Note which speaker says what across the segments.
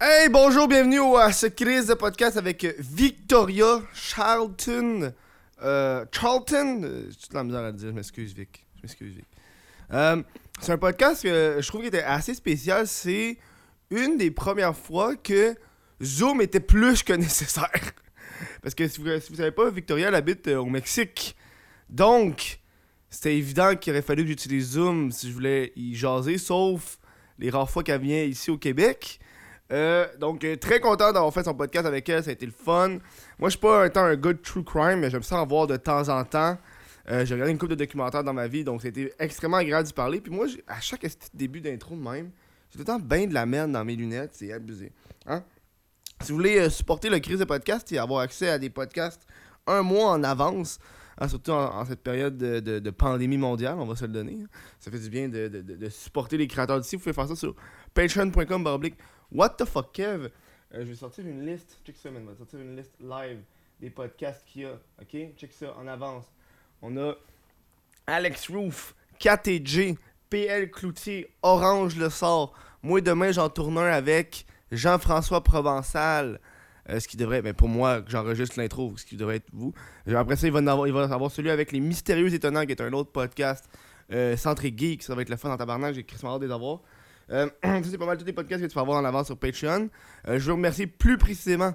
Speaker 1: Hey, bonjour, bienvenue au- à ce crise de podcast avec euh, Victoria Charlton. euh, Charlton, euh, j'ai toute la misère à le dire, je m'excuse Vic. Je m'excuse Vic. Euh, c'est un podcast que je trouve qui était assez spécial. C'est une des premières fois que Zoom était plus que nécessaire. Parce que si vous ne savez pas, Victoria elle habite euh, au Mexique. Donc, c'était évident qu'il aurait fallu que j'utilise Zoom si je voulais y jaser, sauf les rares fois qu'elle vient ici au Québec. Euh, donc, euh, très content d'avoir fait son podcast avec elle, ça a été le fun. Moi, je suis pas un temps un gars de true crime, mais j'aime ça en voir de temps en temps. Euh, j'ai regardé une couple de documentaires dans ma vie, donc c'était extrêmement agréable d'y parler. Puis moi, j'ai- à chaque esti de début d'intro de même, j'ai tout le temps bien de la merde dans mes lunettes, c'est abusé. Hein? Si vous voulez euh, supporter le crise de podcast et avoir accès à des podcasts un mois en avance, hein, surtout en, en cette période de, de- de pandémie mondiale, on va se le donner. hein. Ça fait du bien de, de- de- de supporter les créateurs d'ici. Vous pouvez faire ça sur patreon.com baroblique What the fuck Kev. Euh, je vais sortir une liste, check ça man, je vais sortir une liste live des podcasts qu'il y a, ok? Check ça en avance. On a Alex Roof, KTG, PL Cloutier, Orange Le Sort. Moi demain j'en tourne un avec Jean-François Provençal. Euh, ce qui devrait, mais pour moi, que j'enregistre l'intro, ce qui devrait être vous. Euh, Après ça, il va, en avoir, il va en avoir celui avec Les Mystérieux Étonnants, qui est un autre podcast euh, centré geek. Ça va être le fun en tabarnak, j'ai Chris hâte de les avoir. Euh, ça, c'est pas mal tous les podcasts que tu peux avoir en avance sur Patreon. Euh, je veux remercier plus précisément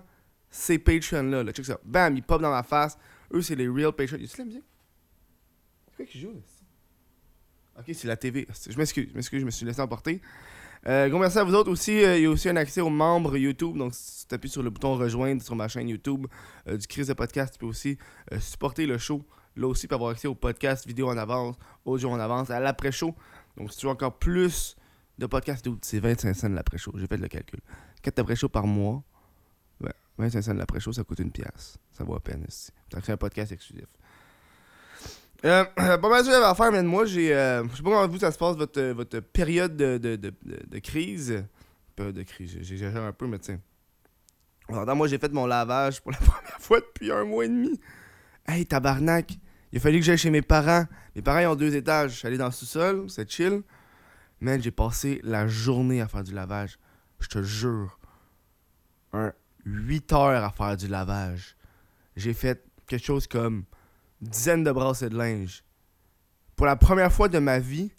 Speaker 1: ces Patreons-là. Là. Check ça. Bam, ils pop dans ma face. Eux, c'est les real Patreons. Y'a-tu de la musique Pourquoi qu'ils jouent là c'est- Ok, c'est la TV. Je m'excuse, je m'excuse, je me suis laissé emporter. Euh, gros merci à vous autres aussi. Euh, Il y a aussi un accès aux membres YouTube. Donc, si tu appuies sur le bouton rejoindre sur ma chaîne YouTube euh, du Crise de Podcast, tu peux aussi euh, supporter le show. Là aussi, pour avoir accès au podcast, vidéo en avance, audio en avance, à l'après-show. Donc, si tu veux encore plus de podcasts, dude, c'est 25 cents l'après-show. J'ai fait le calcul. 4 après-show par mois. Ouais, 25 cents l'après-show, ça coûte une pièce. Ça vaut à peine ici. C'est un podcast exclusif. Euh, pas mal de choses à faire, mais moi, j'ai. euh, je sais pas comment vous ça se passe, votre, euh, votre période de, de, de, de- de crise. Période de crise, j'ai- j'exagère un peu, mais tiens. Pendant moi, j'ai fait mon lavage pour la première fois depuis un mois et demi. Hey, tabarnak! Il a fallu que j'aille chez mes parents. Mes parents ils ont deux étages. Je suis allé dans le sous-sol, c'est chill. Man, j'ai passé la journée à faire du lavage. Je te jure. Un 8 heures à faire du lavage. J'ai fait quelque chose comme dizaines de brasses de linge. Pour la première fois de ma vie,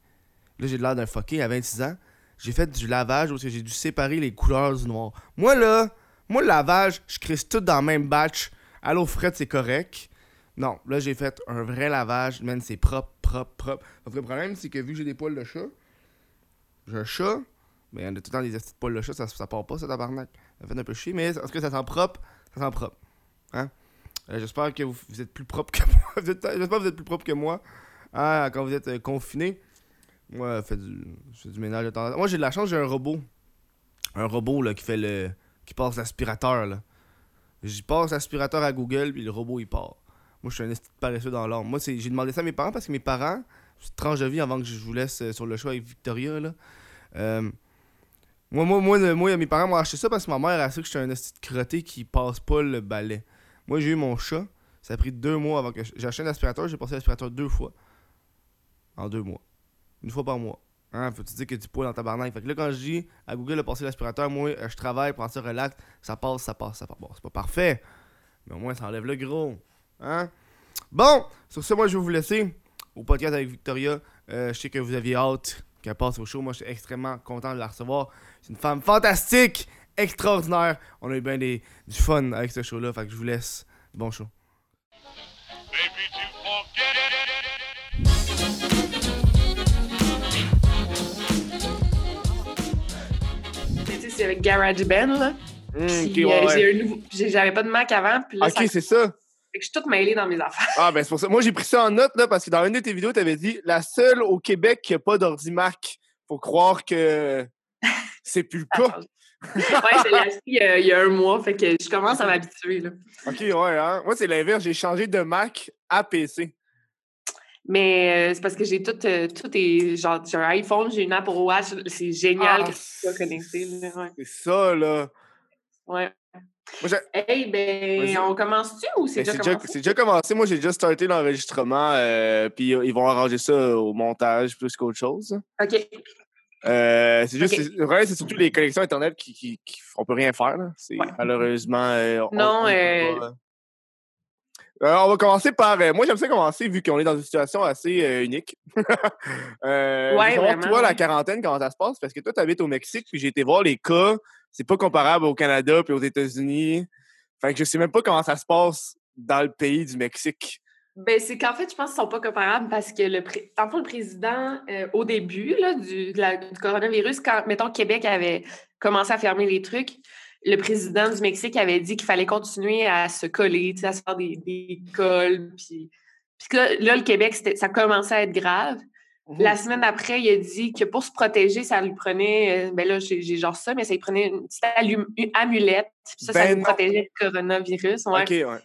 Speaker 1: là j'ai l'air d'un fucké à 26 ans, j'ai fait du lavage parce que j'ai dû séparer les couleurs du noir. Moi là, moi le lavage, je crisse tout dans le même batch. Allô Fred, c'est correct. Non, là j'ai fait un vrai lavage, man, c'est propre, propre, propre. Sauf que Le problème c'est que vu que j'ai des poils de chat, j'ai un chat, mais on a tout le temps des petits poils de chat, ça, ça part pas ça tabarnak. Ça fait un peu chier, mais est-ce que ça sent propre? Ça sent propre. Hein? Euh, J'espère que vous, vous êtes plus propre que moi. Vous êtes- J'espère que vous êtes plus propre que moi hein, quand vous êtes euh, confiné. Moi, euh, fais du, je fais du ménage de temps en temps. Moi, j'ai de la chance, j'ai un robot. Un robot là, qui fait le. qui passe l'aspirateur. là. J'y passe l'aspirateur à Google, puis le robot il part. Moi, je suis un esti de paresseux dans l'ombre. Moi, c'est- j'ai demandé ça à mes parents parce que mes parents, c'est tranche de vie avant que je vous laisse euh, sur le choix avec Victoria. Là. Euh, moi, moi, moi, le- moi, mes parents m'ont acheté ça parce que ma mère a su que j'étais un esti de crotté qui passe pas le balai. Moi, j'ai eu mon chat. Ça a pris deux mois avant que. je- J'ai acheté un aspirateur, j'ai passé l'aspirateur deux fois. En deux mois. Une fois par mois. Hein, faut-tu dire que du poil dans ta barnaque. Fait que là, quand je dis à Google de passer l'aspirateur, moi, euh, je travaille, prends ça, relax, ça passe, ça passe, ça passe. Bon, c'est pas parfait. Mais au moins, ça enlève le gros. Hein? Bon, sur ce, moi, je vais vous laisser au podcast avec Victoria. Euh, je sais que vous aviez hâte qu'elle passe au show. Moi, je suis extrêmement content de la recevoir. C'est une femme fantastique, extraordinaire. On a eu bien des, du fun avec ce show-là. Fait que je vous laisse. Bon show.
Speaker 2: Baby, you forget it.
Speaker 3: Mais tu sais, c'est avec GarageBand, là.
Speaker 1: Mmh,
Speaker 3: Puis, euh, j'ai un nouveau- j'ai- J'avais pas de Mac avant, puis là, ça
Speaker 1: Ok, c'est ça.
Speaker 3: fait que je suis toute mêlée dans mes affaires.
Speaker 1: Ah, ben c'est pour ça. Moi, j'ai pris ça en note, là, parce que dans une de tes vidéos, t'avais dit la seule au Québec qui n'a pas d'ordi Mac. Faut croire que c'est plus le cas.
Speaker 3: ouais, je l'ai acheté euh, il y a un mois, fait que je commence à m'habituer, là.
Speaker 1: Ok, ouais, hein. Moi, c'est l'inverse. J'ai changé de Mac à PC.
Speaker 3: Mais euh, c'est parce que j'ai tout, euh, tout est, genre, j'ai un iPhone, j'ai une Apple Watch, c'est génial
Speaker 1: Ah,
Speaker 3: que tu sois connecté, là. Ouais.
Speaker 1: C'est ça, là.
Speaker 3: ouais.
Speaker 1: Moi, j'ai-
Speaker 3: Hey,
Speaker 1: Vas-y.
Speaker 3: ben, on commence-tu ou c'est
Speaker 1: Ben,
Speaker 3: déjà
Speaker 1: C'est déjà,
Speaker 3: commencé?
Speaker 1: c'est déjà commencé. Moi, j'ai déjà starté l'enregistrement. euh, puis euh, ils vont arranger ça au montage plus qu'autre chose.
Speaker 3: OK.
Speaker 1: Euh, c'est juste,
Speaker 3: Ok.
Speaker 1: c'est- ouais, c'est surtout les collections Internet qui, qui, qui- on peut rien faire. Là. C'est,
Speaker 3: Ouais.
Speaker 1: Malheureusement, euh, on-
Speaker 3: Non,
Speaker 1: on, peut
Speaker 3: euh,
Speaker 1: pas, euh, on va commencer par. euh, moi, j'aime ça commencer vu qu'on est dans une situation assez euh, unique. euh, je veux
Speaker 3: Ouais,
Speaker 1: savoir,
Speaker 3: vraiment,
Speaker 1: toi, la
Speaker 3: ouais.
Speaker 1: quarantaine, comment ça se passe? Parce que toi, tu habites au Mexique, puis j'ai été voir les cas. C'est pas comparable au Canada puis aux États-Unis. Fait que je sais même pas comment ça se passe dans le pays du Mexique.
Speaker 3: Ben, c'est qu'en fait, je pense qu'ils sont pas comparables parce que, le pré- dans le fond, le président, euh, au début là, du, de la- du coronavirus, quand, mettons, Québec avait commencé à fermer les trucs, le président du Mexique avait dit qu'il fallait continuer à se coller, tu sais, à se faire des, des cols. Puis, puis que là, là, le Québec, c'était- ça commençait à être grave.
Speaker 1: Mhm.
Speaker 3: La semaine après, il a dit que pour se protéger, ça lui prenait, euh, ben là, j'ai j'ai genre ça, mais ça lui prenait une petite allum- une amulette. Puis ça, ça
Speaker 1: Ben
Speaker 3: lui
Speaker 1: non.
Speaker 3: protégeait du coronavirus. ouais.
Speaker 1: Ok, ouais.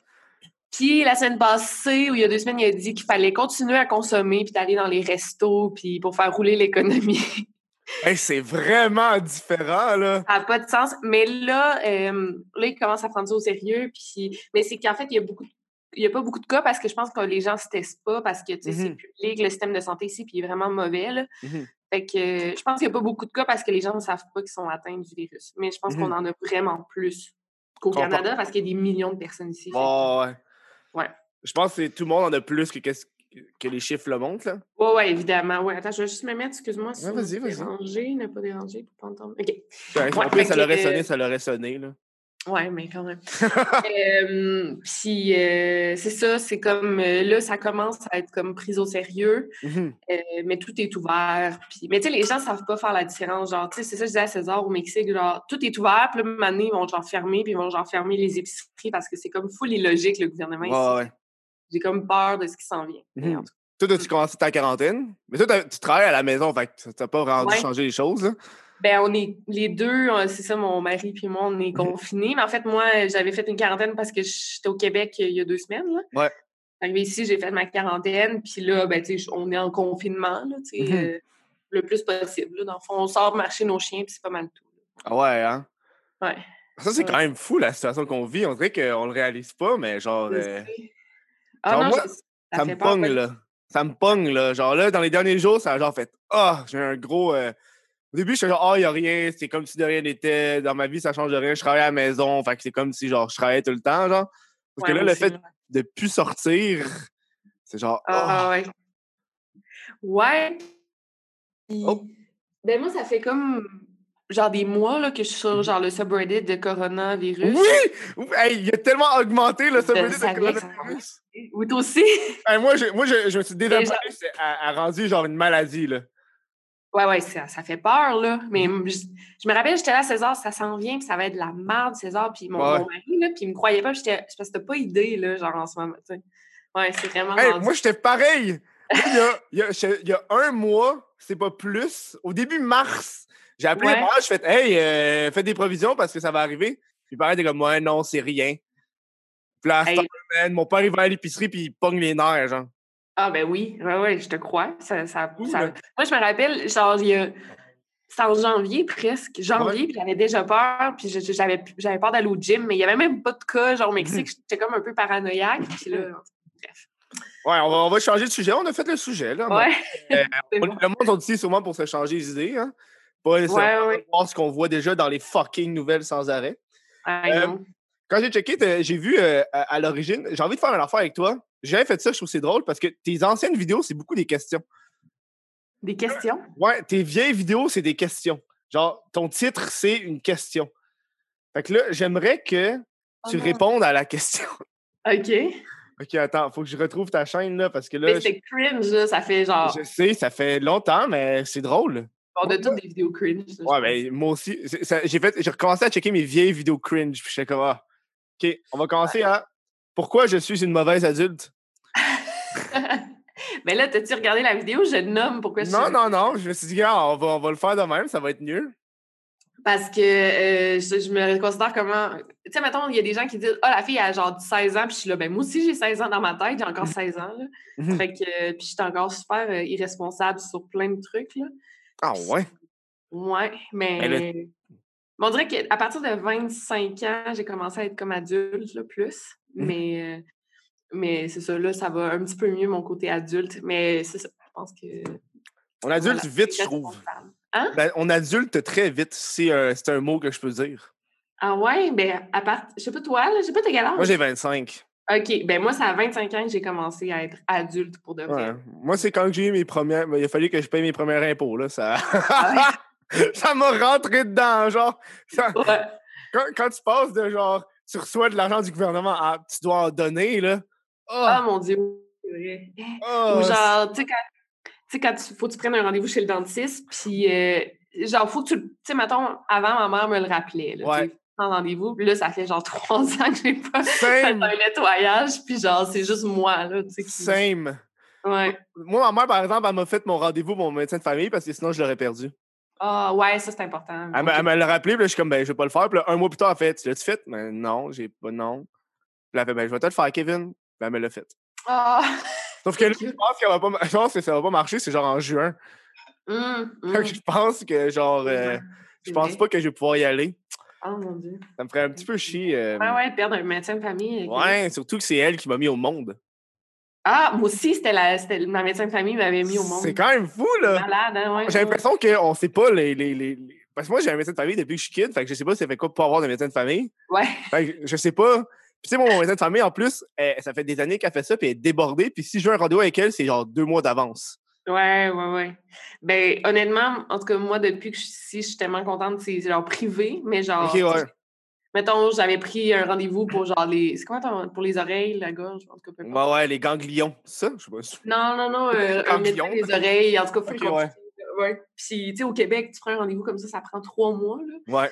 Speaker 3: Puis la semaine passée, ou il y a deux semaines, il a dit qu'il fallait continuer à consommer, puis d'aller dans les restos, puis pour faire rouler l'économie.
Speaker 1: Hey, c'est vraiment différent, là.
Speaker 3: ça n'a pas de sens. Mais là, euh, là, il commence à prendre ça au sérieux. Puis... Mais c'est qu'en fait, il y a beaucoup de- Il n'y a pas beaucoup de cas parce que je pense que les gens ne se testent pas parce que tu sais, c'est
Speaker 1: Mhm.
Speaker 3: public, le système de santé ici, puis il est vraiment mauvais. là.
Speaker 1: Mhm.
Speaker 3: Fait que euh, je pense qu'il n'y a pas beaucoup de cas parce que les gens ne savent pas qu'ils sont atteints du virus. Mais je pense
Speaker 1: Mhm.
Speaker 3: qu'on en a vraiment plus qu'au
Speaker 1: Compar-
Speaker 3: Canada parce qu'il y a des millions de personnes ici. Fait que-
Speaker 1: Ouais, ouais.
Speaker 3: Ouais.
Speaker 1: Je pense que tout le monde en a plus que, qu'est-ce- que les chiffres le montrent. Là.
Speaker 3: Oui, oui, évidemment. Ouais, attends, je vais juste me mettre, excuse-moi, si
Speaker 1: vas-y, vas-y.
Speaker 3: déranger, ne pas déranger, pour pas entendre. OK.
Speaker 1: Ouais, en
Speaker 3: Ouais,
Speaker 1: plus,
Speaker 3: fait
Speaker 1: ça
Speaker 3: que- euh
Speaker 1: l'aurait sonné, ça l'aurait sonné. Là.
Speaker 3: Ouais, mais quand même. Euh, Puis euh, c'est ça, c'est comme euh, là, ça commence à être comme prise au sérieux, euh, mais tout est ouvert. Puis, mais tu sais, les gens savent pas faire la différence. Genre, tu sais, c'est ça que je disais à César au Mexique, genre, tout est ouvert, puis là, une année, ils vont genre fermer, puis ils vont genre fermer les épiceries parce que c'est comme full illogique, le gouvernement
Speaker 1: Ouais,
Speaker 3: ici.
Speaker 1: ouais.
Speaker 3: J'ai comme peur de ce qui s'en vient. Mais en
Speaker 1: Mhm. Toi, as tu commencé ta quarantaine? Mais toi, t'as- tu travailles à la maison, fait que t'as pas vraiment dû
Speaker 3: Ouais.
Speaker 1: changer les choses. Là.
Speaker 3: Ben, on est les deux, euh, c'est ça, mon mari puis moi, on
Speaker 1: Mhm.
Speaker 3: est confinés. Mais en fait, moi, euh, j'avais fait une quarantaine parce que j'étais au Québec euh, il y a deux semaines. Là.
Speaker 1: Ouais.
Speaker 3: Arrivé ici, j'ai fait ma quarantaine. Puis là, ben, tu sais, j- on est en confinement, là, tu sais,
Speaker 1: Mhm.
Speaker 3: euh, le plus possible. là. Dans le fond, on sort marcher nos chiens, puis c'est pas mal tout.
Speaker 1: Ah ouais, hein?
Speaker 3: Ouais.
Speaker 1: Ça, c'est
Speaker 3: Ouais.
Speaker 1: quand même fou, la situation qu'on vit. On dirait qu'on le réalise pas, mais genre,
Speaker 3: Je
Speaker 1: euh,
Speaker 3: sais. Ah
Speaker 1: genre,
Speaker 3: non,
Speaker 1: moi,
Speaker 3: je- ça
Speaker 1: ça
Speaker 3: fait
Speaker 1: me
Speaker 3: peur.
Speaker 1: pogne, là. Ça me pogne, là. Genre, là, dans les derniers jours, ça a genre fait Ah, j'ai un gros. euh, Au début, j'étais genre, ah, il a rien, c'est comme si de rien n'était. Dans ma vie, ça change de rien. Je travaille à la maison, fait que c'est comme si, genre, je travaillais tout le temps, genre. Parce
Speaker 3: Ouais,
Speaker 1: que là,
Speaker 3: moi
Speaker 1: le
Speaker 3: aussi,
Speaker 1: fait de plus sortir, c'est genre,
Speaker 3: Ah
Speaker 1: ah,
Speaker 3: ouais. Ouais. Puis-
Speaker 1: Oh.
Speaker 3: Ben moi, ça fait comme genre des mois là, que je suis sur genre le subreddit de coronavirus.
Speaker 1: Mhm. oui! Ouh, hey, il a tellement augmenté, là, ça
Speaker 3: Je
Speaker 1: veut dire
Speaker 3: savais que ça
Speaker 1: coronavirus.
Speaker 3: Oui, toi aussi?
Speaker 1: Hey, moi, je, moi je, je me suis
Speaker 3: genre-
Speaker 1: désabonné, c'est à, à rendu genre une maladie, là.
Speaker 3: Ouais, ouais, ça, ça fait peur, là. Mais
Speaker 1: Mm-hmm.
Speaker 3: je, je me rappelle, j'étais là, César, ça s'en vient, puis ça va être de la merde, César, puis mon,
Speaker 1: Ouais.
Speaker 3: mon mari, là, puis il me croyait pas, puis j'étais, c'est parce que t'as pas idée, là, genre, en ce moment, tu sais. Ouais, c'est vraiment...
Speaker 1: Hey,
Speaker 3: rendu-
Speaker 1: moi, j'étais pareil. Moi, Il y a, il y a- je- il y a un mois, c'est pas plus. Au début mars, j'ai appelé
Speaker 3: Ouais.
Speaker 1: les parents, je fais Hey, euh, faites des provisions parce que ça va arriver. Puis pareil, t'es comme Ouais, non, c'est rien. Puis là, à cette
Speaker 3: Hey.
Speaker 1: heure, man, mon père, il va à l'épicerie, puis il pogne les nerfs, genre.
Speaker 3: Ah, ben oui, ouais, ouais, je te crois. Ça, ça,
Speaker 1: Cool. hein.
Speaker 3: ça- Moi, je me rappelle, genre, il y a... C'était en janvier, presque. Janvier, puis j'avais déjà peur, puis je- je- j'avais, j'avais peur d'aller au gym, mais il y avait même pas de cas, genre, au Mexique,
Speaker 1: Mm-hmm.
Speaker 3: j'étais comme un peu paranoïaque, puis là...
Speaker 1: Ouais, on va, on va changer de sujet. On a fait le sujet, là.
Speaker 3: Ouais,
Speaker 1: On- Le monde sont ici sûrement pour se changer les idées, hein. Pas nécessairement
Speaker 3: ouais.
Speaker 1: voir ce qu'on voit déjà dans les fucking nouvelles sans arrêt.
Speaker 3: I
Speaker 1: Euh,
Speaker 3: know.
Speaker 1: Quand j'ai checké, t'as- j'ai vu euh, à, à l'origine, j'ai envie de faire un affaire avec toi. J'ai jamais fait ça, je trouve que c'est drôle parce que tes anciennes vidéos, c'est beaucoup des questions.
Speaker 3: Des questions?
Speaker 1: Ouais, tes vieilles vidéos, c'est des questions. Genre, ton titre, c'est une question. Fait que là, j'aimerais que
Speaker 3: Oh
Speaker 1: tu
Speaker 3: non.
Speaker 1: répondes à la question.
Speaker 3: OK.
Speaker 1: ok, attends, faut que je retrouve ta chaîne là parce que là,
Speaker 3: Mais
Speaker 1: je,
Speaker 3: c'était cringe, là, ça fait genre...
Speaker 1: je sais, ça fait longtemps, mais c'est drôle.
Speaker 3: On a toutes des vidéos cringe. là, je
Speaker 1: Ouais, ben, mais moi aussi, c'est- ça- j'ai fait, j'ai recommencé à checker mes vieilles vidéos cringe. Puis j'étais comme, ah, ok, on va commencer à pourquoi je suis une mauvaise adulte.
Speaker 3: pense. mais là, t'as-tu regardé la vidéo? Je nomme pourquoi je
Speaker 1: Non,
Speaker 3: suis-
Speaker 1: non, non. Je me suis dit, ah, on va, on va le faire de même, ça va être mieux.
Speaker 3: Parce que euh, je, je me considère comme un- Tu sais, mettons, il y a des gens qui disent « Ah, la fille a genre 16 ans. » Puis je suis là, ben moi aussi, j'ai 16 ans dans ma tête. J'ai encore 16 ans, là.
Speaker 1: Mhm.
Speaker 3: Fait que... euh, puis je suis encore super euh, irresponsable sur plein de trucs, là.
Speaker 1: Ah ouais.
Speaker 3: Ouais, mais...
Speaker 1: Mais le-
Speaker 3: mais on dirait qu'à partir de 25 ans, j'ai commencé à être comme adulte, là, plus.
Speaker 1: Mhm.
Speaker 3: Mais... euh, mais c'est ça, là, ça va un petit peu mieux, mon côté adulte. Mais c'est ça, je pense que...
Speaker 1: On adulte
Speaker 3: Voilà.
Speaker 1: vite, je trouve.
Speaker 3: Responsable. Hein?
Speaker 1: Ben, on adulte très vite, c'est un, c'est un mot que je peux dire.
Speaker 3: Ah ouais, ben à part, je sais pas toi, là, je sais pas tes galères.
Speaker 1: Moi, j'ai 25.
Speaker 3: OK, ben moi, c'est à 25 ans que j'ai commencé à être adulte pour de vrai.
Speaker 1: Ouais. Moi, c'est quand j'ai eu mes premières. ben, il a fallu que je paye mes premiers impôts. Là, ça
Speaker 3: Ah
Speaker 1: ça m'a rentré dedans. Genre, ça-
Speaker 3: Ouais.
Speaker 1: quand, quand tu passes de genre, tu reçois de l'argent du gouvernement à tu dois en donner. Là,
Speaker 3: Ah
Speaker 1: Ah,
Speaker 3: mon Dieu, c'est vrai.
Speaker 1: ah,
Speaker 3: Ou genre, tu sais, quand, tu sais, quand tu- faut que tu prennes un rendez-vous chez le dentiste, puis euh, genre, faut que tu. le- Tu sais, mettons, avant, ma mère me le rappelait. Là,
Speaker 1: Ouais.
Speaker 3: tu sais, prends rendez-vous, puis là, ça fait genre trois ans que j'ai pas fait un
Speaker 1: same,
Speaker 3: nettoyage, puis genre, c'est juste moi, là, tu sais. qui-
Speaker 1: same.
Speaker 3: Ouais.
Speaker 1: Moi, ma mère, par exemple, elle m'a fait mon rendez-vous, mon médecin de famille, parce que sinon, je l'aurais perdu.
Speaker 3: Ah, ouais, ça, c'est important.
Speaker 1: Elle m'a- elle me l'a rappelé, puis là, je suis comme, ben, je vais pas le faire. Puis là, un mois plus tard, elle fait, tu l'as-tu fait? Ben, non, j'ai pas, non. Puis là, elle fait, ben, je vais te le faire, Kevin. Puis elle me l'a fait.
Speaker 3: Ah,
Speaker 1: Sauf que là, je pense, qu'elle va pas, ma- je pense que ça va pas marcher, c'est genre en juin.
Speaker 3: hum, hum.
Speaker 1: Fait que je pense que, genre, euh, je
Speaker 3: C'est
Speaker 1: pense
Speaker 3: vrai.
Speaker 1: pas que je vais pouvoir y aller.
Speaker 3: Oh mon Dieu.
Speaker 1: Ça me ferait un petit peu chier. euh,
Speaker 3: Ouais, ouais, perdre un médecin de famille. ok.
Speaker 1: ouais, surtout que c'est elle qui m'a mis au monde.
Speaker 3: Ah, moi aussi, c'était la, c'était ma médecin de famille m'avait mis au monde.
Speaker 1: C'est quand même fou, là.
Speaker 3: Malade, hein, ouais.
Speaker 1: J'ai l'impression qu'on sait pas les, les, les- les- Parce que moi, j'ai un médecin de famille depuis que je suis kid, fait que je sais pas ça fait quoi de pas avoir de médecin de famille.
Speaker 3: Ouais.
Speaker 1: Fait que je sais pas. Puis tu sais, mon médecin de famille, en plus, elle- ça fait des années qu'elle fait ça, puis elle est débordée. Puis si je veux un rendez-vous avec elle, c'est genre deux mois d'avance.
Speaker 3: Ouais, ouais, ouais. Ben, honnêtement, en tout cas, moi, depuis que je suis ici, je suis tellement contente. C'est genre privé, mais genre.
Speaker 1: ok, ouais.
Speaker 3: Mettons, j'avais pris un rendez-vous pour genre les. C'est quoi ton- pour les oreilles, la gorge? En tout cas, peu importe.
Speaker 1: Ouais, ouais, les ganglions. Ça, je sais pas. c'est-
Speaker 3: Non, non, non, euh, un médecin
Speaker 1: Ganglion.
Speaker 3: des oreilles, en tout cas, faut
Speaker 1: Ok,
Speaker 3: qu'on-
Speaker 1: ouais.
Speaker 3: ouais. Puis, tu sais, au Québec, tu prends un rendez-vous comme ça, ça prend trois mois, là.
Speaker 1: Ouais.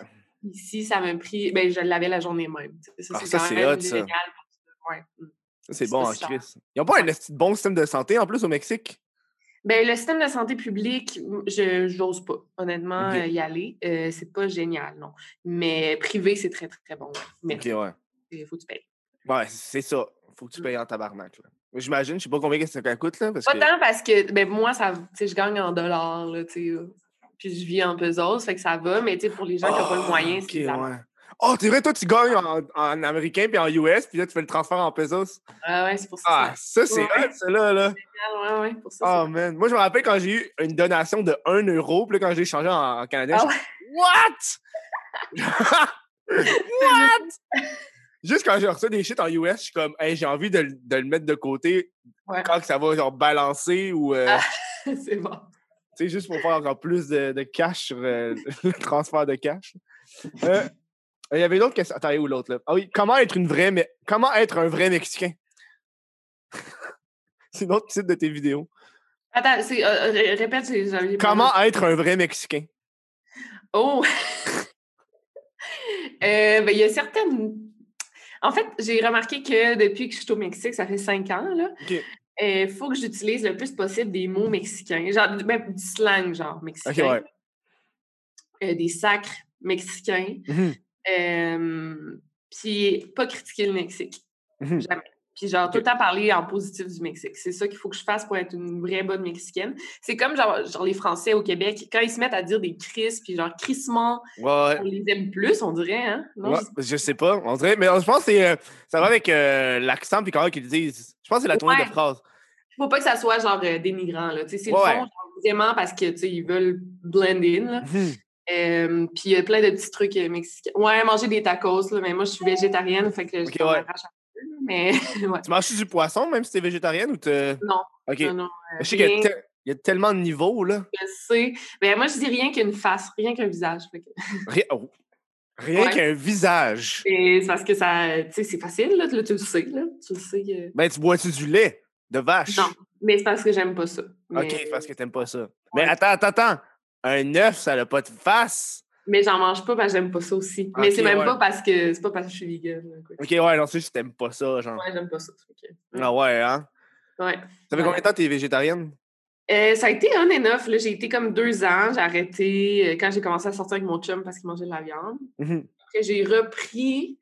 Speaker 3: Ici, ça m'a pris. Ben, je l'avais la journée même. tu sais. Ça,
Speaker 1: Ah,
Speaker 3: c'est
Speaker 1: ça,
Speaker 3: quand
Speaker 1: c'est
Speaker 3: même
Speaker 1: hot, ça.
Speaker 3: génial. Ouais. Mm.
Speaker 1: Ça, c'est
Speaker 3: C'est
Speaker 1: bon
Speaker 3: pas
Speaker 1: en
Speaker 3: si cher.
Speaker 1: Chris. Ils ont pas un esti de bon système de santé en plus au Mexique.
Speaker 3: Ben, le système de santé publique, m- je n'ose pas, honnêtement,
Speaker 1: Ok.
Speaker 3: euh, y aller. Euh, c'est pas génial, non. Mais privé, c'est très, très, très bon. ouais. Mais
Speaker 1: Ok, ouais.
Speaker 3: il faut que tu payes.
Speaker 1: Ouais, c'est ça. Faut que tu payes en tabarnak. là. Mais J'imagine, je sais pas combien que ça coûte, là. Parce
Speaker 3: Pas
Speaker 1: que...
Speaker 3: tant parce que ben, moi, ça, tu sais, je gagne en dollars, là, tu sais, euh, puis je vis en pesos, fait que ça va, mais tu sais, pour les gens qui n'ont pas le
Speaker 1: Ah,
Speaker 3: moyen,
Speaker 1: ok,
Speaker 3: c'est de la merde.
Speaker 1: ouais. Oh, t'es vrai, toi, tu gagnes en, en américain puis en US, puis là, tu fais le transfert en pesos.
Speaker 3: Ah ouais, c'est pour ça.
Speaker 1: Ah, ça, c'est
Speaker 3: Ouais.
Speaker 1: hot, ça, là. là.
Speaker 3: c'est génial, ouais, ouais, pour ça.
Speaker 1: Oh, man. Moi, je me rappelle quand j'ai eu une donation de 1 euro, puis là, quand j'ai changé en, en canadien,
Speaker 3: Ah
Speaker 1: je What? What? Juste quand j'ai reçu des shit en US, je suis comme, hey, j'ai envie de, le- de le mettre de côté
Speaker 3: Ouais.
Speaker 1: quand que ça va, genre, balancer ou, euh,
Speaker 3: Ah. c'est- c'est bon.
Speaker 1: tu sais, juste pour faire encore plus de, de cash sur euh, le transfert de cash. Euh, Il y avait une autre question. Attends, elle est où l'autre, là? Ah oui, comment être une vraie, mais comment être un vrai Mexicain? C'est notre titre de tes vidéos.
Speaker 3: Attends, c'est, euh, ré- répète, j'ai- j'avais pas
Speaker 1: Comment être un vrai Mexicain?
Speaker 3: Oh! Euh, ben, il y a certaines. En fait, j'ai remarqué que depuis que je suis au Mexique, ça fait cinq ans, là,
Speaker 1: OK.
Speaker 3: il Euh, faut que j'utilise le plus possible des mots mexicains, genre, même du slang, genre, mexicain.
Speaker 1: OK, ouais.
Speaker 3: Euh, des sacres mexicains.
Speaker 1: Mhm.
Speaker 3: Euh, Puis, pas critiquer le Mexique.
Speaker 1: Mhm.
Speaker 3: Jamais. Puis, genre, tout le temps parler en positif du Mexique. C'est ça qu'il faut que je fasse pour être une vraie bonne Mexicaine. C'est comme, genre, genre, les Français au Québec, quand ils se mettent à dire des cris, puis genre, crissement,
Speaker 1: Ouais.
Speaker 3: on les aime plus, on dirait, hein? Non,
Speaker 1: ouais,
Speaker 3: je-
Speaker 1: je sais pas, on dirait, mais je pense que c'est, euh, ça va avec euh, l'accent puis comment qu'ils disent. Je pense que c'est la tournée
Speaker 3: Ouais.
Speaker 1: de phrase.
Speaker 3: faut pas que ça soit genre euh, dénigrant, là. Tu sais, c'est le
Speaker 1: Ouais.
Speaker 3: fond, genre, vraiment parce que, tu sais, ils veulent blend in, là. Euh, puis il y a plein de petits trucs euh, mexicains. Ouais, manger des tacos, là, mais moi, je suis végétarienne, fait que je
Speaker 1: Ok,
Speaker 3: m'en
Speaker 1: ouais.
Speaker 3: arrache un peu, là, mais ouais.
Speaker 1: Tu manges du poisson même si t'es végétarienne ou t'es.
Speaker 3: Non.
Speaker 1: OK.
Speaker 3: Non, non, euh,
Speaker 1: Je sais qu'il y a
Speaker 3: rien
Speaker 1: te- il y a tellement de niveaux, là.
Speaker 3: que c'est. Ben, moi, je dis rien qu'une face, rien qu'un visage. fait que-
Speaker 1: Rien, oh. Rien
Speaker 3: Ouais.
Speaker 1: qu'un visage.
Speaker 3: Et C'est parce que ça, euh, tu sais, c'est facile, là, tu- là, tu le sais, là. Tu le sais. euh,
Speaker 1: Ben, tu bois-tu du lait de vache?
Speaker 3: Non, mais c'est parce que j'aime pas ça.
Speaker 1: OK,
Speaker 3: Mais-
Speaker 1: c'est parce que t'aimes pas ça. Mais attends, attends, attends. Un œuf, ça n'a pas de face.
Speaker 3: Mais j'en mange pas parce que j'aime pas ça aussi. mais
Speaker 1: Ok,
Speaker 3: c'est même
Speaker 1: ouais.
Speaker 3: pas parce que c'est pas parce que je suis vegan. là, quoi.
Speaker 1: OK, ouais, non, c'est juste que t'aimes pas ça, genre.
Speaker 3: Ouais, j'aime pas ça. fait que-
Speaker 1: Ah ouais, hein?
Speaker 3: Ouais.
Speaker 1: Ça fait
Speaker 3: Ouais.
Speaker 1: combien de temps que t'es végétarienne?
Speaker 3: Euh, ça a été un and off. là. J'ai été comme deux ans. J'ai arrêté euh, quand j'ai commencé à sortir avec mon chum parce qu'il mangeait de la viande.
Speaker 1: Mhm.
Speaker 3: Après, j'ai repris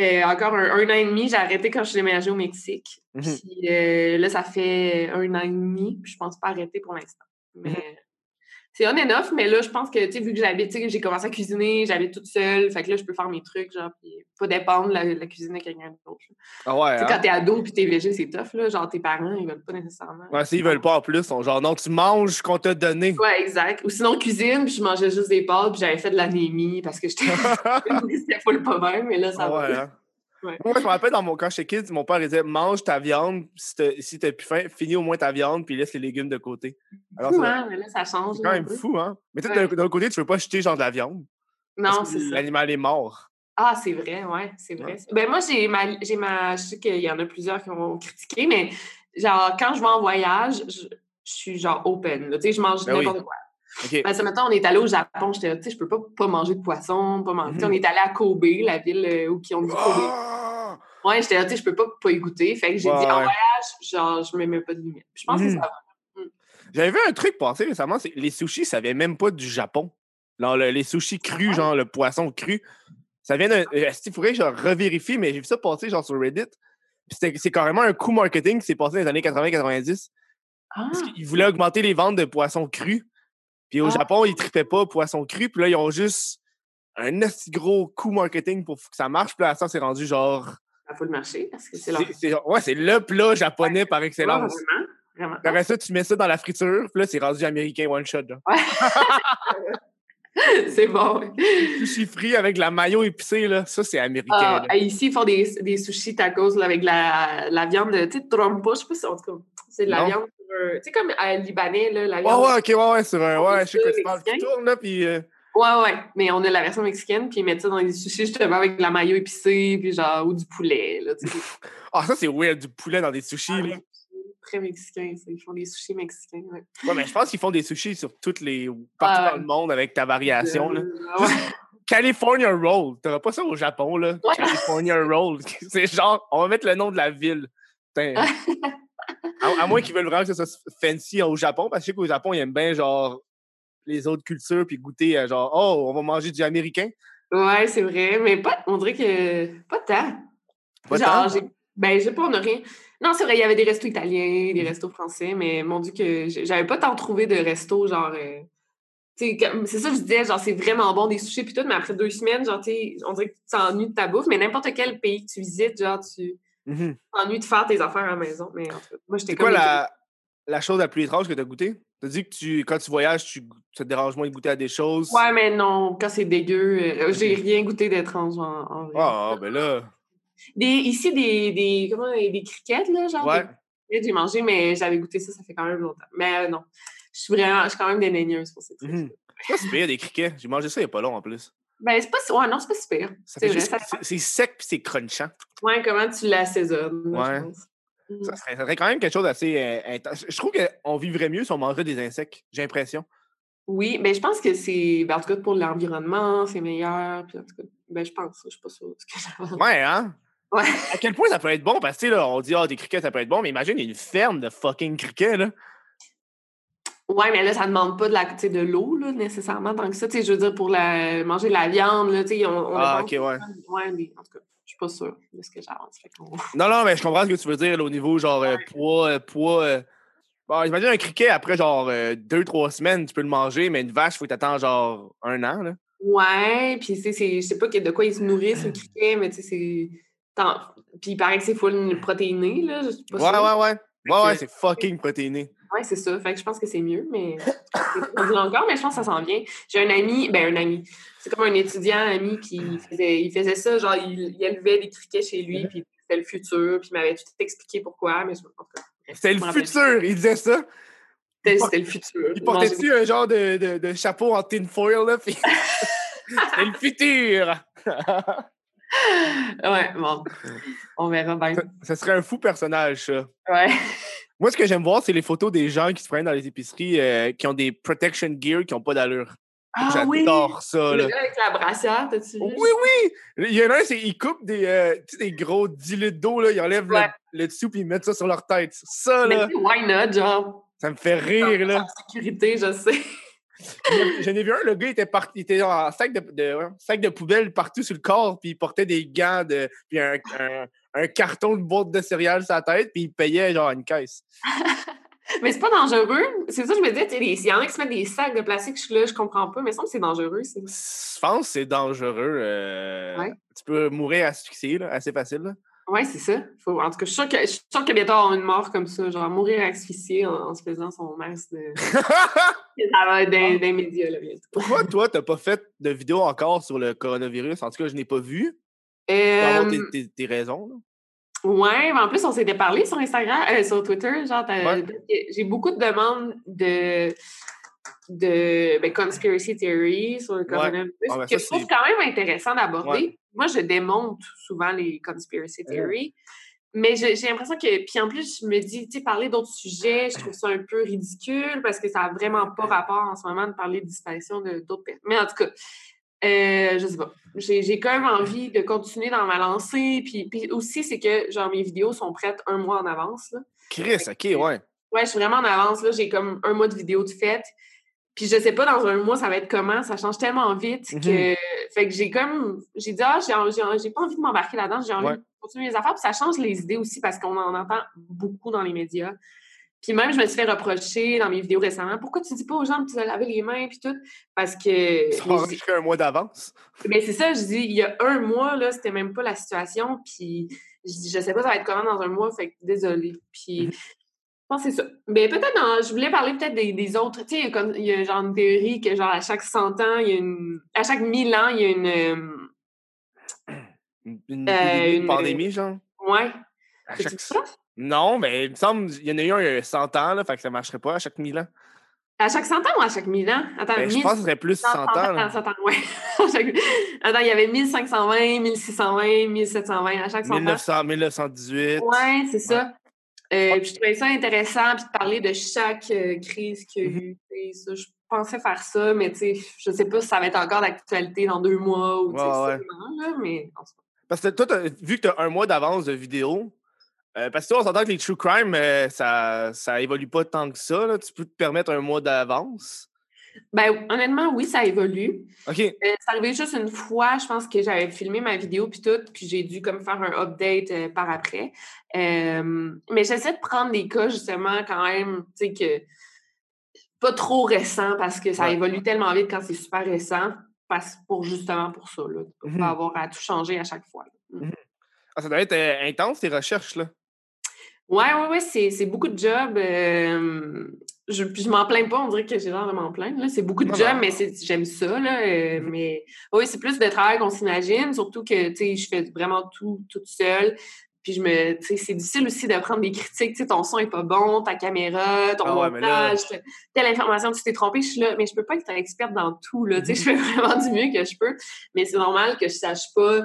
Speaker 3: euh, encore un, un an et demi. J'ai arrêté quand je suis déménagée au Mexique.
Speaker 1: Mhm. Mhm.
Speaker 3: Puis euh, là, ça fait un an et demi. puis je pense pas arrêter pour l'instant. Mais c'est on and off, mais là, je pense que, tu sais, vu que j'habite, tu sais, j'ai commencé à cuisiner, j'habite toute seule, fait que là, je peux faire mes trucs, genre, puis pas dépendre de la, la cuisine de quelqu'un d'autre. Tu
Speaker 1: Ah ouais,
Speaker 3: sais,
Speaker 1: hein?
Speaker 3: quand t'es ado puis t'es végé, c'est tough, là. Genre, tes parents, ils veulent pas nécessairement.
Speaker 1: Ouais, s'ils veulent pas en plus, on genre non, tu manges ce qu'on t'a donné.
Speaker 3: Ouais, exact. Ou sinon, cuisine, puis je mangeais juste des pâtes, puis j'avais fait de l'anémie parce que j'étais. C'était full pas bien, mais là, ça
Speaker 1: Ah
Speaker 3: va.
Speaker 1: ouais, hein?
Speaker 3: Ouais.
Speaker 1: Moi, je me rappelle dans mon, quand j'étais kid, mon père il disait mange ta viande, si t'as si t'as plus faim, finis au moins ta viande, puis laisse les légumes de côté. Alors,
Speaker 3: Fou,
Speaker 1: c'est-
Speaker 3: hein, mais là, ça change.
Speaker 1: c'est quand
Speaker 3: là, un
Speaker 1: même
Speaker 3: peu.
Speaker 1: fou, hein? Mais tu sais,
Speaker 3: Ouais.
Speaker 1: d'un d'un côté, tu veux pas jeter genre de la viande. parce
Speaker 3: Non,
Speaker 1: que
Speaker 3: c'est ça.
Speaker 1: L'animal est mort.
Speaker 3: Ah, c'est vrai, ouais, c'est vrai.
Speaker 1: Ouais.
Speaker 3: Ben moi, j'ai ma, j'ai ma. Je sais qu'il y en a plusieurs qui ont critiqué, mais genre, quand je vais en voyage, je, je suis genre open. là. Tu sais, je mange
Speaker 1: Ben oui.
Speaker 3: n'importe quoi.
Speaker 1: OK.
Speaker 3: Ben, ce matin, on est allé au Japon, j'étais là, tu sais, je peux pas pas manger de poisson, pas manger. tu
Speaker 1: Mhm.
Speaker 3: sais, On est allé à Kobe, la ville euh, où qui ont dit Kobe.
Speaker 1: Ah!
Speaker 3: Ouais, j'étais là, tu sais, je peux pas pas y goûter. Fait que j'ai
Speaker 1: Ouais,
Speaker 3: dit, en
Speaker 1: ouais.
Speaker 3: voyage, genre, je me mets pas de limite. Je pense que
Speaker 1: Mhm.
Speaker 3: ça va.
Speaker 1: J'avais vu un truc passer récemment, c'est les sushis, ça vient même pas du Japon. Genre, le- les sushis crus, genre le poisson cru, ça vient d'un. Il faudrait que je revérifie, mais j'ai vu ça passer genre sur Reddit. Puis c'était- C'est carrément un coup marketing qui s'est passé dans les années 80-90.
Speaker 3: Ah,
Speaker 1: Parce qu'ils voulaient augmenter les ventes de poissons crus. Puis au
Speaker 3: Ah.
Speaker 1: Japon, ils tripaient pas poissons crus. Puis là, ils ont juste un assez gros coup marketing pour que ça marche. Puis là, ça, c'est rendu genre.
Speaker 3: ça faut le marché parce que c'est leur.
Speaker 1: c'est- c'est genre- Ouais, c'est le plat japonais par
Speaker 3: Ouais,
Speaker 1: excellence.
Speaker 3: vraiment, vraiment.
Speaker 1: Après ça, tu mets ça dans la friture. Puis là, c'est rendu américain one shot. Genre.
Speaker 3: c'est bon. ouais.
Speaker 1: Sushi frit avec de la mayo épicée, là. Ça, c'est américain.
Speaker 3: Ah,
Speaker 1: là.
Speaker 3: et ici, ils font des, des sushis tacos là, avec la, la viande, tu sais, trompa, je sais pas si en tout cas, c'est de la
Speaker 1: Non.
Speaker 3: viande, euh, tu sais, comme euh, libanais, là, la
Speaker 1: Ouais,
Speaker 3: viande.
Speaker 1: ouais, ok, ouais, ouais, sur
Speaker 3: Oh,
Speaker 1: un. Ouais, je sais quoi tu parles. Tu
Speaker 3: Mexicain.
Speaker 1: tournes, là, puis. euh,
Speaker 3: ouais, ouais. Mais on a la version mexicaine, puis ils mettent ça dans des sushis justement avec de la mayo épicée, puis genre, ou du poulet, là, tu sais, c'est
Speaker 1: Ah, ça, c'est weird, du poulet dans des
Speaker 3: Ah,
Speaker 1: sushis, là.
Speaker 3: très mexicain, ça. Ils font des sushis mexicains, ouais.
Speaker 1: Ouais, mais je pense qu'ils font des sushis sur toutes les. partout
Speaker 3: Ah,
Speaker 1: dans le monde avec ta variation, là.
Speaker 3: Euh, ouais.
Speaker 1: California Roll. T'auras pas ça au Japon, là.
Speaker 3: Ouais.
Speaker 1: California Roll. C'est genre, on va mettre le nom de la ville. Putain. à, à moins qu'ils veulent vraiment que ça soit fancy au Japon, parce que je sais qu'au Japon, ils aiment bien, genre, les autres cultures, puis goûter, à genre, oh, on va manger du américain.
Speaker 3: Ouais, c'est vrai, mais pas, on dirait que pas tant.
Speaker 1: Pas
Speaker 3: Genre,
Speaker 1: tant.
Speaker 3: j'ai- ben, je sais pas, on a rien. Non, c'est vrai, il y avait des restos italiens, des restos français, mais mon Dieu, que j'ai- j'avais pas tant trouvé de restos, genre. euh, tu sais, comme- c'est ça que je disais, genre, c'est vraiment bon des sushis, puis tout, mais après deux semaines, genre, tu sais, on dirait que tu t'ennuies de ta bouffe, mais n'importe quel pays que tu visites, genre, tu
Speaker 1: Mhm.
Speaker 3: t'ennuies de faire tes affaires à la maison. Mais en tout cas, moi, j'étais
Speaker 1: C'est quoi
Speaker 3: comme.
Speaker 1: la, la chose la plus étrange que t'as goûtée? T'as dit que tu, quand tu voyages, tu, ça te dérange moins de goûter à des choses.
Speaker 3: Ouais, mais non, quand c'est dégueu, euh, j'ai rien goûté d'étrange en, en vrai.
Speaker 1: Ah, ben là.
Speaker 3: Des, ici, des, des, comment, des criquettes, là, genre,
Speaker 1: Ouais.
Speaker 3: des Et j'ai mangé, mais j'avais goûté ça, ça fait quand même longtemps. Mais euh, non, je suis vraiment, je suis quand même dédaigneuse pour ces trucs.
Speaker 1: Mhm. Ça, c'est pire, des criquets. J'ai mangé ça il y a pas long, en plus.
Speaker 3: Ben, c'est pas si, ouais, non, c'est pas si pire.
Speaker 1: Ça
Speaker 3: C'est
Speaker 1: fait
Speaker 3: vrai,
Speaker 1: juste-
Speaker 3: ça
Speaker 1: c'est- C'est sec, puis c'est crunchant.
Speaker 3: Ouais, comment tu l'assaisonnes, là,
Speaker 1: Ouais.
Speaker 3: je pense. Mm.
Speaker 1: Ça serait, ça serait quand même quelque chose d'assez euh, intense. Je trouve qu'on vivrait mieux si on mangeait des insectes, j'ai l'impression.
Speaker 3: Oui, ben, je pense que c'est, ben, en tout cas, pour l'environnement, c'est meilleur, puis en tout cas, ben, je pense, je suis pas sûre de ce que j'avance.
Speaker 1: Ouais, hein?
Speaker 3: Ouais.
Speaker 1: À quel point ça peut être bon? Parce que, tu sais, là, on dit, ah, des criquets, ça peut être bon, mais imagine, il y a une ferme de fucking criquets, là.
Speaker 3: Ouais, mais là, ça demande pas de la, tu sais, de l'eau, là, nécessairement, tant que ça, tu sais, je veux dire, pour la, manger de la viande, là, tu sais, on, on
Speaker 1: Ah,
Speaker 3: a
Speaker 1: ok, ouais.
Speaker 3: ouais, mais en tout cas, je suis pas sûre de ce que j'avance, fait qu'on-
Speaker 1: Non, non, mais je comprends ce que tu veux dire, là, au niveau, genre, euh, poids, euh, poids. euh. Bon, j'imagine un criquet, après, genre, euh, deux, trois semaines, tu peux le manger, mais une vache, faut que t'attends, genre, un an, là.
Speaker 3: Ouais, puis tu sais, c'est- je sais pas que- de quoi ils se
Speaker 1: Mmh.
Speaker 3: nourrissent, le criquet, mais tu sais, c'est. tant- Puis il paraît que c'est full protéiné, là. Je suis pas
Speaker 1: Ouais,
Speaker 3: sûre.
Speaker 1: ouais, ouais. Ouais, ouais,
Speaker 3: que-
Speaker 1: c'est fucking protéiné.
Speaker 3: Ouais, c'est ça. Fait que je pense que c'est mieux, mais. On dit encore, mais je pense que ça s'en vient. J'ai un ami, ben un ami. C'est comme un étudiant ami, puis
Speaker 1: Mmh.
Speaker 3: il faisait, il faisait ça, genre, il, il élevait des criquets chez lui, puis c'était le futur, puis il m'avait tout expliqué pourquoi, mais je en tout cas,
Speaker 1: C'était
Speaker 3: je
Speaker 1: le
Speaker 3: me rappelle.
Speaker 1: futur, il disait ça.
Speaker 3: C'était c'était le futur.
Speaker 1: Il
Speaker 3: Manger des
Speaker 1: portait-tu un genre de, de, de chapeau en tin foil, là? Puis... c'est le futur!
Speaker 3: Ouais, bon. On verra bien.
Speaker 1: ça, ça serait un fou personnage, ça.
Speaker 3: Ouais.
Speaker 1: Moi, ce que j'aime voir, c'est les photos des gens qui se prennent dans les épiceries euh, qui ont des protection gear qui n'ont pas d'allure.
Speaker 3: Ah oui!
Speaker 1: J'adore ça, là.
Speaker 3: Le gars avec la brassière, t'as-tu vu?
Speaker 1: Oui, oui! Il y en a un, c'est ils coupent des, euh, tu sais, des gros 10 litres d'eau, là, ils enlèvent le-
Speaker 3: Ouais.
Speaker 1: le, dessous puis ils mettent ça sur leur tête. Ça,
Speaker 3: Mais
Speaker 1: là,
Speaker 3: tu sais, why not, genre?
Speaker 1: ça me fait rire, là.
Speaker 3: sécurité, je sais.
Speaker 1: J'en ai vu un, le gars, il était, par- il était en sac de, de- ouais, sac de poubelle partout sur le corps, puis il portait des gants, de... puis un, un- un carton de boîte de céréales sur la tête, puis il payait genre une caisse.
Speaker 3: Mais c'est pas dangereux. C'est ça que je me disais. tu sais, Il y en a qui se mettent des sacs de plastique. Je suis là, je comprends pas. Mais il me semble que c'est dangereux. c'est-
Speaker 1: Je pense que c'est dangereux. euh,
Speaker 3: Ouais.
Speaker 1: Tu peux mourir asphyxié, là, assez facile. là.
Speaker 3: Ouais, c'est ça. Faut- En tout cas, je suis sûre que, je suis sûre que bientôt, on aura une mort comme ça. Genre, mourir asphyxié en, en se faisant son masque de. ça va être dans, dans les médias, là, bientôt.
Speaker 1: Pourquoi, toi, t'as pas fait de vidéo encore sur le coronavirus? En tout cas, je n'ai pas vu. Tu peux avoir
Speaker 3: Euh,
Speaker 1: tes, tes- tes raisons. là.
Speaker 3: Ouais, mais en plus, on s'était parlé sur Instagram, euh, sur Twitter, genre, t'as-
Speaker 1: Ouais.
Speaker 3: parce que j'ai beaucoup de demandes de, de ben, conspiracy theory sur le coronavirus,
Speaker 1: Ah, ben,
Speaker 3: que
Speaker 1: ça,
Speaker 3: je trouve
Speaker 1: c'est-
Speaker 3: quand même intéressant d'aborder.
Speaker 1: Ouais.
Speaker 3: Moi, je démonte souvent les conspiracy
Speaker 1: Ouais.
Speaker 3: theory, mais je- j'ai l'impression que, puis en plus, je me dis, tu sais, parler d'autres sujets, je trouve ça un peu ridicule parce que ça n'a vraiment pas rapport en ce moment de parler de disparition de- d'autres personnes. Mais en tout cas, euh, je sais pas. J'ai j'ai quand même envie de continuer dans ma lancée. Puis, puis aussi, c'est que genre mes vidéos sont prêtes un mois en avance. là. ben,
Speaker 1: Chris, ok, ouais.
Speaker 3: Ouais, je suis vraiment en avance. là. J'ai comme un mois de vidéos de fête. Puis je sais pas dans un mois ça va être comment. Ça change tellement vite que. Fait que j'ai comme. J'ai dit ah, j'ai en- j'ai en- j'ai pas envie de m'embarquer là-dedans, j'ai envie
Speaker 1: Ouais.
Speaker 3: de continuer les affaires. Puis ça change les idées aussi parce qu'on en entend beaucoup dans les médias. Puis même, je me suis fait reprocher dans mes vidéos récemment, pourquoi tu dis pas aux gens que tu dois laver les mains puis tout? Parce que.
Speaker 1: Tu pars jusqu'à un mois d'avance.
Speaker 3: Mais Ben, c'est ça, je dis, il y a un mois, là, c'était même pas la situation, puis je dis, je sais pas, ça va être comment dans un mois, fait que désolée. Puis, je
Speaker 1: Mm-hmm.
Speaker 3: pense que c'est ça. Mais peut-être, dans- je voulais parler peut-être des, des autres, tu sais, il y a comme- il y, a genre une théorie que, genre, à chaque 100 ans, il y a une... à chaque 1000 ans, il y a une... euh,
Speaker 1: Une, une
Speaker 3: Euh,
Speaker 1: épidémie, une
Speaker 3: une-
Speaker 1: pandémie, genre.
Speaker 3: Ouais.
Speaker 1: À
Speaker 3: C'est
Speaker 1: chaque...
Speaker 3: ça?
Speaker 1: Non, mais il me semble qu'il y en a eu un il y a 100 ans, là, fait que ça marcherait pas à chaque 1000 ans.
Speaker 3: À chaque 100 ans ou à chaque 1000 ans? Attends,
Speaker 1: Ben, je
Speaker 3: 1000
Speaker 1: pense que ce serait plus 100 ans. là.
Speaker 3: Attends, attends, ouais. À chaque- Attends, il y avait 1520, 1620, 1720, à chaque 100 ans.
Speaker 1: 1900, 1918.
Speaker 3: Oui, c'est ça. Euh, puis je trouvais ça intéressant, puis de parler de chaque euh, crise qu'il y a
Speaker 1: Mmh
Speaker 3: eu. tu sais, ça, Je pensais faire ça, mais tu sais, je sais pas si ça va être encore d'actualité dans deux mois ou tu sais,
Speaker 1: Ouais, ouais.
Speaker 3: sûrement, là, mais en tout cas.
Speaker 1: Parce que toi, t'as- vu que tu as un mois d'avance de vidéo, euh, parce que toi, on s'entend que les true crime, euh, ça, ça évolue pas tant que ça. là. Tu peux te permettre un mois d'avance.
Speaker 3: Ben, honnêtement, oui, ça évolue.
Speaker 1: OK.
Speaker 3: Euh, c'est arrivé juste une fois, je pense que j'avais filmé ma vidéo puis tout, puis j'ai dû comme faire un update euh, par après. Euh, mais j'essaie de prendre des cas justement quand même, tu sais, que pas trop récents parce que ça
Speaker 1: Ouais.
Speaker 3: évolue tellement vite quand c'est super récent, parce, pour justement pour ça, là, pour
Speaker 1: Mhm.
Speaker 3: pas avoir à tout changer à chaque fois.
Speaker 1: Ah, ça doit être euh, intense, tes recherches. là.
Speaker 3: Ouais, ouais, ouais, c'est c'est beaucoup de jobs. euh, je puis je m'en plains pas, on dirait que j'ai l'air de m'en plaindre. là. C'est beaucoup de
Speaker 1: Non,
Speaker 3: jobs,
Speaker 1: non.
Speaker 3: mais c'est- j'aime ça. Là, euh,
Speaker 1: Mmh
Speaker 3: Mais oui, c'est plus de travail qu'on s'imagine, surtout que tu sais, je fais vraiment tout toute seule. Puis je me. tu sais, C'est difficile aussi de prendre des critiques. Tu sais, ton son est pas bon, ta caméra, ton
Speaker 1: Ah ouais, mais là-
Speaker 3: montage, te- telle information, tu t'es trompé, je suis là. Mais je peux pas être experte dans tout. Là, tu sais, je
Speaker 1: Mmh
Speaker 3: fais vraiment du mieux que je peux. Mais c'est normal que je sache pas.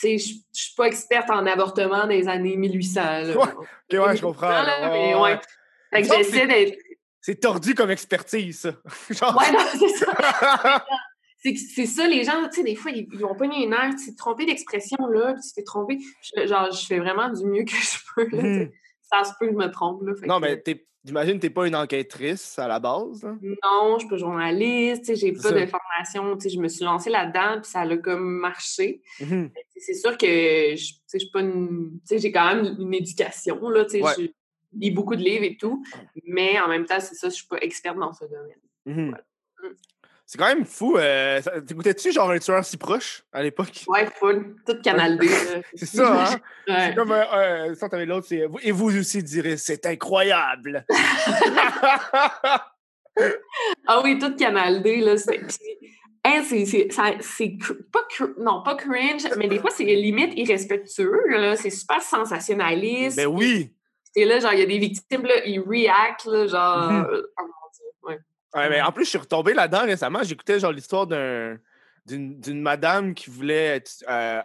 Speaker 3: Tu sais, je je suis pas experte en avortement des années 1800. là.
Speaker 1: Ouais. OK, ouais, je
Speaker 3: Évident,
Speaker 1: comprends.
Speaker 3: là,
Speaker 1: là.
Speaker 3: mais
Speaker 1: Ouais, ouais.
Speaker 3: Ah, ouais. Fait que
Speaker 1: Ça,
Speaker 3: j'essaie d'être.
Speaker 1: C'est tordu comme expertise, ça. Genre,
Speaker 3: Ouais, non, c'est ça. C'est que- c'est ça, les gens, tu sais, des fois, ils, ils ont pogné une heure, tu t'es trompé d'expression, là, puis tu t'es trompé. Je- genre, je fais vraiment du mieux que je peux, là, tu sais.
Speaker 1: Mhm.
Speaker 3: Ça se peut que je me trompe, là. Fait
Speaker 1: Non,
Speaker 3: que-
Speaker 1: mais t'es- j'imagine que t'es pas une enquêtrice à la base. là.
Speaker 3: Non, je suis pas journaliste, tu sais, j'ai pas
Speaker 1: C'est ça.
Speaker 3: de formation, tu sais, je me suis lancée là-dedans, puis ça a comme marché. C'est sûr que je tu sais, je suis pas une. Tu sais, j'ai quand même une éducation, là, tu sais,
Speaker 1: Ouais.
Speaker 3: je lis beaucoup de livres et tout, mais en même temps, c'est ça, je suis pas experte dans ce domaine.
Speaker 1: Mhm.
Speaker 3: Voilà. Mm.
Speaker 1: C'est quand même fou. euh, ça- T'écoutais-tu genre un tueur si proche à l'époque?
Speaker 3: Ouais, full. Tout Canal D. là.
Speaker 1: C'est ça, hein? C'est
Speaker 3: Ouais.
Speaker 1: comme euh, euh, ça, t'avais l'autre, c'est et vous aussi direz c'est incroyable.
Speaker 3: Ah oui, tout Canal D, là. C'est puis, hein, c'est- c'est- ça- c'est cr- pas cr- non, pas cringe, mais des fois, c'est limite irrespectueux, là. C'est super sensationnaliste.
Speaker 1: ben oui.
Speaker 3: C'est là, genre, il y a des victimes, là, ils react, là, genre...
Speaker 1: Mhm.
Speaker 3: euh, oh mon Dieu, ouais.
Speaker 1: Ouais, mais en plus, je suis retombé là-dedans récemment. J'écoutais genre l'histoire d'un d'une d'une madame qui voulait euh, euh,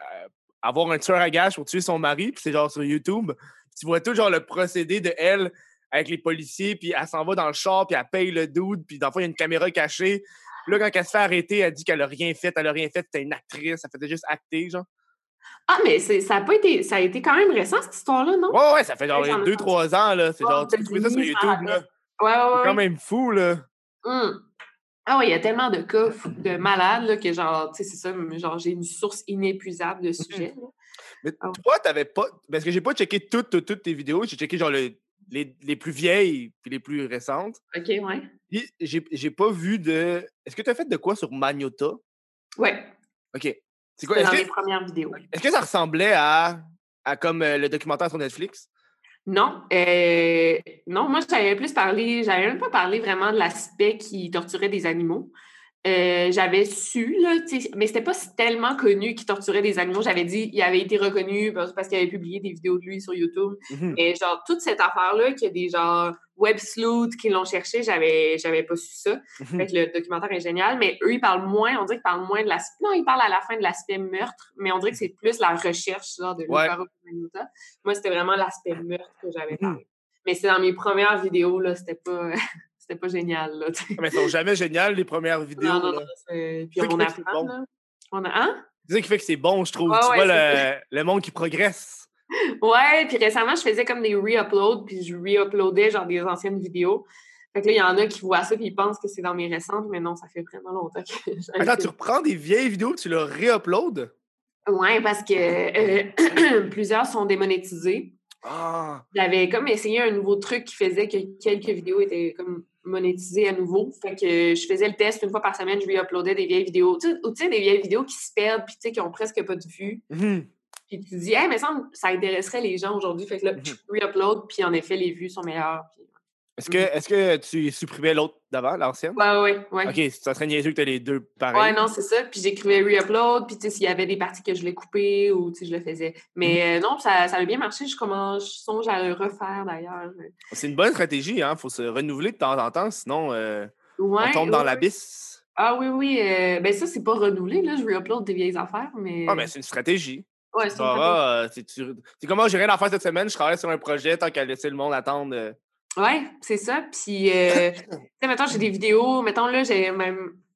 Speaker 1: avoir un tueur à gage pour tuer son mari, puis c'est genre sur YouTube. Puis tu vois tout genre le procédé de elle avec les policiers, puis elle s'en va dans le char, puis elle paye le dude, puis dans le fond, il y a une caméra cachée. Puis là, quand elle se fait arrêter, elle dit qu'elle a rien fait, elle a rien fait, c'était une actrice, elle faisait juste acter, genre.
Speaker 3: Ah, mais c'est- ça a pas été... Ça a été quand même récent, cette histoire-là, non?
Speaker 1: Ouais, ouais, ça fait genre
Speaker 3: Ouais, j'en ai
Speaker 1: 2-3 ans, là. C'est
Speaker 3: Ouais,
Speaker 1: genre,
Speaker 3: aux
Speaker 1: tu peux trouver ça sur
Speaker 3: États-Unis, ça
Speaker 1: YouTube, là.
Speaker 3: rappelle. Ouais, ouais,
Speaker 1: C'est
Speaker 3: ouais.
Speaker 1: quand même fou, là.
Speaker 3: Hum. Ah oui, il y a tellement de cas fou- de malades là, que genre, tu sais, c'est ça, m- genre j'ai une source inépuisable de sujets. là.
Speaker 1: Mais
Speaker 3: Ah ouais.
Speaker 1: toi, t'avais pas. Parce que j'ai pas checké toutes, toutes, toutes tes vidéos. J'ai checké genre le les, les plus vieilles puis les plus récentes.
Speaker 3: OK, ouais.
Speaker 1: Puis j'ai j'ai pas vu de. Est-ce que tu as fait de quoi sur Magnota?
Speaker 3: Ouais.
Speaker 1: OK. C'est quoi?
Speaker 3: C'était
Speaker 1: Est-ce
Speaker 3: dans
Speaker 1: que,
Speaker 3: les premières vidéos.
Speaker 1: est-ce que ça ressemblait à, à comme euh, le documentaire sur Netflix?
Speaker 3: Non, euh, non, moi j'avais plus parlé, j'avais même pas parlé vraiment de l'aspect qui torturait des animaux. Euh, j'avais su, là, tu sais, mais c'était pas tellement connu qu'il torturait des animaux. J'avais dit, il avait été reconnu parce parce qu'il avait publié des vidéos de lui sur YouTube.
Speaker 1: Mhm.
Speaker 3: Et genre, toute cette affaire-là, qu'il y a des genre web sleuths qui l'ont cherché, j'avais, j'avais pas su ça.
Speaker 1: Mhm.
Speaker 3: Fait que le documentaire est génial, mais eux, ils parlent moins, on dirait qu'ils parlent moins de l'aspect. Non, ils parlent à la fin de l'aspect meurtre, mais on dirait que c'est plus la recherche, genre de
Speaker 1: Ouais.
Speaker 3: Luca Romanita. Moi, c'était vraiment l'aspect meurtre que j'avais
Speaker 1: Mhm.
Speaker 3: parlé. Mais c'est dans mes premières vidéos, là, c'était pas. C'était pas génial, là. tu sais.
Speaker 1: Mais elles sont jamais géniales, les premières vidéos.
Speaker 3: Non, non, non,
Speaker 1: là.
Speaker 3: c'est- Puis
Speaker 1: C'est qui
Speaker 3: on
Speaker 1: fait que c'est
Speaker 3: apprend,
Speaker 1: bon?
Speaker 3: là. On a... Hein?
Speaker 1: C'est ça qui fait que c'est bon, je trouve.
Speaker 3: Ah
Speaker 1: tu
Speaker 3: ouais,
Speaker 1: vois
Speaker 3: c'est
Speaker 1: le, le monde qui progresse.
Speaker 3: Ouais, puis récemment, je faisais comme des re-uploads, puis je re-uploadais genre des anciennes vidéos. Fait que là, il y en a qui voient ça, puis ils pensent que c'est dans mes récentes, mais non, ça fait vraiment longtemps que j'avais
Speaker 1: Attends,
Speaker 3: fait
Speaker 1: tu reprends des vieilles vidéos, tu les réuploades?
Speaker 3: Oui, parce que euh, plusieurs sont démonétisés.
Speaker 1: Ah!
Speaker 3: J'avais comme essayé un nouveau truc qui faisait que quelques vidéos étaient comme monétisées à nouveau. Fait que je faisais le test une fois par semaine, je lui uploadais des vieilles vidéos. Tu sais, ou tu sais, des vieilles vidéos qui se perdent puis tu sais, qui ont presque pas de vues.
Speaker 1: Mhm.
Speaker 3: Puis tu te dis, hey, mais ça, ça intéresserait les gens aujourd'hui. Fait que là, je re-upload, puis en effet, les vues sont meilleures. Puis...
Speaker 1: Est-ce
Speaker 3: Mhm.
Speaker 1: que, est-ce que tu supprimais l'autre d'avant, l'ancienne?
Speaker 3: Ouais, ouais, ouais.
Speaker 1: Ok, ça serait niaiseux que t'aies les deux
Speaker 3: Ouais,
Speaker 1: pareils.
Speaker 3: non, c'est ça. Puis j'écrivais re-upload, puis tu sais, s'il y avait des parties que je voulais couper ou tu sais, je le faisais. Mais euh,
Speaker 1: Mhm.
Speaker 3: non, ça, ça a bien marché. Je commence, je songe à le refaire d'ailleurs.
Speaker 1: C'est une bonne stratégie, hein? Faut se renouveler de temps en temps, sinon euh,
Speaker 3: Ouais,
Speaker 1: on tombe
Speaker 3: ouais,
Speaker 1: dans
Speaker 3: ouais.
Speaker 1: l'abysse.
Speaker 3: Ah oui, oui. euh, ben ça, c'est pas renouvelé, là. Je re-upload des vieilles affaires, mais.
Speaker 1: Ah, mais c'est une stratégie.
Speaker 3: Ouais, c'est une stratégie.
Speaker 1: Sarah, euh, c'est tu- c'est comme, Ah, j'ai rien à faire cette semaine, je travaille sur un projet tant qu'à laisser le monde attendre. euh.
Speaker 3: Ouais, c'est ça. Puis, euh, tu sais, mettons, j'ai des vidéos. Mettons, là, j'ai ma,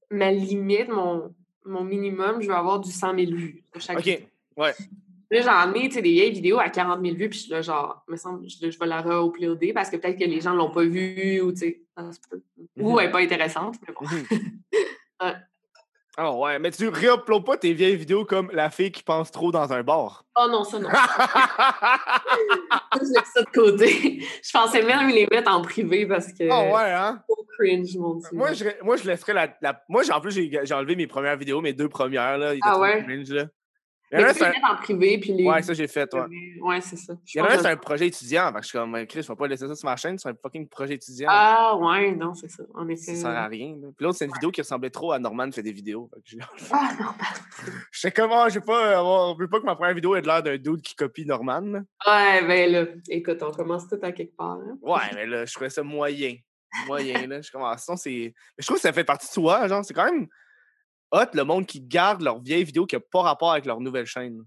Speaker 3: ma limite, mon, mon minimum, je veux avoir du 100 000 vues sur chaque
Speaker 1: Ok,
Speaker 3: vidéo. Là, j'en ai, tu sais, des vieilles vidéos à 40 000 vues, puis je suis là, genre, me semble, je, je vais la re-uploader parce que peut-être que les gens l'ont pas vue ou, tu sais, ça se peut. ou
Speaker 1: Mhm.
Speaker 3: elle est pas intéressante, mais bon. Ouais.
Speaker 1: Ah ouais, mais tu réuploades pas tes vieilles vidéos comme la fille qui pense trop dans un bar.
Speaker 3: Oh non, ça, non. je laisse ça de côté. je pensais même les mettre en privé parce que.
Speaker 1: Ah ouais, hein?
Speaker 3: trop cringe, mon Dieu.
Speaker 1: Moi, je, moi, je laisserais la. la- Moi, j'ai- en plus, j'ai j'ai enlevé mes premières vidéos, mes deux premières, là. ils étaient
Speaker 3: Ah
Speaker 1: trop
Speaker 3: ouais?
Speaker 1: cringe, là. Il y en a
Speaker 3: Mais
Speaker 1: un,
Speaker 3: tu peux
Speaker 1: c'est
Speaker 3: les
Speaker 1: un-
Speaker 3: mettre en privé, puis les...
Speaker 1: Ouais, ça, j'ai fait, ouais.
Speaker 3: Ouais, c'est ça. Je
Speaker 1: Il y en a
Speaker 3: pense
Speaker 1: un,
Speaker 3: que-
Speaker 1: c'est un projet étudiant. Fait que je suis comme, Chris, je vais pas laisser ça sur ma chaîne, c'est un fucking projet étudiant.
Speaker 3: Ah, ouais, non, c'est ça. En
Speaker 1: Ça hein.
Speaker 3: effet.
Speaker 1: sert à rien. là. Puis l'autre, c'est une vidéo qui ressemblait trop à Norman fait des vidéos. Fait que je-
Speaker 3: Ah, non, bah-
Speaker 1: Je sais comment, je veux pas, avoir- je veux pas que ma première vidéo ait l'air d'un dude qui copie Norman. là.
Speaker 3: Ouais, ben là, écoute, on commence tout à quelque part. hein.
Speaker 1: Ouais, mais là, je trouvais ça moyen. Moyen, là. Je commence. Sinon, c'est. Mais je trouve que ça fait partie de toi, genre. C'est quand même hot le monde qui garde leurs vieilles vidéos qui n'a pas rapport avec leur nouvelle chaîne.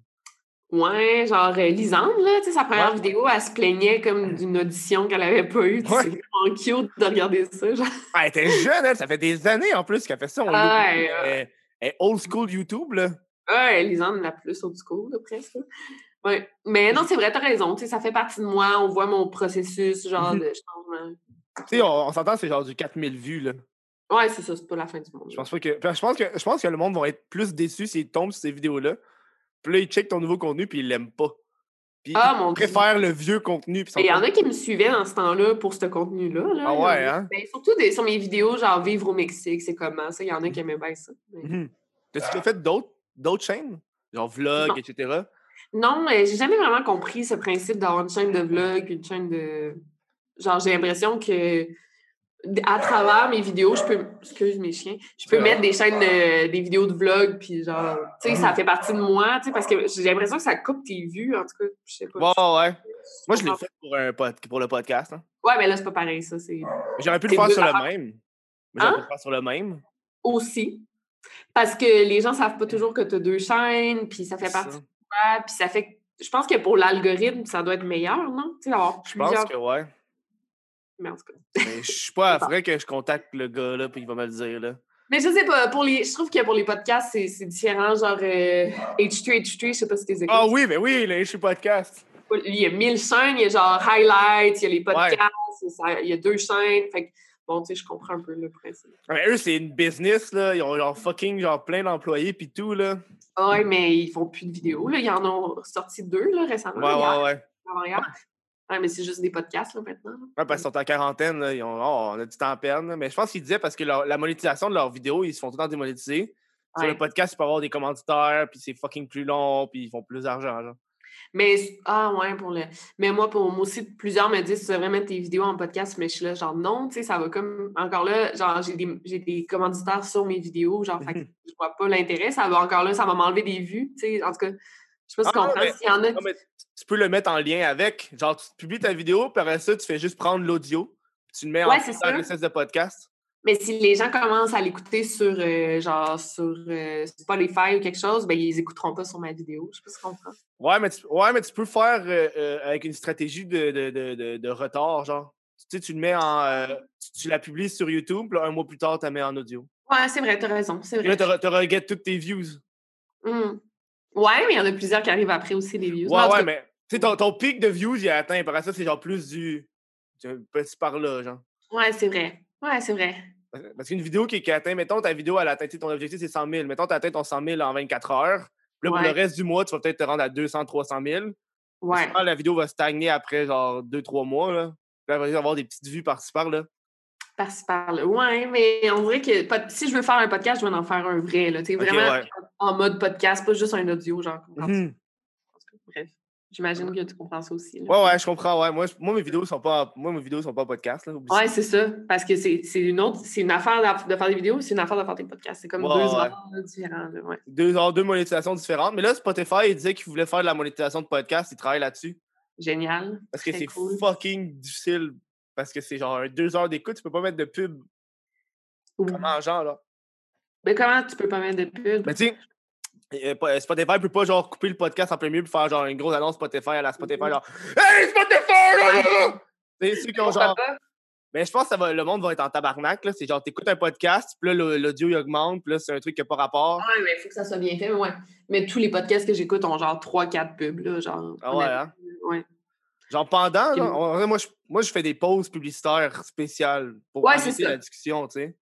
Speaker 3: Ouais, genre, euh, Lisande, là, tu sais, sa première
Speaker 1: Ouais.
Speaker 3: vidéo, elle se plaignait comme d'une audition qu'elle avait pas eue. tu sais,
Speaker 1: Ouais.
Speaker 3: C'est vraiment cute de regarder ça. Genre.
Speaker 1: Ah, elle était jeune, elle. Ça fait des années en plus qu'elle fait ça. On l'oublie.
Speaker 3: Ah, ouais, euh,
Speaker 1: Elle- elle est old school YouTube, là.
Speaker 3: Ouais, Lisande, la plus au discours, là, presque. Ouais. Mais non, c'est vrai, t'as raison. Tu sais, ça fait partie de moi. On voit mon processus, genre,
Speaker 1: Mm-hmm.
Speaker 3: de changement.
Speaker 1: Tu sais, on, on s'entend, c'est genre du 4000 vues, là.
Speaker 3: Ouais, c'est ça, c'est pas la fin du monde.
Speaker 1: Je
Speaker 3: là.
Speaker 1: pense pas que. parce que Je pense que, je pense que le monde va être plus déçu s'ils tombent sur ces vidéos-là. Puis là, ils checkent ton nouveau contenu, puis ils l'aiment pas. Puis
Speaker 3: Ah,
Speaker 1: ils
Speaker 3: mon Dieu.
Speaker 1: préfèrent le vieux contenu. puis ils sont
Speaker 3: Mais Il y en
Speaker 1: comme,
Speaker 3: a qui me suivaient dans ce temps-là pour ce contenu-là. là.
Speaker 1: Ah
Speaker 3: Il y en
Speaker 1: ouais,
Speaker 3: a-
Speaker 1: hein?
Speaker 3: ben, surtout des- sur mes vidéos, genre vivre au Mexique, c'est comment ça. Il y en a qui aimaient bien ça. mais-
Speaker 1: Mhm. T'as-tu fait d'autres d'autres chaînes? Genre vlog,
Speaker 3: Non.
Speaker 1: etc.
Speaker 3: Non, euh, j'ai jamais vraiment compris ce principe d'avoir une chaîne de vlog, une chaîne de. Genre, j'ai l'impression que d- à travers mes vidéos, je peux. Excuse mes chiens. Je peux
Speaker 1: C'est
Speaker 3: mettre des chaînes, euh, des vidéos de vlog, puis genre, tu sais,
Speaker 1: Mmh.
Speaker 3: ça fait partie de moi, tu sais, parce que j'ai l'impression que ça coupe tes vues, en tout cas. Je sais pas.
Speaker 1: Ouais, ouais, ouais. Moi, je l'ai
Speaker 3: comprends
Speaker 1: fait pour, un pod- pour le podcast. hein.
Speaker 3: Ouais, mais là, c'est pas pareil, ça. C'est
Speaker 1: J'aurais pu le
Speaker 3: C'est
Speaker 1: faire
Speaker 3: deux
Speaker 1: sur le
Speaker 3: affaires.
Speaker 1: même. Mais J'aurais
Speaker 3: ah, Hein?
Speaker 1: pu le faire sur le même.
Speaker 3: aussi. Parce que les gens savent pas toujours que tu as deux chaînes, puis ça fait
Speaker 1: C'est ça.
Speaker 3: partie de toi, puis ça fait. que- Je pense que pour l'algorithme, ça doit être meilleur, non? Tu sais, d'avoir
Speaker 1: Je pense
Speaker 3: plusieurs.
Speaker 1: que ouais.
Speaker 3: Mais en tout cas.
Speaker 1: Mais je suis pas. Il faudrait que je contacte le gars là, puis il va me le dire là.
Speaker 3: Mais je sais pas, pour les, je trouve que pour les podcasts, c'est, c'est différent. Genre euh, H2, H2, je sais pas si tu les écoutes.
Speaker 1: Ah oui, mais oui, là, je suis podcast.
Speaker 3: Il y a mille chaînes, il y a genre Highlights, il y a les podcasts, ça- il y a deux chaînes. Fait que, bon, tu sais, je comprends un peu le principe.
Speaker 1: Ah, Mais eux, c'est une business là. Ils ont genre fucking genre plein d'employés puis tout là.
Speaker 3: Ah Ouais, mais ils font plus de vidéos. Là. Ils en ont sorti deux là, récemment,
Speaker 1: Ouais,
Speaker 3: hier,
Speaker 1: ouais, ouais.
Speaker 3: avant-hier. Ouais, mais c'est juste des podcasts, là, maintenant.
Speaker 1: Ouais, parce qu'ils sont en quarantaine, là, ils ont, oh, on a du temps à perdre. là. Mais je pense qu'ils disaient parce que leur- la monétisation de leurs vidéos, ils se font tout le temps démonétiser. Sur
Speaker 3: Ouais.
Speaker 1: le podcast, ils peuvent avoir des commanditaires, puis c'est fucking plus long, puis ils font plus d'argent. genre.
Speaker 3: Mais, c- ah ouais, pour le. Mais moi, pour moi aussi, plusieurs me disent, tu devrais mettre tes vidéos en podcast, mais je suis là, genre, non, tu sais, ça va comme. Encore là, genre, j'ai des, j'ai des commanditaires sur mes vidéos, genre, fait que je vois pas l'intérêt, ça va encore là, ça va m'enlever des vues, tu sais, en tout cas. Je sais pas si tu
Speaker 1: Ah,
Speaker 3: comprends,
Speaker 1: mais-
Speaker 3: s'il y en a.
Speaker 1: Non, mais tu peux le mettre en lien avec. Genre, tu publies ta vidéo, puis après ça, tu fais juste prendre l'audio, puis tu le mets en
Speaker 3: Ouais,
Speaker 1: dans
Speaker 3: c'est
Speaker 1: une
Speaker 3: ça.
Speaker 1: espèce de podcast.
Speaker 3: Mais si les gens commencent à l'écouter sur, euh, genre, sur euh, Spotify ou quelque chose, ben, ils écouteront pas sur ma vidéo, je sais pas si tu comprends.
Speaker 1: Ouais, mais tu, ouais, mais tu peux faire euh, euh, avec une stratégie de, de, de, de- de retard, genre. Tu sais, tu le mets en. euh, tu, tu la publies sur YouTube, puis là, un mois plus tard, tu la mets en audio.
Speaker 3: Ouais, c'est vrai, t'as raison, c'est
Speaker 1: Puis là,
Speaker 3: vrai.
Speaker 1: tu regrettes toutes tes views.
Speaker 3: Mm. Ouais, mais il y en a plusieurs qui arrivent après aussi, des views. Mais en
Speaker 1: Ouais,
Speaker 3: tout
Speaker 1: ouais,
Speaker 3: cas,
Speaker 1: mais tu sais, ton, ton pic de views, il est atteint. Par ça, c'est genre plus du, du petit par là, genre.
Speaker 3: Ouais, c'est vrai. Ouais, c'est vrai.
Speaker 1: Parce- Parce qu'une vidéo qui, qui atteint, mettons, ta vidéo, elle a atteint tu sais, ton objectif, c'est 100 000. Mettons, tu atteint ton 100 000 en 24 heures. Puis là, pour le
Speaker 3: Ouais.
Speaker 1: reste du mois, tu vas peut-être te rendre à 200, 300 000. Mais
Speaker 3: Ouais.
Speaker 1: souvent, la vidéo va stagner après genre 2-3 mois, là. Puis elle va avoir des petites vues par-ci par-là.
Speaker 3: Par-ci, par-là. Ouais, mais on dirait que pod- si je veux faire un podcast, je vais en faire un vrai. Là, tu sais,
Speaker 1: Ok,
Speaker 3: vraiment
Speaker 1: ouais.
Speaker 3: en mode podcast, pas juste un audio, genre. comprends-tu?
Speaker 1: Mhm.
Speaker 3: Bref, j'imagine que tu comprends ça aussi. là.
Speaker 1: Ouais, ouais, je comprends. Ouais. Moi, je- moi, mes vidéos sont pas en- moi, mes vidéos sont pas en podcast. Là, oublie ça.
Speaker 3: Ouais, c'est ça. Parce que c'est c'est une autre, c'est une affaire d'a- de faire des vidéos, c'est une affaire de faire des podcasts. C'est comme
Speaker 1: Ouais,
Speaker 3: deux
Speaker 1: ouais.
Speaker 3: affaires différentes. là, ouais.
Speaker 1: Deux, genre, deux monétisations différentes. Mais là, Spotify, il disait qu'il voulait faire de la monétisation de podcast. Il travaille là-dessus.
Speaker 3: Génial.
Speaker 1: Parce que
Speaker 3: Très
Speaker 1: c'est
Speaker 3: cool.
Speaker 1: fucking difficile. Parce que c'est genre un deux heures d'écoute, tu peux pas mettre de pub
Speaker 3: Ouh.
Speaker 1: comme en genre là.
Speaker 3: Mais ben, comment tu peux pas mettre de pub?
Speaker 1: Mais tu sais, euh, pas- euh, Spotify peut pas genre couper le podcast en plein milieu pour faire genre une grosse annonce Spotify à la Spotify genre
Speaker 3: Mmh.
Speaker 1: Hey Spotify! là, là, là! Tu sais, ceux qui ont
Speaker 3: Pourquoi
Speaker 1: genre.
Speaker 3: pas?
Speaker 1: Mais je pense que ça va- le monde va être en tabarnak. là. C'est genre, t'écoutes un podcast, puis là, le- l'audio il augmente, puis là, c'est un truc qui n'a pas rapport.
Speaker 3: Ouais, mais il faut que ça soit bien fait. mais Ouais. Mais tous les podcasts que j'écoute ont genre 3-4 pubs. Là, genre,
Speaker 1: Ah ouais, hein?
Speaker 3: ouais.
Speaker 1: Genre, pendant,
Speaker 3: Puis-
Speaker 1: là, on- moi, je, moi, je fais des pauses publicitaires spéciales pour
Speaker 3: Ouais, c'est
Speaker 1: arrêter
Speaker 3: ça.
Speaker 1: la discussion, tu sais.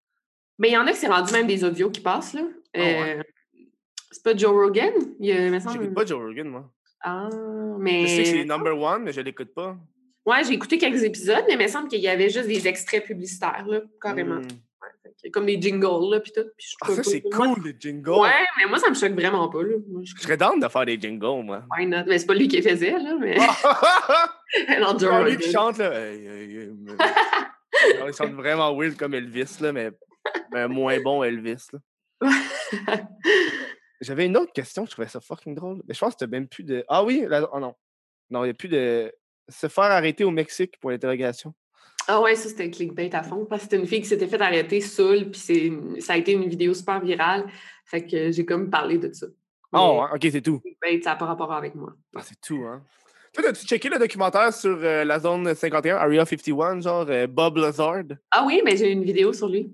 Speaker 3: Mais il y en a qui s'est rendu même des audios qui passent, là.
Speaker 1: Ah ouais.
Speaker 3: Euh, C'est pas Joe Rogan? Il y a, il me semble-
Speaker 1: J'écoute pas Joe Rogan, moi.
Speaker 3: Ah,
Speaker 1: Je
Speaker 3: mais...
Speaker 1: sais que c'est number one, mais je l'écoute pas.
Speaker 3: Ouais, j'ai écouté quelques épisodes, mais il me semble qu'il y avait juste des extraits publicitaires, là, carrément.
Speaker 1: Hmm.
Speaker 3: Fait que Comme des jingles, là, puis tout. puis je
Speaker 1: Ah,
Speaker 3: peux
Speaker 1: ça,
Speaker 3: pas-
Speaker 1: c'est
Speaker 3: moi-
Speaker 1: cool, les jingles.
Speaker 3: Ouais, mais moi, ça me choque vraiment pas, là. Moi, je
Speaker 1: Je serais down de faire des jingles, moi.
Speaker 3: Why not? Mais c'est pas lui qui les faisait, là, mais... non, Joe
Speaker 1: Genre, lui qui
Speaker 3: Rogan.
Speaker 1: chante, là. Hey, hey, hey, mais- Genre, il chante vraiment weird comme Elvis, là, mais, mais moins bon Elvis, là. J'avais une autre question, je trouvais ça fucking drôle. Mais je pense que t'as même plus de. Ah oui, là, oh non. Non, il n'y a plus de. Se faire arrêter au Mexique pour l'interrogation.
Speaker 3: Ah ouais, ça, c'était clickbait à fond, parce que c'était une fille qui s'était fait arrêter saoule, puis c'est... ça a été une vidéo super virale, fait que j'ai comme parlé de ça.
Speaker 1: Oh,
Speaker 3: Mais
Speaker 1: hein, ok, c'est tout.
Speaker 3: clickbait, ça n'a pas rapport avec moi.
Speaker 1: Ah, c'est tout, hein. Toi, as-tu checké le documentaire sur euh, la zone 51, Area 51, genre euh, Bob Lazard?
Speaker 3: Ah oui, mais j'ai une vidéo sur lui.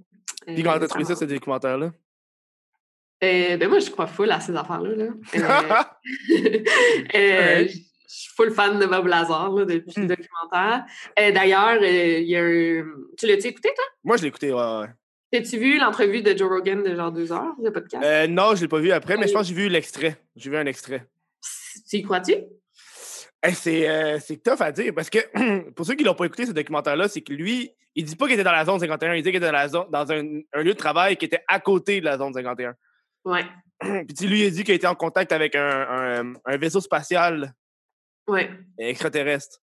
Speaker 3: Euh,
Speaker 1: Puis comment t'as trouvé
Speaker 3: récemment.
Speaker 1: ça, ce documentaire-là?
Speaker 3: Euh, ben moi, je crois full à ces affaires-là. là. Euh, euh,
Speaker 1: Alright.
Speaker 3: je je suis full fan de Bob Lazar là, depuis
Speaker 1: Hmm.
Speaker 3: le documentaire. Euh, D'ailleurs, euh, il y a un- Tu l'as-tu écouté, toi?
Speaker 1: Moi, je l'ai écouté, ouais, ouais.
Speaker 3: T'as-tu vu l'entrevue de Joe Rogan de genre deux heures, le podcast?
Speaker 1: Euh, non, je l'ai pas vu après, mais je pense que j'ai vu l'extrait. J'ai vu un extrait.
Speaker 3: Tu y crois-tu?
Speaker 1: Hey, c'est euh, c'est tough à dire parce que pour ceux qui l'ont pas écouté, ce documentaire-là, c'est que lui, il dit pas qu'il était dans la zone 51, il dit qu'il était dans, la zone, dans un, un lieu de travail qui était à côté de la zone 51.
Speaker 3: Ouais,
Speaker 1: Puis tu sais, lui, il dit qu'il était en contact avec un, un- un vaisseau spatial
Speaker 3: ouais.
Speaker 1: extraterrestre.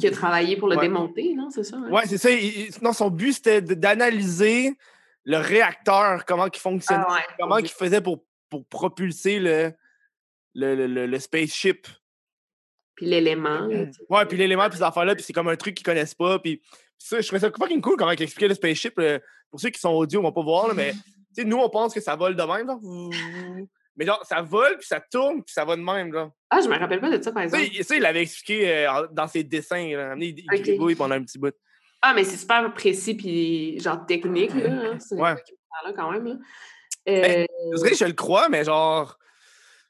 Speaker 3: Qui a travaillé pour le
Speaker 1: Ouais.
Speaker 3: démonter, non? C'est ça? hein?
Speaker 1: Ouais, c'est ça. il- il- non, son but, c'était de- d'analyser le réacteur, comment il fonctionnait,
Speaker 3: Ah ouais.
Speaker 1: comment il faisait pour, pour propulser le, le, le- le- le spaceship.
Speaker 3: Puis l'élément. là, tu sais.
Speaker 1: Ouais, puis l'élément, puis ces affaires-là, puis c'est comme un truc qu'ils connaissent pas. Puis puis ça, je trouvais ça fucking cool comment ils expliquaient le spaceship. euh, pour ceux qui sont audio, on va pas voir, là, mais tu sais, nous, on pense que ça vole de même. Genre, mais genre, ça vole, puis ça tourne, puis ça va de même. Genre.
Speaker 3: Ah, je me rappelle pas de ça, par
Speaker 1: Ça,
Speaker 3: exemple.
Speaker 1: il, ça, il l'avait expliqué euh, en- dans ses dessins. Là. Amené, Il, il
Speaker 3: Ok.
Speaker 1: gribouille pendant un petit bout.
Speaker 3: Ah, mais c'est super précis puis genre technique, là. hein, ce
Speaker 1: Ouais. Ben,
Speaker 3: documentaire-là, quand même. là. Euh,
Speaker 1: Je dirais que je le crois, mais genre,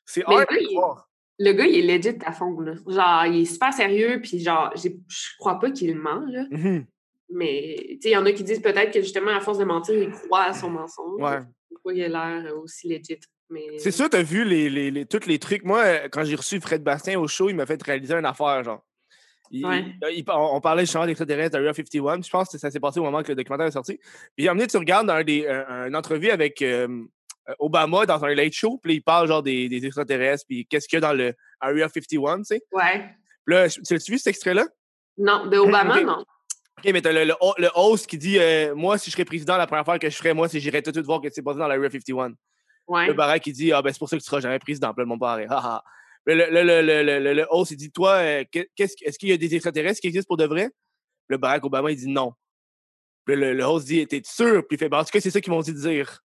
Speaker 1: c'est
Speaker 3: Mais
Speaker 1: hard
Speaker 3: lui,
Speaker 1: à
Speaker 3: il-
Speaker 1: croire.
Speaker 3: Le gars, il est legit à fond, là. Genre, il est super sérieux, puis genre, j'ai- je crois pas qu'il ment, là.
Speaker 1: Mhm,
Speaker 3: Mais, tu sais, il y en a qui disent peut-être que justement, à force de mentir, il croit à son mensonge.
Speaker 1: Ouais.
Speaker 3: C'est Pourquoi il a l'air euh, aussi legit. Mais...
Speaker 1: C'est sûr, t'as vu les, les, les- tous les trucs. Moi, euh, quand j'ai reçu Fred Bastien au show, il m'a fait réaliser une affaire, genre. Il-
Speaker 3: Ouais.
Speaker 1: il- on, on parlait justement des extraterrestres d'Area 51. puis Je pense que ça s'est passé au moment que le documentaire est sorti. Puis, à un moment donné, tu regardes dans un des, un- une entrevue avec euh, Obama dans un late show. Puis là, il parle genre des, des extraterrestres. Puis qu'est-ce qu'il y a dans le Area 51, tu sais.
Speaker 3: Ouais.
Speaker 1: Puis là, je- tu l'as-tu vu cet extrait-là?
Speaker 3: Non, de Obama,
Speaker 1: Ok.
Speaker 3: non.
Speaker 1: OK, mais t'as le, le, ho- le host qui dit euh, Moi, si je serais président, la première affaire que je ferais, moi, c'est j'irais tout de suite voir ce qui s'est passé dans l'Area 51.
Speaker 3: Ouais.
Speaker 1: Le baraque, il dit Ah, ben, c'est pour ça que tu seras jamais président. Puis là, mon père, est, Ah, ah. Puis Le, le, le, le, le, le- le host, il dit Toi, euh, que- qu'est-ce que- est-ce qu'il y a des extraterrestres qui existent pour de vrai Puis Le Barack Obama, il dit Non. Puis le, le host dit T'es sûr Puis il fait Ben, En tout cas, c'est ça qu'ils m'ont dit de dire.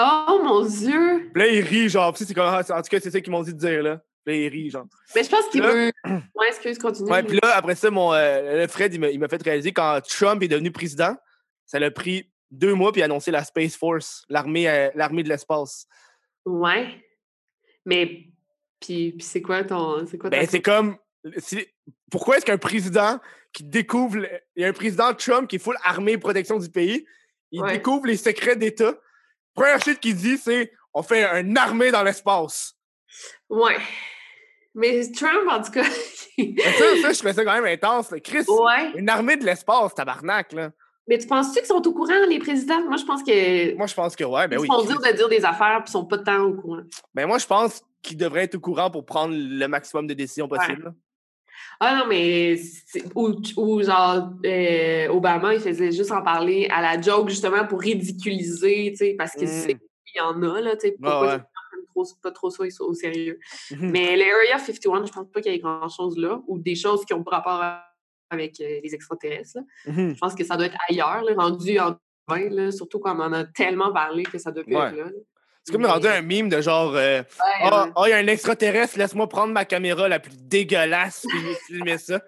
Speaker 3: Oh mon Dieu!
Speaker 1: Puis là, il rit, genre. Puis c'est comme Ah, En tout cas, c'est ça qu'ils m'ont dit de dire, là. Puis là, il rit, genre.
Speaker 3: Mais je pense qu'il
Speaker 1: Là-
Speaker 3: veut. Ouais, excuse, continue.
Speaker 1: Ouais, puis là, après ça, mon, euh, le Fred, il m'a- il m'a fait réaliser quand Trump est devenu président, ça l'a pris deux mois, puis il a annoncé la Space Force, l'armée euh, l'armée de l'espace.
Speaker 3: Ouais. Mais. Puis, puis c'est quoi ton. C'est quoi ta-
Speaker 1: Ben, c'est comme. c'est- Pourquoi est-ce qu'un président qui découvre. le- Il y a un président Trump qui est full armée et protection du pays, il
Speaker 3: Ouais.
Speaker 1: découvre les secrets d'État. Première chose qu'il dit, c'est on fait une armée dans l'espace.
Speaker 3: Ouais. Mais Trump, en tout cas.
Speaker 1: Ben, ça, ça, je trouvais ça quand même intense. là. Chris,
Speaker 3: ouais.
Speaker 1: une armée de l'espace, tabarnak, là.
Speaker 3: Mais tu penses-tu qu'ils sont au courant, les présidents? Moi, je pense que.
Speaker 1: Moi, je pense que ouais, ben
Speaker 3: ils
Speaker 1: oui.
Speaker 3: se font dire de dire des affaires puis ils sont pas tant au courant.
Speaker 1: Ben moi, je pense qu'il devrait être au courant pour prendre le maximum de décisions possibles. là.
Speaker 3: Ah non, mais c'est- ou, ou genre euh, Obama, il faisait juste en parler à la joke justement pour ridiculiser, tu sais, parce qu'il
Speaker 1: Mm.
Speaker 3: sait qu'il y en a, là, tu sais, pourquoi
Speaker 1: Ouais,
Speaker 3: ils prennent trop, pas trop ça ils sont au sérieux.
Speaker 1: ouais.
Speaker 3: Mais l'Area 51, je pense pas qu'il y ait grand-chose là, ou des choses qui ont rapport à- avec euh, les extraterrestres. là.
Speaker 1: Mhm.
Speaker 3: Je pense que ça doit être ailleurs, là, rendu en 20, là, surtout qu'on en a tellement parlé que ça doit plus
Speaker 1: Ouais.
Speaker 3: être là. là.
Speaker 1: C'est comme rendu un mime de genre euh,
Speaker 3: Ouais,
Speaker 1: Ah,
Speaker 3: ouais.
Speaker 1: ah, il y a un extraterrestre, laisse-moi prendre ma caméra la plus dégueulasse puis filmer ça.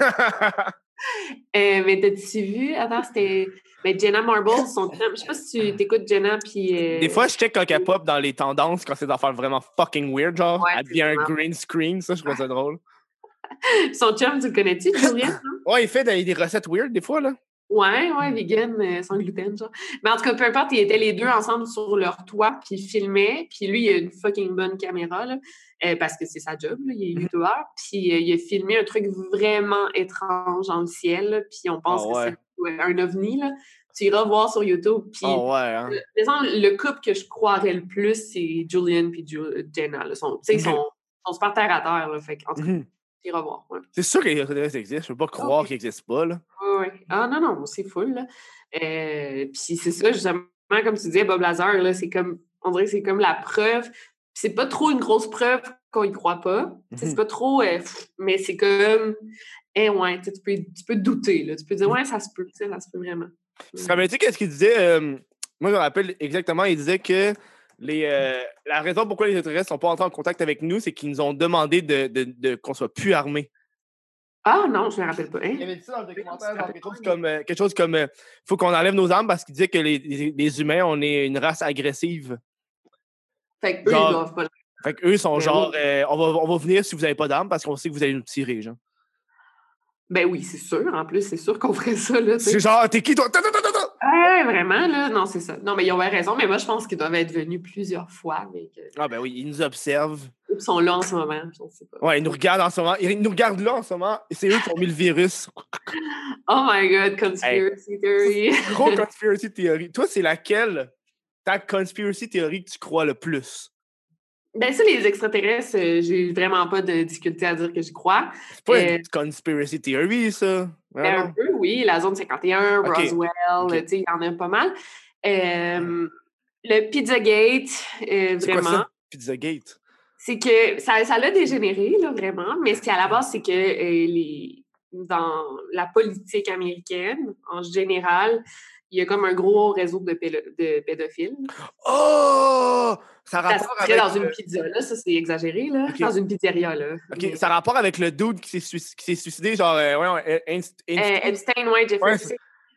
Speaker 3: Euh, mais t'as-tu vu? Attends, c'était. Mais Jenna Marbles, son thème. Je sais pas si tu t'écoutes Jenna, puis. euh,
Speaker 1: Des fois, je check quand elle pop dans les tendances quand c'est des affaires vraiment fucking weird, genre.
Speaker 3: Ouais,
Speaker 1: elle devient un
Speaker 3: vraiment.
Speaker 1: green screen, ça, je trouve ça drôle.
Speaker 3: Son chum, tu le connais-tu, Julien? non?
Speaker 1: Ouais, il fait des, des recettes weird des fois, là.
Speaker 3: ouais, ouais, vegan, euh, sans gluten, genre. Mais en tout cas, peu importe, ils étaient les deux ensemble sur leur toit, puis ils filmaient. Puis lui, il a une fucking bonne caméra, là, euh, parce que c'est sa job, là, il
Speaker 1: Mm-hmm.
Speaker 3: est youtubeur. Puis euh, il a filmé un truc vraiment étrange dans le ciel, là, puis on pense
Speaker 1: Ah ouais.
Speaker 3: que c'est ouais, un ovni, là. Tu iras voir sur YouTube, puis.
Speaker 1: Oh ouais, hein.
Speaker 3: Le- par exemple, le couple que je croirais le plus, c'est Julian puis Ju- Jenna. là. Ils sont- tu sais, Ils
Speaker 1: Ok.
Speaker 3: sont, ils sont super terre à terre. Là, fait que, en tout cas,
Speaker 1: Mhm.
Speaker 3: tu iras voir. ouais.
Speaker 1: C'est sûr que les extraterrestres existent, je peux pas croire qu'ils existent pas, là.
Speaker 3: Ouais, ouais. Ah non, non, c'est full. là. Euh, puis c'est ça, justement, comme tu disais, Bob Lazar, là, c'est comme, on dirait que c'est comme la preuve. Puis c'est pas trop une grosse preuve qu'on y croit pas. Tu sais,
Speaker 1: Mhm.
Speaker 3: C'est pas trop, euh, pff, mais c'est comme, eh ouais, tu sais, tu peux, tu peux douter. Là. Tu peux
Speaker 1: Mm-hmm.
Speaker 3: dire, ouais, ça se peut, tu sais, ça se peut vraiment.
Speaker 1: Tu te rappelles-tu qu'est-ce qu'il disait? euh, moi, je me rappelle exactement, il disait que les, euh, la raison pourquoi les extraterrestres sont pas entrés en contact avec nous, c'est qu'ils nous ont demandé de, de, de- qu'on soit plus armés.
Speaker 3: Ah non, je me rappelle pas. hein.
Speaker 1: Il avait dit ça dans le
Speaker 3: documentaire, genre
Speaker 1: quelque chose comme, euh, quelque chose comme euh, faut qu'on enlève nos armes parce qu'il disait que les, les- les humains, on est une race agressive.
Speaker 3: Fait que eux,
Speaker 1: Genre-
Speaker 3: ils doivent pas
Speaker 1: Fait qu'eux sont
Speaker 3: Ben
Speaker 1: genre,
Speaker 3: oui.
Speaker 1: euh, on, va, on va venir si vous n'avez pas d'armes parce qu'on sait que vous allez nous tirer. genre.
Speaker 3: Ben oui, c'est sûr. En plus, c'est sûr qu'on ferait ça. Là, tu sais.
Speaker 1: C'est genre, t'es qui toi? Ta, ta, ta, ta, ta!
Speaker 3: Ah, Ouais, vraiment, là. Non, c'est ça. Non, mais ils ont bien raison. Mais moi, je pense qu'ils doivent être venus plusieurs fois. Mais que...
Speaker 1: Ah ben oui, ils nous observent.
Speaker 3: Ils sont là en ce moment. Je ne sais pas.
Speaker 1: Ouais, ils nous regardent en ce moment. Ils nous regardent là en ce moment. et C'est eux qui ont mis le virus.
Speaker 3: Oh my God, conspiracy theory.
Speaker 1: Gros conspiracy theory. Toi, c'est laquelle ta conspiracy theory que tu crois le plus?
Speaker 3: Ben ça, les extraterrestres, euh, j'ai vraiment pas de difficulté à dire que j'y crois.
Speaker 1: C'est pas
Speaker 3: Euh,
Speaker 1: une conspiracy theory, ça.
Speaker 3: Mais
Speaker 1: Vraiment.
Speaker 3: un peu, oui. La zone 51,
Speaker 1: Ah Ok.
Speaker 3: Roswell,
Speaker 1: Ok.
Speaker 3: euh, tu sais, il y en a pas mal. Euh, le Pizzagate, euh,
Speaker 1: C'est quoi
Speaker 3: vraiment.
Speaker 1: ça? Pizzagate.
Speaker 3: C'est que ça, ça l'a dégénéré, là, vraiment, mais ce qui est à la base, c'est que euh, les, dans la politique américaine, en général, il y a comme un gros réseau de, pélo- de pédophiles.
Speaker 1: Oh! Ça a
Speaker 3: Ça
Speaker 1: rapport
Speaker 3: se crée
Speaker 1: avec.
Speaker 3: dans une
Speaker 1: le-
Speaker 3: pizza, là, ça c'est exagéré, là,
Speaker 1: Ok.
Speaker 3: dans une pizzeria. Là. Euh,
Speaker 1: Ok,
Speaker 3: Mais,
Speaker 1: ça a rapport avec le dude qui s'est suici- qui s'est suicidé, genre, euh, ouais, ouais, inst- inst-
Speaker 3: euh, Epstein, ouais, Jeffrey
Speaker 1: Ouais,
Speaker 3: Epstein.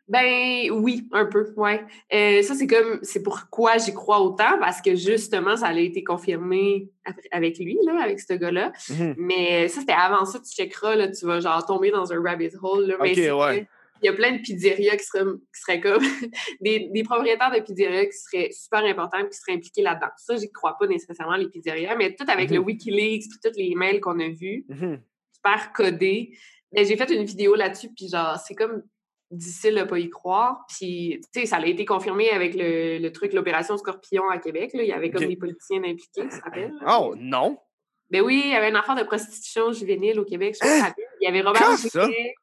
Speaker 3: Ben oui, un peu, ouais. Euh, ça, c'est comme, c'est pourquoi j'y crois autant, parce que justement, ça a été confirmé après- avec lui, là, avec ce gars-là.
Speaker 1: Mhm.
Speaker 3: Mais euh, ça, c'était avant ça, tu checkeras, là, tu vas genre tomber dans un rabbit hole. Là, mais
Speaker 1: Ok,
Speaker 3: c'est que
Speaker 1: ouais.
Speaker 3: Il y a plein de pizzerias qui seraient, qui seraient comme des, des propriétaires de pizzerias qui seraient super importants et qui seraient impliqués là-dedans. Ça, j'y crois pas nécessairement, les pizzerias, mais tout avec le
Speaker 1: Mhm.
Speaker 3: Wikileaks puis tous les mails qu'on a vus,
Speaker 1: Mhm.
Speaker 3: super codés, Mais j'ai fait une vidéo là-dessus, puis genre, c'est comme difficile de pas y croire. Puis, tu sais, ça a été confirmé avec le, le truc, l'opération Scorpion à Québec. là. Il y avait comme
Speaker 1: Ok.
Speaker 3: des politiciens impliqués, ça s'appelle.
Speaker 1: Oh, non!
Speaker 3: Ben oui, il y avait une affaire de prostitution juvénile au Québec, je sais pas. Il y avait Robert
Speaker 1: Hein? Quand, ça?
Speaker 3: Gilet.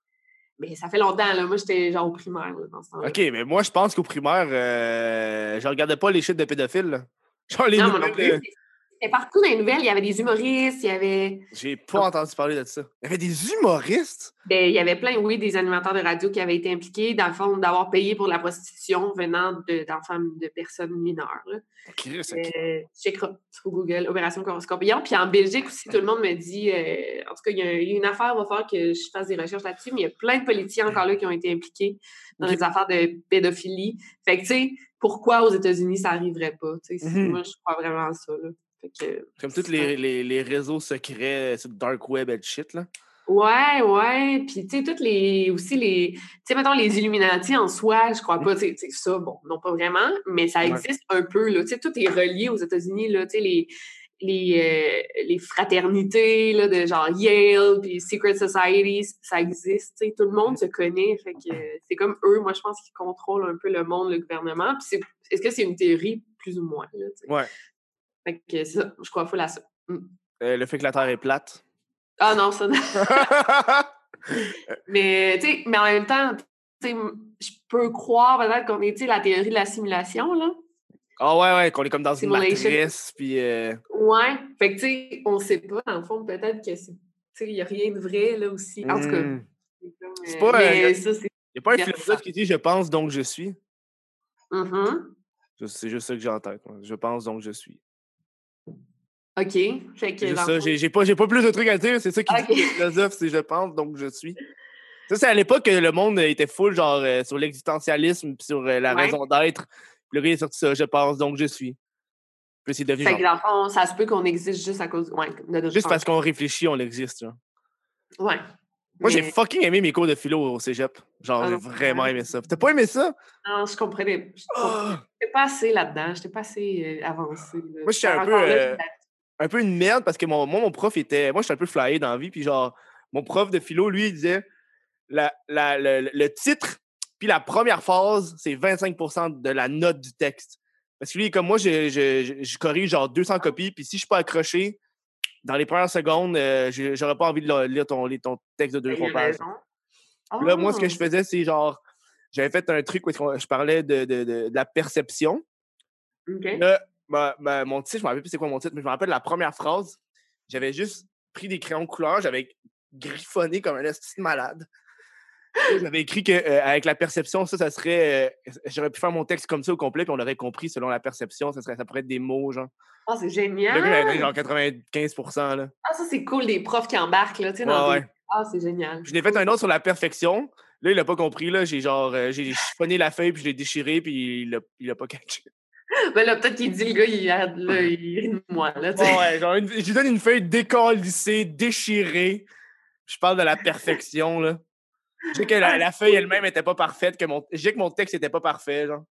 Speaker 3: Mais ça fait longtemps, là. Moi, j'étais genre au primaire, là, dans ce temps-là.
Speaker 1: OK, mais moi, je pense qu'au primaire, euh, je regardais pas les shit de pédophiles. là. Genre, les
Speaker 3: Non, moi non
Speaker 1: nouvelles,
Speaker 3: plus.
Speaker 1: euh,
Speaker 3: C'était partout dans les nouvelles. Il y avait des humoristes, il y avait,
Speaker 1: J'ai pas entendu parler de ça. Il y avait des humoristes?
Speaker 3: ben, il y avait plein, oui, des animateurs de radio qui avaient été impliqués, dans le fond, d'avoir payé pour la prostitution venant de- d'enfants, de, personnes mineures. là.
Speaker 1: Chris, ok.
Speaker 3: Euh, checkera sur Google, Opération Scorpion. Puis en Belgique aussi, tout le monde me dit, euh, en tout cas, il y a une affaire, il va falloir que je fasse des recherches là-dessus, mais il y a plein de politiciens encore là qui ont été impliqués dans
Speaker 1: Ok.
Speaker 3: des affaires de pédophilie. Fait que, tu sais, pourquoi aux États-Unis ça arriverait pas? Tu sais, c'est-
Speaker 1: Mhm.
Speaker 3: Moi, je crois vraiment à ça. là. Fait que,
Speaker 1: Comme tous les, les, les réseaux secrets, euh, sur le dark web et shit, là.
Speaker 3: ouais, ouais. Puis, tu sais, toutes les. Aussi, les. Tu sais, mettons, les Illuminati en soi, je crois pas. Tu sais, tu sais, ça, bon, non, pas vraiment, mais ça
Speaker 1: Mmh. Ouais.
Speaker 3: existe un peu, là. Tu sais, tout est relié aux États-Unis, là. Tu sais, les. Les, euh, les fraternités là, de genre Yale puis Secret Society, ça existe. tu sais, Tout le monde
Speaker 1: Mmh.
Speaker 3: se connaît. Fait que euh, c'est comme eux, moi je pense qu'ils contrôlent un peu le monde, le gouvernement. Puis c'est- est-ce que c'est une théorie, plus ou moins? Là, tu sais?
Speaker 1: Ouais.
Speaker 3: Fait que c'est ça, je crois full à ça.
Speaker 1: Euh, le fait que la Terre est plate.
Speaker 3: Ah non, ça, Mais, tu sais, mais en même temps, tu sais, je peux croire peut-être qu'on est, tu sais, la théorie de l'assimilation, là.
Speaker 1: Ah ouais, ouais, qu'on est comme dans une
Speaker 3: Simulation.
Speaker 1: matrice, puis... euh,
Speaker 3: Ouais. Fait que, tu sais, on sait pas, dans le fond, peut-être que c'est. Tu sais, il n'y a rien de vrai, là aussi. En tout cas.
Speaker 1: hmm.
Speaker 3: c'est comme,
Speaker 1: C'est
Speaker 3: euh,
Speaker 1: pas, euh,
Speaker 3: mais
Speaker 1: y a-
Speaker 3: ça, c'est.
Speaker 1: Y a pas un
Speaker 3: Merci.
Speaker 1: philosophe qui dit « je pense, donc je suis
Speaker 3: Mhm. ».
Speaker 1: Je- C'est juste ça que j'ai en tête. moi. Je pense, donc je suis.
Speaker 3: OK. Fait
Speaker 1: C'est
Speaker 3: que. dans
Speaker 1: juste
Speaker 3: le
Speaker 1: ça.
Speaker 3: fond-
Speaker 1: J'ai j'ai pas, j'ai pas plus de trucs à dire. C'est ça qui
Speaker 3: Ok.
Speaker 1: dit le philosophe, c'est « je pense, donc je suis ». Ça, c'est à l'époque que le monde euh, était full, genre, euh, sur l'existentialisme, puis sur euh, la
Speaker 3: Ouais.
Speaker 1: raison d'être. Puis le gars, il est sorti ça « je pense, donc je suis ». Puis c'est devenu
Speaker 3: Fait
Speaker 1: genre,
Speaker 3: que, dans le fond, ça se peut qu'on existe juste à cause. Ouais, de notre
Speaker 1: Juste
Speaker 3: chance.
Speaker 1: parce qu'on réfléchit, on existe. genre.
Speaker 3: Ouais.
Speaker 1: Moi, j'ai
Speaker 3: Mais-
Speaker 1: fucking aimé mes cours de philo au cégep. Genre,
Speaker 3: Ah
Speaker 1: j'ai
Speaker 3: non,
Speaker 1: vraiment
Speaker 3: ouais.
Speaker 1: aimé ça. T'as pas aimé ça?
Speaker 3: Non, je comprenais. Je
Speaker 1: Ah!
Speaker 3: n'étais pas assez là-dedans. Je n'étais pas assez euh, avancée. là.
Speaker 1: Moi, j'étais un peu,
Speaker 3: Encore là,
Speaker 1: euh, un peu une merde parce que mon, moi, mon prof était. Moi, j'étais un peu flyé dans la vie. Puis, genre, mon prof de philo, lui, il disait la, la- le, le- le titre, puis la première phrase, c'est 25 de la note du texte. Parce que lui, comme moi, je, je- je- je corrige genre 200 copies. Puis, si je suis pas accroché, dans les premières secondes, euh, je- j'aurais pas envie de le- lire ton, lire ton texte de
Speaker 3: il y a
Speaker 1: 200 pages.
Speaker 3: raison.
Speaker 1: Puis Là, moi, ce que
Speaker 3: Ah.
Speaker 1: je faisais, c'est genre. J'avais fait un truc où est-ce qu'on- je parlais de- de- de- de la perception.
Speaker 3: Oh! OK.
Speaker 1: Là, ma- ma- Bah, mon titre, je me rappelle plus c'est quoi mon titre, mais je me rappelle la première phrase. J'avais juste pris des crayons de couleur, j'avais griffonné comme un esti de malade. Et J'avais écrit que euh, avec la perception, ça, ça serait. euh, J'aurais pu faire mon texte comme ça au complet, puis on l'aurait compris selon la perception. Ça, serait, ça pourrait être des mots, genre.
Speaker 3: Ah, c'est
Speaker 1: Le gars, il avait
Speaker 3: génial!
Speaker 1: genre 95 là.
Speaker 3: Ah, ça, c'est cool, des profs qui embarquent, là, tu sais, dans
Speaker 1: Ouais,
Speaker 3: des-
Speaker 1: ouais.
Speaker 3: Ah, c'est génial.
Speaker 1: Je l'ai fait un autre sur la perfection. Là, il l'a pas compris, là. J'ai genre. euh, j'ai chiffonné la feuille, puis je l'ai déchirée, puis il l'a- il l'a pas catché.
Speaker 3: Ben là, peut-être qu'il dit, le gars, il, a- là, il rit de moi, là, tu sais.
Speaker 1: Ouais, ouais, genre, une- je lui donne une feuille décalissée, déchirée. Je parle de la perfection, là. Je sais que la, la feuille elle-même était pas parfaite, que mon, je sais que mon texte était pas parfait, genre.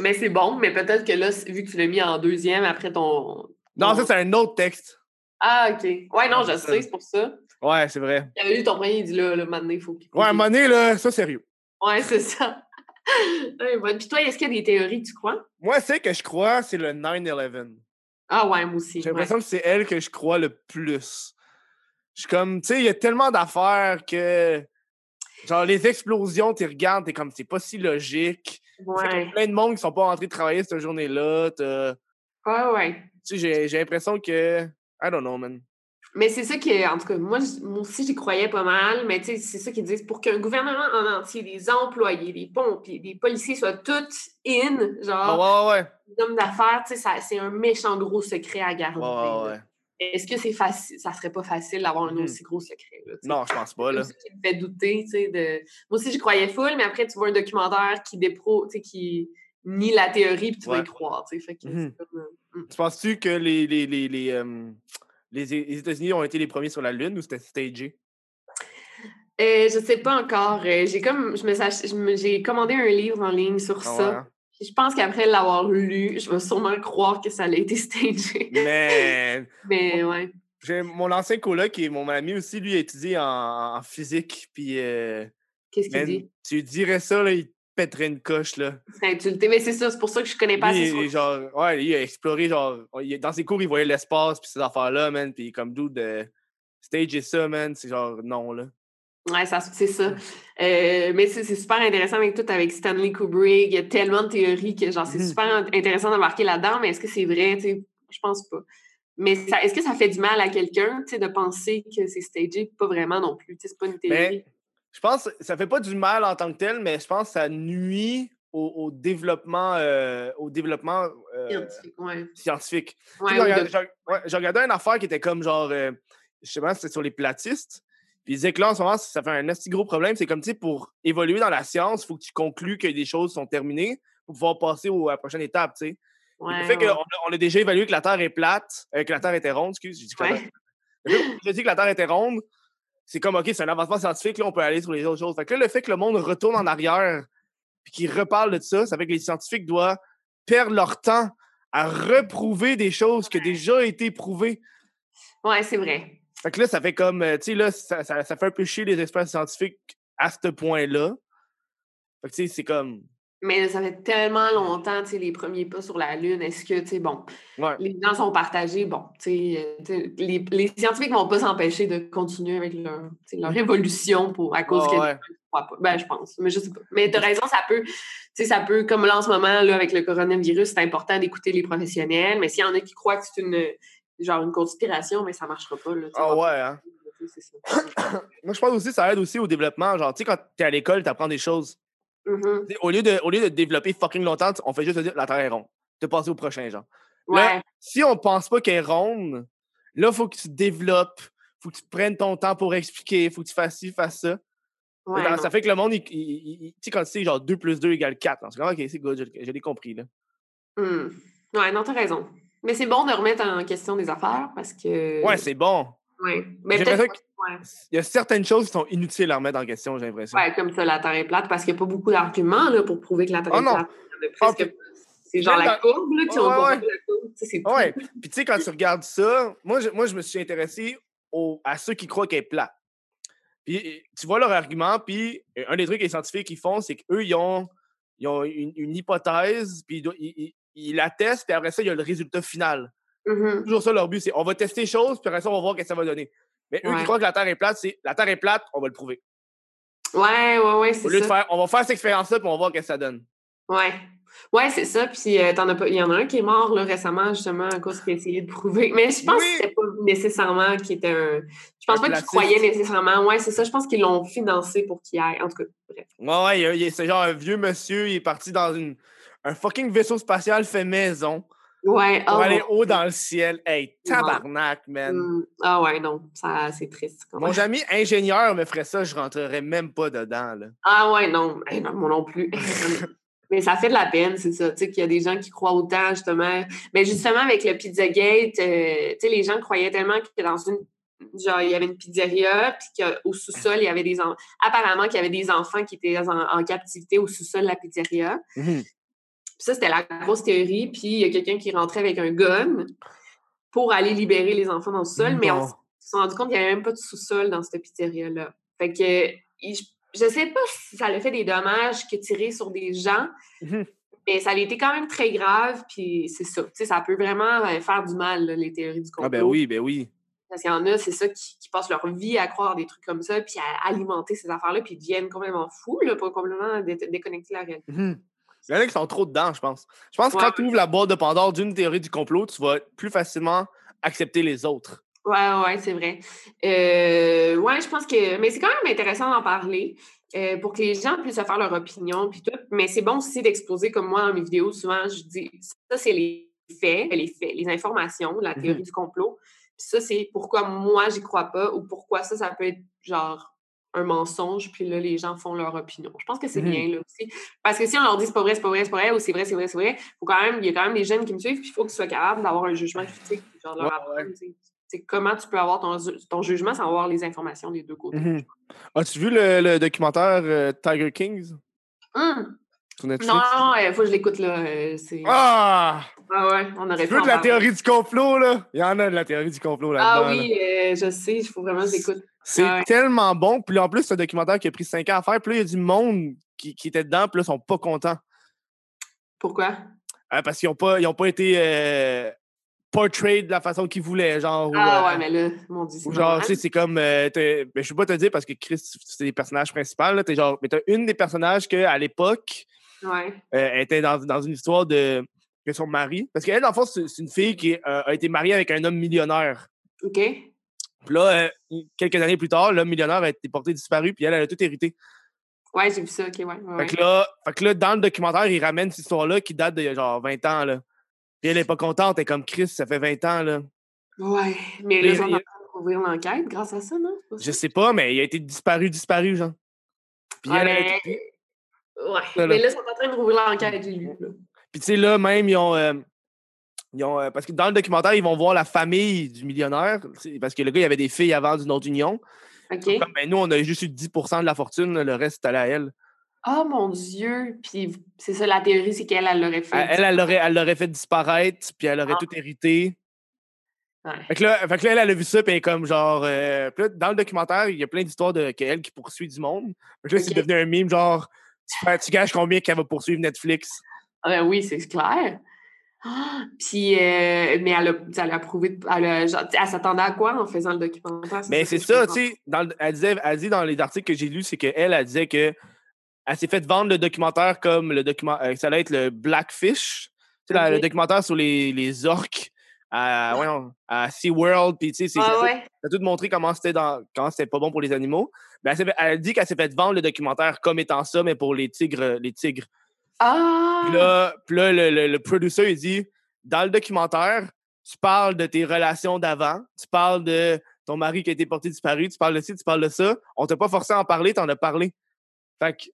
Speaker 3: Mais c'est bon, mais peut-être que là, c'est- vu que tu l'as mis en deuxième après ton...
Speaker 1: Non,
Speaker 3: ton-
Speaker 1: ça, c'est un autre texte.
Speaker 3: Ah, OK. Ouais, non,
Speaker 1: Ouais, c'est
Speaker 3: je
Speaker 1: ça.
Speaker 3: sais, c'est pour ça.
Speaker 1: Ouais, c'est vrai.
Speaker 3: Il avait lu ton premier, il dit, là, là, maintenant, il faut qu'il...
Speaker 1: Ouais, à un moment donné, là, ça, sérieux.
Speaker 3: Ouais, c'est ça. Ouais, bonne. Puis toi, est-ce qu'il y a des théories, tu crois?
Speaker 1: Moi, c'est que je crois, c'est le 9-11.
Speaker 3: Ah ouais, moi aussi.
Speaker 1: J'ai
Speaker 3: ouais.
Speaker 1: l'impression que c'est elle que je crois le plus. Je suis comme, tu sais, il y a tellement d'affaires que. Genre, les explosions, tu regardes, t'es comme, c'est pas si logique. Fait qu'il y a
Speaker 3: Ouais,
Speaker 1: plein de monde qui sont pas rentrés travailler cette journée-là. t'as-
Speaker 3: ouais, ouais.
Speaker 1: Tu sais, j'ai- j'ai l'impression que. I don't know, man.
Speaker 3: Mais c'est ça qui, est- en tout cas, moi, j- moi aussi, j'y croyais pas mal, mais tu sais, c'est ça qu'ils disent, pour qu'un gouvernement en entier, des employés, des pompiers, des policiers soient tous in, genre,
Speaker 1: Ah, ouais, ouais,
Speaker 3: des hommes d'affaires, tu sais, ça- c'est un méchant gros secret à garder.
Speaker 1: ouais. Ouais, ouais, ouais.
Speaker 3: Est-ce que c'est facile, ça serait pas facile d'avoir un
Speaker 1: Mhm.
Speaker 3: aussi gros secret, là, tu sais?
Speaker 1: Non, je pense pas,
Speaker 3: C'est
Speaker 1: là.
Speaker 3: ça qui me fait douter, tu sais, de... Moi aussi, j'y croyais full, mais après, tu vois un documentaire qui dépro... tu sais, qui nie la théorie, puis tu vas y
Speaker 1: Ouais.
Speaker 3: croire, tu sais, fait que
Speaker 1: Mhm.
Speaker 3: c'est comme, euh,
Speaker 1: Tu penses-tu que les, les, les, les, euh, les, les États-Unis ont été les premiers sur la Lune ou c'était stagé?
Speaker 3: Euh, je sais pas encore. Euh, j'ai comme je me sach- je me- j'ai commandé un livre en ligne sur
Speaker 1: Ah,
Speaker 3: ça.
Speaker 1: ouais, hein?
Speaker 3: Puis je pense qu'après l'avoir lu, je vais sûrement croire que ça a été stagé.
Speaker 1: Mais.
Speaker 3: Mais ouais.
Speaker 1: J'ai mon ancien coloc qui est mon ami aussi, lui, il a étudié en, en physique. Puis, euh,
Speaker 3: Qu'est-ce qu'il
Speaker 1: man,
Speaker 3: dit?
Speaker 1: tu dirais ça, là, il te pèterait une coche, là.
Speaker 3: C'est insulté. Mais c'est ça, c'est pour ça que je connais pas
Speaker 1: Lui,
Speaker 3: assez
Speaker 1: il-
Speaker 3: sur-
Speaker 1: il- genre, ouais, lui, il a exploré, genre, il- dans ses cours, il voyait l'espace, puis ces affaires-là, man, puis comme d'où de stage ça, man, c'est genre, non, là.
Speaker 3: Ouais, ça, c'est ça. Euh, mais c'est c'est super intéressant avec tout, avec Stanley Kubrick. Il y a tellement de théories que genre c'est
Speaker 1: Mhm.
Speaker 3: super int- intéressant d'embarquer là-dedans, mais est-ce que c'est vrai? Tu sais, je pense pas. Mais ça- est-ce que ça fait du mal à quelqu'un tu sais, de penser que c'est stagé? Pas vraiment non plus. Tu sais, C'est pas une théorie.
Speaker 1: Ben, Je pense que ça fait pas du mal en tant que tel, mais je pense que ça nuit au, au développement, euh, au développement euh,
Speaker 3: scientifique, ouais.
Speaker 1: scientifique.
Speaker 3: Ouais,
Speaker 1: J'ai
Speaker 3: ou de-
Speaker 1: regardé- j'ai- ouais, j'ai regardé une affaire qui était comme genre, euh, je sais pas, c'était sur les platistes. Puis ils disaient que là, en ce moment, ça fait un assez gros problème. C'est comme, tu sais, pour évoluer dans la science, il faut que tu conclues que des choses sont terminées pour pouvoir passer au- à la prochaine étape, tu sais.
Speaker 3: ouais,
Speaker 1: le fait
Speaker 3: ouais.
Speaker 1: qu'on a- on a déjà évalué que la Terre est plate, euh, que la Terre était ronde, excuse, j'ai dit, que la
Speaker 3: Ouais.
Speaker 1: Terre- Le fait qu'on a déjà dit que la Terre était ronde, c'est comme, OK, c'est un avancement scientifique, là, on peut aller sur les autres choses. Fait que là, le fait que le monde retourne en arrière puis qu'il reparle de ça, ça fait que les scientifiques doivent perdre leur temps à reprouver des choses qui ont déjà été prouvées.
Speaker 3: Ouais, c'est vrai.
Speaker 1: Fait que là, ça fait comme, euh, tu sais, là, ça, ça- ça fait un peu chier les experts scientifiques à ce point-là. Fait que, tu sais, c'est comme,
Speaker 3: Mais ça fait tellement longtemps, tu sais, les premiers pas sur la Lune, est-ce que, tu sais, bon,
Speaker 1: ouais.
Speaker 3: les gens sont partagés, bon, tu sais, euh, tu sais, les, les scientifiques vont pas s'empêcher de continuer avec leur, tu sais, leur évolution pour, à cause
Speaker 1: ah Ouais,
Speaker 3: que
Speaker 1: ouais.
Speaker 3: crois pas. Ben, je pense. Mais je sais pas. Mais t'as raison, ça peut, tu sais, ça peut, comme là en ce moment, là, avec le coronavirus, c'est important d'écouter les professionnels. Mais s'il y en a qui croient que c'est une, genre, une conspiration, mais ça marchera pas, là. tu sais,
Speaker 1: Ah
Speaker 3: on va
Speaker 1: ouais, hein.
Speaker 3: pas- tu sais, c'est ça.
Speaker 1: Moi, je pense aussi que ça aide aussi au développement. Genre, tu sais, quand t'es à l'école, t'apprends des choses.
Speaker 3: Mhm.
Speaker 1: Tu sais, Au lieu, de, au lieu de développer fucking longtemps, tu- on fait juste te dire la Terre est ronde. T'es passé au prochain, genre. Là-
Speaker 3: Ouais.
Speaker 1: Si on pense pas qu'elle est ronde, là, faut que tu développes, faut que tu prennes ton temps pour expliquer, faut que tu fasses ci, fasses ça.
Speaker 3: ouais,
Speaker 1: Dans-
Speaker 3: non.
Speaker 1: ça fait que le monde, il- il- il- il- tu sais, quand tu sais, genre 2 plus 2 égale 4, c'est comme, ok, c'est good, je, je l'ai compris, là.
Speaker 3: Hmm. Ouais, non, t'as raison. Mais c'est bon de remettre en question des affaires parce que.
Speaker 1: Ouais, c'est bon.
Speaker 3: Ouais. Euh, Mais
Speaker 1: J'ai
Speaker 3: peut-être.
Speaker 1: l'impression que-
Speaker 3: Ouais.
Speaker 1: Il y a certaines choses qui sont inutiles à remettre en question, j'ai l'impression.
Speaker 3: Ouais, comme ça, la Terre est plate, parce qu'il n'y a pas beaucoup d'arguments là, pour prouver que la Terre
Speaker 1: Oh
Speaker 3: est
Speaker 1: non.
Speaker 3: plate. Il y en a
Speaker 1: Ah,
Speaker 3: presque pas. C'est genre
Speaker 1: Même
Speaker 3: la courbe, là,
Speaker 1: Ouais,
Speaker 3: tu on voit
Speaker 1: ouais.
Speaker 3: pas la courbe, tu sais, c'est tout.
Speaker 1: Ah Ouais. Puis tu sais, quand tu regardes ça, moi je, moi, je me suis intéressé au- à ceux qui croient qu'elle est plate. Puis euh, tu vois leur argument, puis euh, un des trucs que les scientifiques ils font, c'est qu'eux, ils ont, ils ont une, une hypothèse, puis ils, do- ils- ils- ils la testent, puis après ça, il y a le résultat final.
Speaker 3: Mhm.
Speaker 1: Toujours ça, leur but, c'est on va tester les choses, puis après ça, on va voir ce que ça va donner. Mais eux
Speaker 3: Ouais.
Speaker 1: qui croient que la Terre est plate, c'est la Terre est plate, on va le prouver.
Speaker 3: Ouais, ouais, ouais,
Speaker 1: Au
Speaker 3: c'est
Speaker 1: lieu
Speaker 3: ça.
Speaker 1: de faire, on va faire cette expérience-là, puis on va voir ce que ça donne.
Speaker 3: Ouais. Ouais, c'est ça. Puis euh, t'en as pas... il y en a un qui est mort là, récemment, justement, à cause qu'il a essayé de prouver. Mais je pense
Speaker 1: Oui.
Speaker 3: que c'était pas nécessairement qu'il était un. Je pense
Speaker 1: Un
Speaker 3: pas qu'il
Speaker 1: platiste.
Speaker 3: croyait nécessairement. Ouais, c'est ça. Je pense qu'ils l'ont financé pour qu'il aille. En tout cas, bref.
Speaker 1: Ouais, ouais, il y a- il y a- c'est genre un vieux monsieur, il est parti dans une, un fucking vaisseau spatial fait maison.
Speaker 3: Ouais,
Speaker 1: On
Speaker 3: oh,
Speaker 1: va aller haut dans le ciel. Hey,
Speaker 3: Ouais.
Speaker 1: tabarnak, man.
Speaker 3: hum, ah ouais, non. Ça, c'est triste. quand même.
Speaker 1: Mon ami ingénieur me ferait ça, je rentrerais même pas dedans. Là.
Speaker 3: Ah ouais, non. Eh non, moi non plus. Mais ça fait de la peine, c'est ça. Tu sais, qu'il y a des gens qui croient autant, justement. Mais justement, avec le Pizzagate, euh, tu sais, les gens croyaient tellement que dans une. Genre, il y avait une pizzeria, puis qu'au sous-sol, il y avait des. en- Apparemment, qu'il y avait des enfants qui étaient en, en captivité au sous-sol de la pizzeria.
Speaker 1: Mm-hmm.
Speaker 3: Puis ça, c'était la grosse théorie. Puis il y a quelqu'un qui rentrait avec un gun pour aller libérer les enfants dans le sol. Mais on
Speaker 1: Non.
Speaker 3: s- se sont rendu compte qu'il n'y avait même pas de sous-sol dans cette pizzeria-là. Fait que il- je- je sais pas si ça a fait des dommages que tirer sur des gens,
Speaker 1: Mhm.
Speaker 3: mais ça a été quand même très grave. Puis c'est ça. Tu sais, ça peut vraiment euh, faire du mal, là, les théories du complot.
Speaker 1: Ah ben oui, ben oui.
Speaker 3: Parce qu'il y en a, c'est ça, qui, qui passent leur vie à croire des trucs comme ça, puis à alimenter ces affaires-là, puis ils deviennent complètement fous, là, pour complètement dé- déconnecter la réalité.
Speaker 1: Mhm. Il y en a qui sont trop dedans, je pense. Je pense que
Speaker 3: Ouais.
Speaker 1: quand tu ouvres la boîte de Pandore d'une théorie du complot, tu vas plus facilement accepter les autres.
Speaker 3: Ouais, ouais, c'est vrai. Euh, ouais, je pense que. Mais c'est quand même intéressant d'en parler euh, pour que les gens puissent se faire leur opinion puis tout. Mais c'est bon aussi d'exposer, comme moi dans mes vidéos, souvent, je dis ça, c'est les faits, les faits, les informations, la
Speaker 1: Mhm.
Speaker 3: théorie du complot. Puis ça, c'est pourquoi moi, j'y crois pas ou pourquoi ça, ça peut être genre un mensonge, puis là, les gens font leur opinion. Je pense que c'est
Speaker 1: Mhm.
Speaker 3: bien, là aussi. Parce que si on leur dit c'est pas vrai, c'est pas vrai, c'est pas vrai, ou c'est vrai, c'est vrai, c'est vrai, faut quand même, il y a quand même des jeunes qui me suivent, puis il faut qu'ils soient capables d'avoir un jugement critique, puis genre de leur
Speaker 1: Ouais,
Speaker 3: apprendre,
Speaker 1: ouais.
Speaker 3: tu sais. C'est comment tu peux avoir ton, ju- ton jugement sans avoir les informations
Speaker 1: Mm-hmm.
Speaker 3: des deux côtés.
Speaker 1: As-tu vu le, le documentaire euh, Tiger Kings?
Speaker 3: Hum!
Speaker 1: Sur Netflix.
Speaker 3: Non, non, il faut que je l'écoute, là. euh, c'est...
Speaker 1: Ah!
Speaker 3: Ah ouais, on aurait
Speaker 1: Tu
Speaker 3: pu
Speaker 1: veux
Speaker 3: en
Speaker 1: de la
Speaker 3: parler.
Speaker 1: théorie du complot, là? Il y en a de la théorie du complot là-dedans.
Speaker 3: Ah
Speaker 1: là.
Speaker 3: oui, euh, je sais, il faut vraiment que je l'écoute.
Speaker 1: C'est
Speaker 3: Ouais.
Speaker 1: tellement bon. Puis là, en plus, c'est un documentaire qui a pris 5 ans à faire. Puis là, il y a du monde qui, qui était dedans, puis là, ils sont pas contents.
Speaker 3: Pourquoi?
Speaker 1: Euh, parce qu'ils n'ont pas, ils ont pas été euh, portrayed de la façon qu'ils voulaient. Genre, ou,
Speaker 3: Ah
Speaker 1: euh,
Speaker 3: ouais, mais là, mon Dieu, c'est
Speaker 1: ou genre,
Speaker 3: normal.
Speaker 1: tu sais, c'est comme. euh, t'es- ben, je ne peux pas te dire parce que Chris, c'est les personnages principaux. Là, t'es genre, mais t'as une des personnages qu'à l'époque,
Speaker 3: Ouais.
Speaker 1: euh, elle était dans, dans une histoire de que son mari. Parce qu'elle, dans le fond, c'est c'est une fille qui euh, a été mariée avec un homme millionnaire.
Speaker 3: OK.
Speaker 1: Puis là, euh, quelques années plus tard, l'homme millionnaire a été porté disparu, puis elle, elle a tout hérité.
Speaker 3: Ouais, j'ai vu ça, OK, ouais. ouais, ouais.
Speaker 1: Fait, que là, fait que là, dans le documentaire, il ramène cette histoire-là qui date de genre 20 ans. Là. Puis elle est pas contente, elle est comme Chris, ça fait 20 ans. Là.
Speaker 3: Ouais, mais
Speaker 1: Il-
Speaker 3: là, on
Speaker 1: il-
Speaker 3: va ouvrir l'enquête grâce à ça, non? C'est pas
Speaker 1: Je
Speaker 3: ça?
Speaker 1: sais pas, mais il a été disparu, disparu, genre. Puis
Speaker 3: Ouais,
Speaker 1: elle, elle a
Speaker 3: mais-
Speaker 1: été-
Speaker 3: Ouais,
Speaker 1: là.
Speaker 3: mais là, ils sont en train de rouvrir l'enquête, j'ai lu. là.
Speaker 1: Puis tu sais, là, même, ils ont. euh, ils ont euh, parce que dans le documentaire, ils vont voir la famille du millionnaire. c'est- Parce que le gars, il avait des filles avant d'une autre union.
Speaker 3: OK.
Speaker 1: Comme, ben, nous, on a juste eu 10 de la fortune, là, le reste, c'est allé à elle.
Speaker 3: Ah, mon Dieu! Puis c'est ça, la théorie, c'est qu'elle, elle l'aurait fait.
Speaker 1: Ah, Elle, elle, elle l'aurait- elle l'aurait fait disparaître, puis elle aurait
Speaker 3: Ah.
Speaker 1: tout hérité.
Speaker 3: Ouais.
Speaker 1: Fait que là, fait que là, elle, elle a vu ça, puis elle est comme genre. euh, puis là, dans le documentaire, il y a plein d'histoires de qu'elle qui poursuit du monde. Fait que là, c'est
Speaker 3: Ok.
Speaker 1: devenu un mime, genre. Tu, fais- tu gages combien qu'elle va poursuivre Netflix?
Speaker 3: Ah ben oui, c'est clair. Ah, Puis, euh, mais elle a, elle a prouvé, de- elle, a- genre, elle s'attendait à quoi en faisant le documentaire?
Speaker 1: Mais
Speaker 3: que
Speaker 1: c'est
Speaker 3: je
Speaker 1: ça,
Speaker 3: comprends.
Speaker 1: tu sais. dans le- Elle, disait- elle dit dans les articles que j'ai lus, c'est qu'elle, elle disait que. Elle s'est fait vendre le documentaire comme le document. euh, que ça allait être le Blackfish. Tu sais, la- le
Speaker 3: Ok.
Speaker 1: documentaire sur les, les orques à, voyons, à SeaWorld, puis tu sais, c'est-
Speaker 3: Ah
Speaker 1: c'est-
Speaker 3: ouais?
Speaker 1: T'as tout montré comment c'était dans comment c'était pas bon pour les animaux. Mais elle, s'est fait- elle dit qu'elle s'est fait vendre le documentaire comme étant ça, mais pour les tigres, euh, les tigres.
Speaker 3: Ah!
Speaker 1: Puis là, puis là, le, le, le producer, il dit Dans le documentaire, tu parles de tes relations d'avant, tu parles de ton mari qui a été porté disparu, tu parles de ci, tu parles de ça. On t'a pas forcé à en parler, t'en as parlé. Fait que,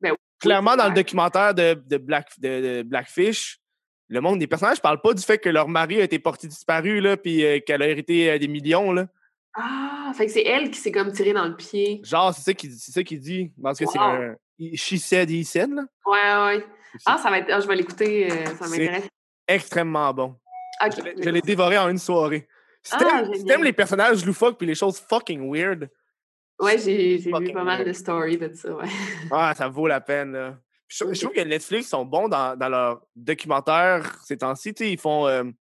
Speaker 3: Ben oui,
Speaker 1: clairement,
Speaker 3: c'est
Speaker 1: dans le
Speaker 3: clair.
Speaker 1: documentaire de, de Black, de, de Blackfish, le monde des personnages parle pas du fait que leur mari a été porté disparu, là, puis euh, qu'elle a hérité euh, des millions, là.
Speaker 3: Ah! Fait que c'est elle qui s'est comme tirée dans le pied.
Speaker 1: Genre, c'est ça qu'il c'est ça qu'il dit. Parce que c'est
Speaker 3: Wow.
Speaker 1: un. il- She said, he said, là.
Speaker 3: Ouais, ouais. Ah, ça va être. ah, je vais l'écouter, euh, ça
Speaker 1: C'est-
Speaker 3: m'intéresse.
Speaker 1: Extrêmement bon.
Speaker 3: Ok.
Speaker 1: Je l'ai- Je l'ai dévoré en une soirée. Si
Speaker 3: Ah,
Speaker 1: t'aimes- si
Speaker 3: génial.
Speaker 1: t'aimes les personnages loufoques puis les choses fucking weird,
Speaker 3: Ouais, j'ai j'ai lu
Speaker 1: Fucking
Speaker 3: pas mal
Speaker 1: weird.
Speaker 3: de stories de ça, ouais.
Speaker 1: ah, ça vaut la peine. là. Je, je trouve que Netflix sont bons dans, dans leurs documentaires ces temps-ci. tu sais, Ils font euh, tu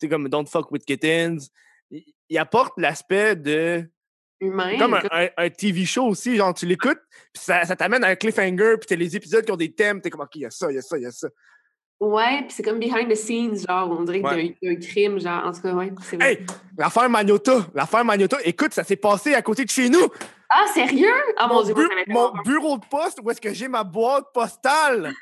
Speaker 1: sais, comme Don't Fuck with Kittens. Ils, ils apportent l'aspect de.
Speaker 3: Humain.
Speaker 1: Comme un, un- un TV show aussi, genre tu l'écoutes, puis ça, ça t'amène à un cliffhanger, puis t'as les épisodes qui ont des thèmes, t'es comme, ok, il y a ça, il y a ça, il y a ça.
Speaker 3: Ouais, puis c'est comme behind the scenes, genre, on dirait qu'il y a eu- il y a un crime, genre, en tout cas, ouais, c'est vrai.
Speaker 1: Hey! L'affaire Magnota, l'affaire Magnota, écoute, ça s'est passé à côté de chez nous.
Speaker 3: Ah, sérieux? Ah, mon,
Speaker 1: mon,
Speaker 3: Dieu,
Speaker 1: bu-
Speaker 3: moi, ça m'intéresse.
Speaker 1: mon bureau de poste où est-ce que j'ai ma boîte postale.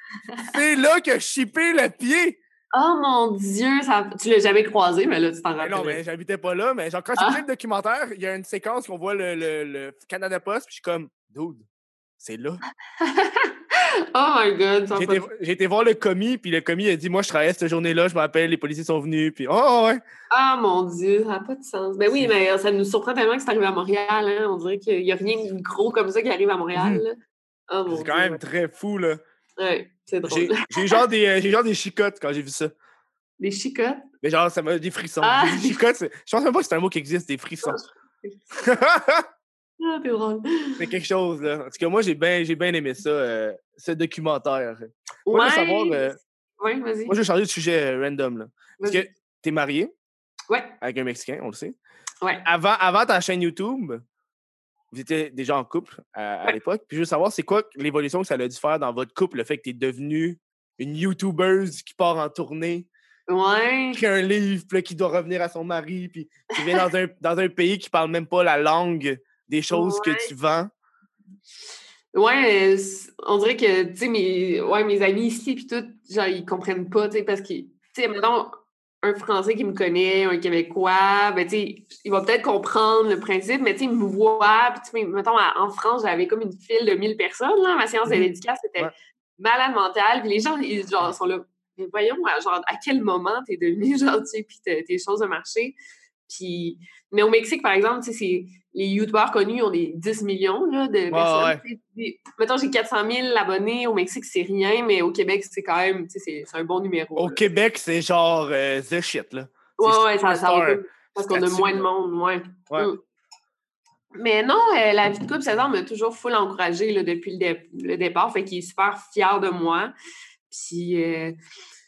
Speaker 1: C'est là que je chipais le pied.
Speaker 3: Ah, mon Dieu, ça... tu l'as jamais croisé, mais là, tu t'en
Speaker 1: Mais non, mais
Speaker 3: rappelles.
Speaker 1: j'habitais pas là, mais genre quand j'ai
Speaker 3: Ah.
Speaker 1: vu le documentaire, il y a une séquence qu'on voit le, le- le Canada Post, puis je suis comme dude. C'est là.
Speaker 3: Oh my God, ça
Speaker 1: J'ai
Speaker 3: va
Speaker 1: été,
Speaker 3: pas-
Speaker 1: j'ai été voir le commis, puis le commis a dit Moi, je travaillais cette journée-là, je m'appelle, les policiers sont venus, puis oh, ouais.
Speaker 3: Ah, mon Dieu, ça n'a pas de sens. Ben oui,
Speaker 1: C'est-
Speaker 3: mais euh, ça nous surprend tellement que c'est arrivé à Montréal, hein. On dirait qu'il n'y a rien de gros comme ça qui arrive à Montréal, là. Ah, mon
Speaker 1: Mmh. C'est
Speaker 3: Dieu,
Speaker 1: quand même
Speaker 3: ouais.
Speaker 1: très fou, là.
Speaker 3: Ouais, c'est
Speaker 1: J'ai
Speaker 3: drôle.
Speaker 1: j'ai genre, des, euh, j'ai genre des chicottes quand j'ai vu ça.
Speaker 3: Des chicottes.
Speaker 1: Mais genre, ça m'a des frissons.
Speaker 3: Ah.
Speaker 1: Des chicottes, c'est- je pense même pas que c'est un mot qui existe, des frissons.
Speaker 3: Ah, c'est drôle.
Speaker 1: C'est quelque chose, là. En tout cas, moi, j'ai bien j'ai bien aimé ça, euh, ce documentaire.
Speaker 3: Ouais.
Speaker 1: Moi, je veux savoir, euh,
Speaker 3: Ouais, vas-y.
Speaker 1: Moi, je vais changer de sujet euh, random, là. Parce
Speaker 3: vas-y.
Speaker 1: que t'es marié
Speaker 3: Ouais,
Speaker 1: avec un Mexicain, on le sait.
Speaker 3: ouais.
Speaker 1: Avant, avant ta chaîne YouTube, vous étiez déjà en couple à, à
Speaker 3: Ouais.
Speaker 1: l'époque. Puis je veux savoir, c'est quoi l'évolution que ça a dû faire dans votre couple, le fait que t'es devenu une YouTubeuse qui part en tournée,
Speaker 3: Ouais.
Speaker 1: qui a un livre, puis là, qui doit revenir à son mari, puis tu viens dans un, dans un pays qui parle même pas la langue des choses
Speaker 3: Ouais.
Speaker 1: que tu vends.
Speaker 3: Ouais, euh, c- on dirait que, tu sais, mes, ouais, mes amis ici, puis tout, genre, ils comprennent pas, tu sais, parce que, tu sais, mettons, un Français qui me connaît, un Québécois, ben, tu sais, il va peut-être comprendre le principe, mais, tu sais, il me voit, puis, tu sais, mettons, à- en France, j'avais comme une file de 1000 personnes, là, ma séance de
Speaker 1: Mhm.
Speaker 3: dédicace, c'était
Speaker 1: Ouais.
Speaker 3: malade mentale, puis les gens, ils, genre, sont là, mais voyons, à- genre, à quel moment t'es devenu gentil, puis t'es- tes choses de marché, puis... Mais au Mexique, par exemple, tu sais, c'est- les youtubeurs connus ont des 10 millions là, de personnes.
Speaker 1: ouais.
Speaker 3: Tu sais, des- Mettons, j'ai 400 000 abonnés. Au Mexique, c'est rien, mais au Québec, c'est quand même, tu sais, c'est c'est un bon numéro.
Speaker 1: Au
Speaker 3: là.
Speaker 1: Québec, c'est genre euh, the shit, là.
Speaker 3: Ouais,
Speaker 1: c'est
Speaker 3: ouais, ça, ça va
Speaker 1: superstar.
Speaker 3: pas. Parce qu'on a
Speaker 1: Statue,
Speaker 3: moins de
Speaker 1: là.
Speaker 3: monde, ouais.
Speaker 1: Ouais.
Speaker 3: Mm. Mais non, euh, la vie de couple, César m'a toujours full encouragée là, depuis le, dé- le départ. Fait qu'il est super fier de moi. Puis euh,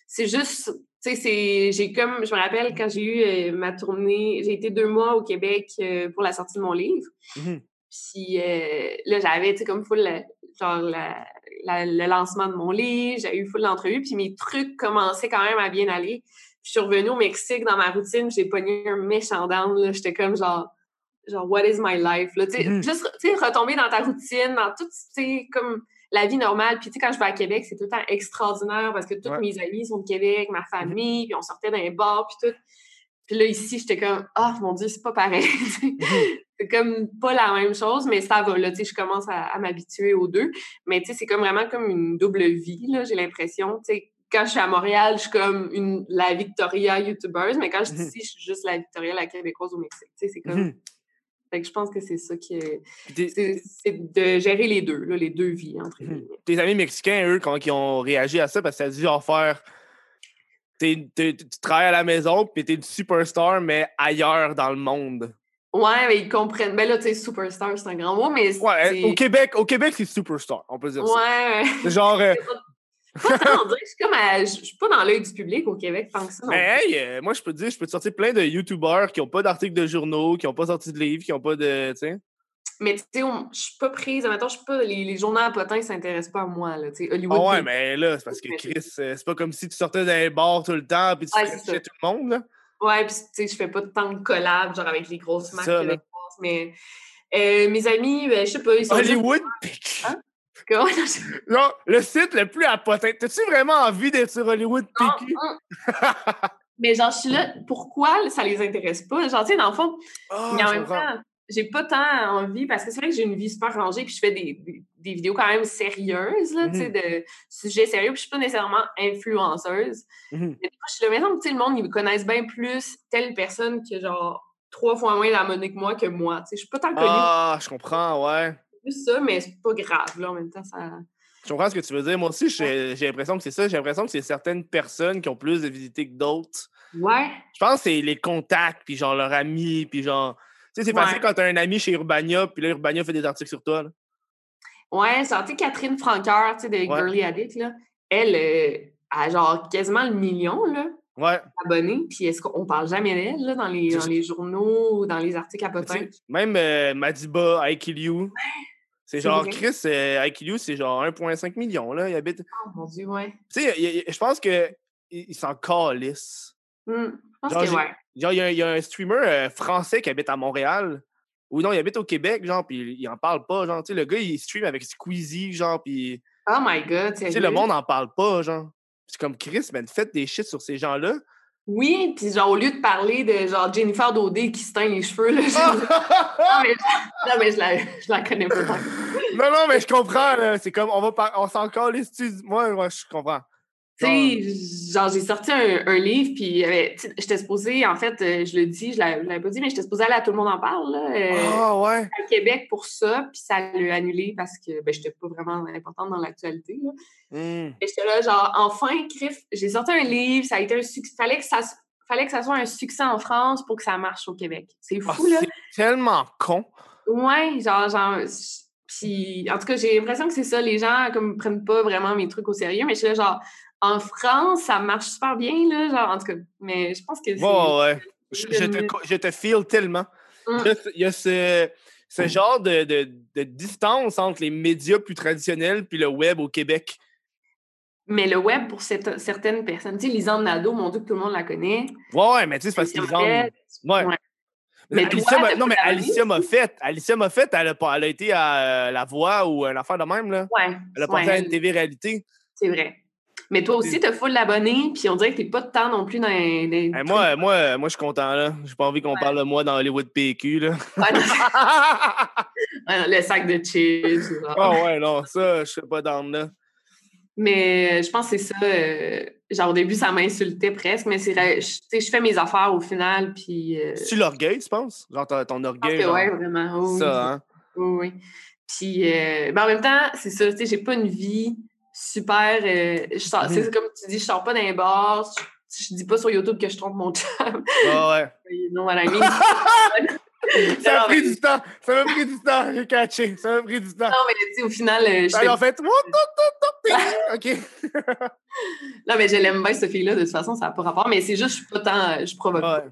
Speaker 3: c'est juste, tu sais, c'est- j'ai comme, je me rappelle quand j'ai eu euh, ma tournée, j'ai été deux mois au Québec euh, pour la sortie de mon livre.
Speaker 1: Mhm.
Speaker 3: Puis euh, là, j'avais, tu sais, comme full, euh, genre, la- la- le lancement de mon livre, j'ai eu full d'entrevues, puis mes trucs commençaient quand même à bien aller. Puis je suis revenue au Mexique dans ma routine, j'ai pogné un méchant down, là. J'étais comme genre, genre, what is my life? Là, tu sais,
Speaker 1: Mhm.
Speaker 3: Juste tu sais, retomber dans ta routine, dans tout, tu sais, comme la vie normale. Puis tu sais, quand je vais à Québec, c'est tout le temps extraordinaire parce que toutes
Speaker 1: Ouais.
Speaker 3: mes amies sont de Québec, ma famille, puis on sortait dans les bars, puis tout. Puis là, ici, j'étais comme, ah, mon Dieu, c'est pas pareil. tu sais. c'est comme pas la même chose, mais ça va, là, tu sais, je commence à, à m'habituer aux deux. Mais tu sais, c'est comme vraiment comme une double vie, là, j'ai l'impression, tu sais. Quand je suis à Montréal, je suis comme une, la Victoria youtubeuse, mais quand je suis
Speaker 1: Mhm.
Speaker 3: ici, je suis juste la Victoria, la québécoise au Mexique. Tu sais, c'est comme...
Speaker 1: Mhm.
Speaker 3: Fait que je pense que c'est ça qui est...
Speaker 1: Puis t'es-
Speaker 3: C'est c'est de gérer les deux, là, les deux vies, entre
Speaker 1: Mhm.
Speaker 3: guillemets.
Speaker 1: tes amis mexicains, eux, quand ils ont réagi à ça, parce que ça a dû genre faire. t'es- t'es- tu travailles à la maison, puis t'es une superstar, mais ailleurs dans le monde.
Speaker 3: Ouais, mais ils comprennent. Ben là, tu sais, superstar, c'est un grand mot, mais
Speaker 1: Ouais, euh,
Speaker 3: c'est-
Speaker 1: au Québec, au Québec, c'est superstar, on peut dire ça.
Speaker 3: Ouais, ouais.
Speaker 1: C'est Genre, euh,
Speaker 3: Pas tant, on dirait que je suis comme à- Je je suis pas dans l'œil du public au Québec tant que ça. non
Speaker 1: mais hey, euh, moi, je peux te dire, je peux te sortir plein de YouTubers qui n'ont pas d'articles de journaux, qui n'ont pas sorti de livres, qui n'ont pas de. tu sais.
Speaker 3: Mais tu sais, on- je suis pas prise. Maintenant, je suis pas. Les, les journaux à potins s'intéressent pas à moi, là. Tu sais,
Speaker 1: Ah
Speaker 3: Hollywood.
Speaker 1: ouais,
Speaker 3: c'est-
Speaker 1: mais là, c'est parce que Chris, euh, c'est pas comme si tu sortais d'un bar tout le temps, puis tu
Speaker 3: Ouais,
Speaker 1: crachais
Speaker 3: c'est ça.
Speaker 1: tout le monde, là.
Speaker 3: Ouais, puis tu sais, je fais pas tant de collabs, genre avec les grosses
Speaker 1: C'est
Speaker 3: marques
Speaker 1: ça, là.
Speaker 3: québécoises. Mais euh, mes amis, ben, je sais pas, ils sont. juste
Speaker 1: Hollywood Pic.
Speaker 3: Hein? que- Ouais, non, je-
Speaker 1: Non, le site le plus apotin. T'as-tu vraiment envie d'être sur Hollywood PQ?
Speaker 3: mais genre, je suis là. Pourquoi ça les intéresse pas? Genre, tu sais, dans le fond,
Speaker 1: Ah,
Speaker 3: mais en
Speaker 1: je
Speaker 3: même
Speaker 1: comprends.
Speaker 3: temps, j'ai pas tant envie parce que c'est vrai que j'ai une vie super rangée puis je fais des, des- des vidéos quand même sérieuses, là,
Speaker 1: Mmh
Speaker 3: tu sais, de sujets sérieux. Puis je suis pas nécessairement influenceuse.
Speaker 1: Mhm.
Speaker 3: Mais des fois, je suis là, mais non, tu sais, le monde, ils connaissent bien plus telle personne que genre trois fois moins la monnaie que moi que moi. Tu sais, je suis pas tant connue
Speaker 1: Ah, je comprends, ouais.
Speaker 3: pour plus ça, mais c'est pas grave, là, en même temps, ça.
Speaker 1: Je comprends ce que tu veux dire. Moi aussi, j'ai j'ai l'impression que c'est ça. J'ai l'impression que c'est certaines personnes qui ont plus de visibilité que d'autres.
Speaker 3: Ouais.
Speaker 1: Je pense que c'est les contacts, puis genre leurs amis, puis genre. Tu sais, c'est
Speaker 3: Ouais.
Speaker 1: facile quand t'as un ami chez Urbania, puis là, Urbania fait des articles sur toi. là.
Speaker 3: Ouais, genre, tu sais, Catherine Franqueur, tu sais, de
Speaker 1: Ouais.
Speaker 3: Girly Addict, là, elle euh, a genre quasiment le million, là,
Speaker 1: Ouais.
Speaker 3: d'abonnés. Puis est-ce qu'on parle jamais d'elle, là, dans les,
Speaker 1: C'est
Speaker 3: dans
Speaker 1: ça.
Speaker 3: les journaux ou dans les articles à
Speaker 1: Mais tu sais,
Speaker 3: potins?
Speaker 1: Même euh, Madiba, I Kill You. C'est
Speaker 3: c'est
Speaker 1: genre,
Speaker 3: vrai.
Speaker 1: Chris, euh, I Kill You, c'est genre 1,5 million. Là. Il habite.
Speaker 3: Oh mon Dieu, ouais.
Speaker 1: Tu sais, il- il- je pense que il il s'en calisse.
Speaker 3: Hum, Je pense
Speaker 1: Genre,
Speaker 3: que
Speaker 1: j'ai-
Speaker 3: ouais.
Speaker 1: Genre, il y, a un- il y a un streamer euh, français qui habite à Montréal. Ou non, il habite au Québec, genre, puis il- il en parle pas, genre. Tu sais, le gars, il stream avec Squeezie, genre, puis...
Speaker 3: Oh my God,
Speaker 1: Tu sais, le
Speaker 3: sérieux?
Speaker 1: monde en parle pas, genre. C'est comme, Chris, man, faites des shit sur ces gens-là.
Speaker 3: Oui, puis genre, au lieu de parler de genre Jennifer Daudé qui se teint les cheveux,
Speaker 1: Ah!
Speaker 3: là, genre, Non, mais, je- non, mais je, la, je la connais pas. tant que ça.
Speaker 1: non, non, mais je comprends, là. C'est comme, on va par- on s'en calisse, tu dis- Moi, moi, je comprends.
Speaker 3: Tu sais, genre, j'ai sorti un, un livre, puis euh, ben, tu sais, j'étais supposée, en fait, euh, je le dis, je l'a- je l'avais pas dit, mais j'étais supposée aller à Tout le monde en parle, là, euh,
Speaker 1: Ah, ouais.
Speaker 3: à Québec pour ça, puis ça l'a annulé parce que ben, j'étais pas vraiment importante dans l'actualité. là.
Speaker 1: Hmm.
Speaker 3: Et j'étais là, genre, enfin, Criff, j'ai sorti un livre, ça a été un succès. Fallait que ça, s- fallait que ça soit un succès en France pour que ça marche au Québec. C'est
Speaker 1: Ah,
Speaker 3: fou, là.
Speaker 1: c'est tellement con.
Speaker 3: Ouais, genre, genre. je- Puis, en tout cas, j'ai l'impression que c'est ça. Les gens, comme, prennent pas vraiment mes trucs au sérieux, mais je suis là, genre, en France, ça marche super bien, là. Genre, en tout cas, mais je pense que c'est.
Speaker 1: Ouais, ouais. Je,
Speaker 3: je
Speaker 1: je te,
Speaker 3: me-
Speaker 1: co- je te feel tellement.
Speaker 3: Mm.
Speaker 1: Il y a ce- Il y a ce, ce
Speaker 3: Mmh.
Speaker 1: genre de, de- de distance entre les médias plus traditionnels puis le web au Québec.
Speaker 3: Mais le web, pour cette- certaines personnes, tu sais, Lisanne Nadeau, mon Dieu, que tout le monde la connaît.
Speaker 1: Ouais, ouais, mais tu sais, c'est parce
Speaker 3: Alicia
Speaker 1: qu'ils ont. Ouais.
Speaker 3: Moffett. Ouais. Mais
Speaker 1: Alicia
Speaker 3: toi,
Speaker 1: m'a-
Speaker 3: t'as
Speaker 1: non,
Speaker 3: pas
Speaker 1: mais
Speaker 3: d'abonnés,
Speaker 1: Alicia m'a fait. Alicia m'a fait, elle a, pas- elle a été à euh, La Voix ou une affaire de même, là.
Speaker 3: Ouais.
Speaker 1: Elle a
Speaker 3: ouais,
Speaker 1: porté à une TV réalité.
Speaker 3: C'est vrai. Mais toi aussi, t'as full d'abonnés, puis on dirait que t'es pas de temps non plus dans. les- les
Speaker 1: Eh,
Speaker 3: trucs.
Speaker 1: moi, euh, moi, euh, moi je suis content, là. J'ai pas envie qu'on parle de moi dans Hollywood PQ, là.
Speaker 3: Ouais, non, ouais, non, le sac de chips. genre.
Speaker 1: Ah ouais, non, ça, je serais pas dans là.
Speaker 3: Mais euh, je pense que c'est ça. euh, Genre, au début, ça m'insultait presque, mais c'est vrai, je tu sais, je fais mes affaires au final, puis. euh,
Speaker 1: C'est l'orgueil, tu penses? Genre ton, ton
Speaker 3: je pense
Speaker 1: orgueil.
Speaker 3: que
Speaker 1: genre,
Speaker 3: ouais, vraiment. oui,
Speaker 1: ça, hein?
Speaker 3: Oui, oui. Puis, euh, ben, en même temps, c'est ça, tu sais, j'ai pas une vie super. euh, je sors-
Speaker 1: Mhm.
Speaker 3: C'est comme tu dis, je sors pas d'un bar, je, je dis pas sur YouTube que je trompe mon job.
Speaker 1: Ouais, ouais.
Speaker 3: non, à la ligne.
Speaker 1: Ça
Speaker 3: Non, Ah,
Speaker 1: m'a pris
Speaker 3: mais-
Speaker 1: du temps! Ça m'a pris du temps! J'ai catché! Ça m'a pris du temps!
Speaker 3: Non, mais tu sais, au final, euh, je fais-
Speaker 1: Alors, en fait, Woup, woup, woup, woup, OK.
Speaker 3: non, mais je l'aime bien, cette fille-là, de toute façon, ça n'a pas rapport, mais c'est juste, je suis pas tant. euh, Je provoque
Speaker 1: Ouais,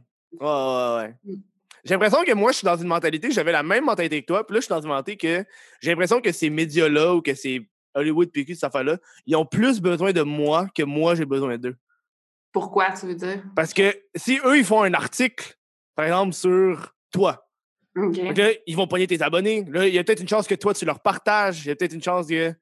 Speaker 1: ouais,
Speaker 3: pas.
Speaker 1: ouais. ouais.
Speaker 3: Mm.
Speaker 1: J'ai l'impression que moi, je suis dans une mentalité, j'avais la même mentalité que toi, puis là, je suis dans une mentalité que j'ai l'impression que ces médias-là ou que ces Hollywood PQ, cette affaire-là, ils ont plus besoin de moi que moi, j'ai besoin d'eux.
Speaker 3: Pourquoi, tu veux dire?
Speaker 1: Parce que si eux, ils font un article, par exemple, sur toi,
Speaker 3: OK.
Speaker 1: fait que là, ils vont pogner tes abonnés. Là, il y a peut-être une chance que toi, tu leur partages. Il y a peut-être une chance que.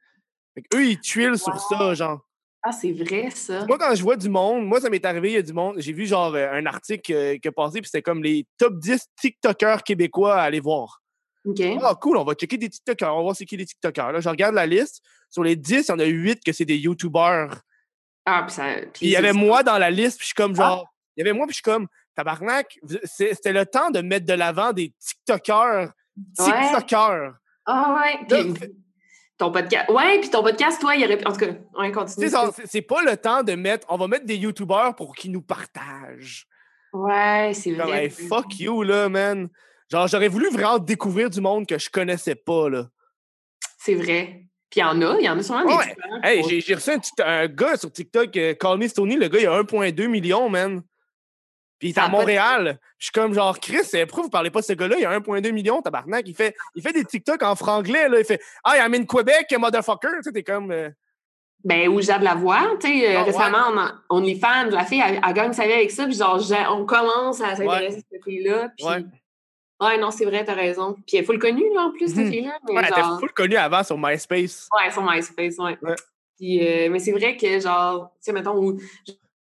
Speaker 1: Fait que eux, ils tuilent sur ça, genre.
Speaker 3: Ah, c'est vrai, ça.
Speaker 1: Moi, quand je vois du monde, moi, ça m'est arrivé, il y a du monde. J'ai vu genre euh, un article euh, qui a passé, puis c'était comme les top 10 TikTokers québécois à aller voir.
Speaker 3: OK.
Speaker 1: Ah, cool, on va checker des TikTokers, on va voir c'est qui les TikTokers. Là, je regarde la liste. Sur les 10, il y en a 8 que c'est des YouTubers.
Speaker 3: Ah, puis ça. Ah.
Speaker 1: Puis il y avait
Speaker 3: c'est-
Speaker 1: moi dans la liste, puis je suis comme genre. Il y avait moi, puis je suis comme, tabarnak, vous- c'est- c'était le temps de mettre de l'avant des TikTokers.
Speaker 3: Ouais.
Speaker 1: TikTokers.
Speaker 3: Ah, ouais.
Speaker 1: Là,
Speaker 3: Puis ton podcast. Ouais, puis ton podcast, toi, il y aurait. En tout cas, on
Speaker 1: Tu sais,
Speaker 3: continue.
Speaker 1: genre, c'est- c'est pas le temps de mettre. On va mettre des YouTubers pour qu'ils nous partagent.
Speaker 3: Ouais, c'est
Speaker 1: Comme,
Speaker 3: vrai.
Speaker 1: hey, fuck you, là, man. Genre, j'aurais voulu vraiment découvrir du monde que je connaissais pas, là.
Speaker 3: C'est vrai. Puis il y en a, il y en a sûrement des
Speaker 1: Ouais.
Speaker 3: différents.
Speaker 1: Hey, j'ai- j'ai reçu un, petit- un gars sur TikTok, euh, Call Me Stoney, le gars, il a 1,2 million, man. Puis il est
Speaker 3: Ça
Speaker 1: à
Speaker 3: a pas de-
Speaker 1: Montréal. Je suis comme, genre, Chris, euh, pourquoi vous parlez pas de ce gars-là? Il a 1,2 million, tabarnak. Il fait, il fait des TikTok en franglais, là. Il fait, ah, I'm in Quebec, motherfucker. Tu sais, t'es comme. euh,
Speaker 3: Ben, ou Jade Lavoie, tu sais, euh,
Speaker 1: Ah, ouais.
Speaker 3: récemment, on, en- on est fan de la fille, elle, elle gagne sa vie avec ça, puis genre, j'a- on commence à s'intéresser à cette fille-là, puis...
Speaker 1: Ouais.
Speaker 3: Ouais. non, c'est vrai, t'as raison. Puis elle est full connue, là, en plus, cette
Speaker 1: Mhm.
Speaker 3: fille-là, mais
Speaker 1: ouais, t'es
Speaker 3: genre...
Speaker 1: full connu avant sur MySpace.
Speaker 3: Ouais, sur MySpace, ouais.
Speaker 1: Ouais.
Speaker 3: Puis, euh, mais c'est vrai que, genre, tu sais, mettons, où-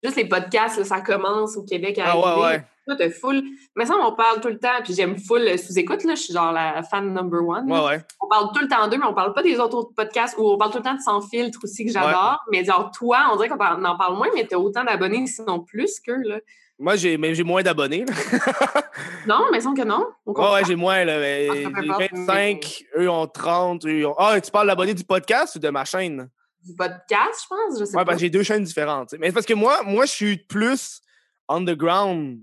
Speaker 3: juste les podcasts, là, ça commence au Québec à
Speaker 1: Ah, ouais,
Speaker 3: arriver.
Speaker 1: ouais.
Speaker 3: Toi, t'as full... Mais ça, on parle tout le temps, puis j'aime full euh, sous-écoute, là, je suis genre la fan number one, là
Speaker 1: Ouais, ouais.
Speaker 3: on parle tout le temps d'eux, mais on parle pas des autres podcasts où on parle tout le temps de sans filtre aussi que j'adore. Mais genre, toi, on dirait qu'on parle- on en parle moins, mais t'as autant d'abonnés, sinon plus qu'eux, là.
Speaker 1: Moi, j'ai mais j'ai moins d'abonnés, là.
Speaker 3: Non, mais semble que non. Au
Speaker 1: Ouais, ouais,
Speaker 3: contraire.
Speaker 1: j'ai moins, là. mais
Speaker 3: Ah, ça
Speaker 1: J'ai
Speaker 3: fait peur,
Speaker 1: 25, eux ont 30. eux ont- Ah, tu parles d'abonnés du podcast ou de ma chaîne?
Speaker 3: du podcast, je pense. Je sais
Speaker 1: Ouais,
Speaker 3: pas.
Speaker 1: parce que j'ai deux chaînes différentes. tu sais. Mais c'est parce que moi, moi, je suis plus underground.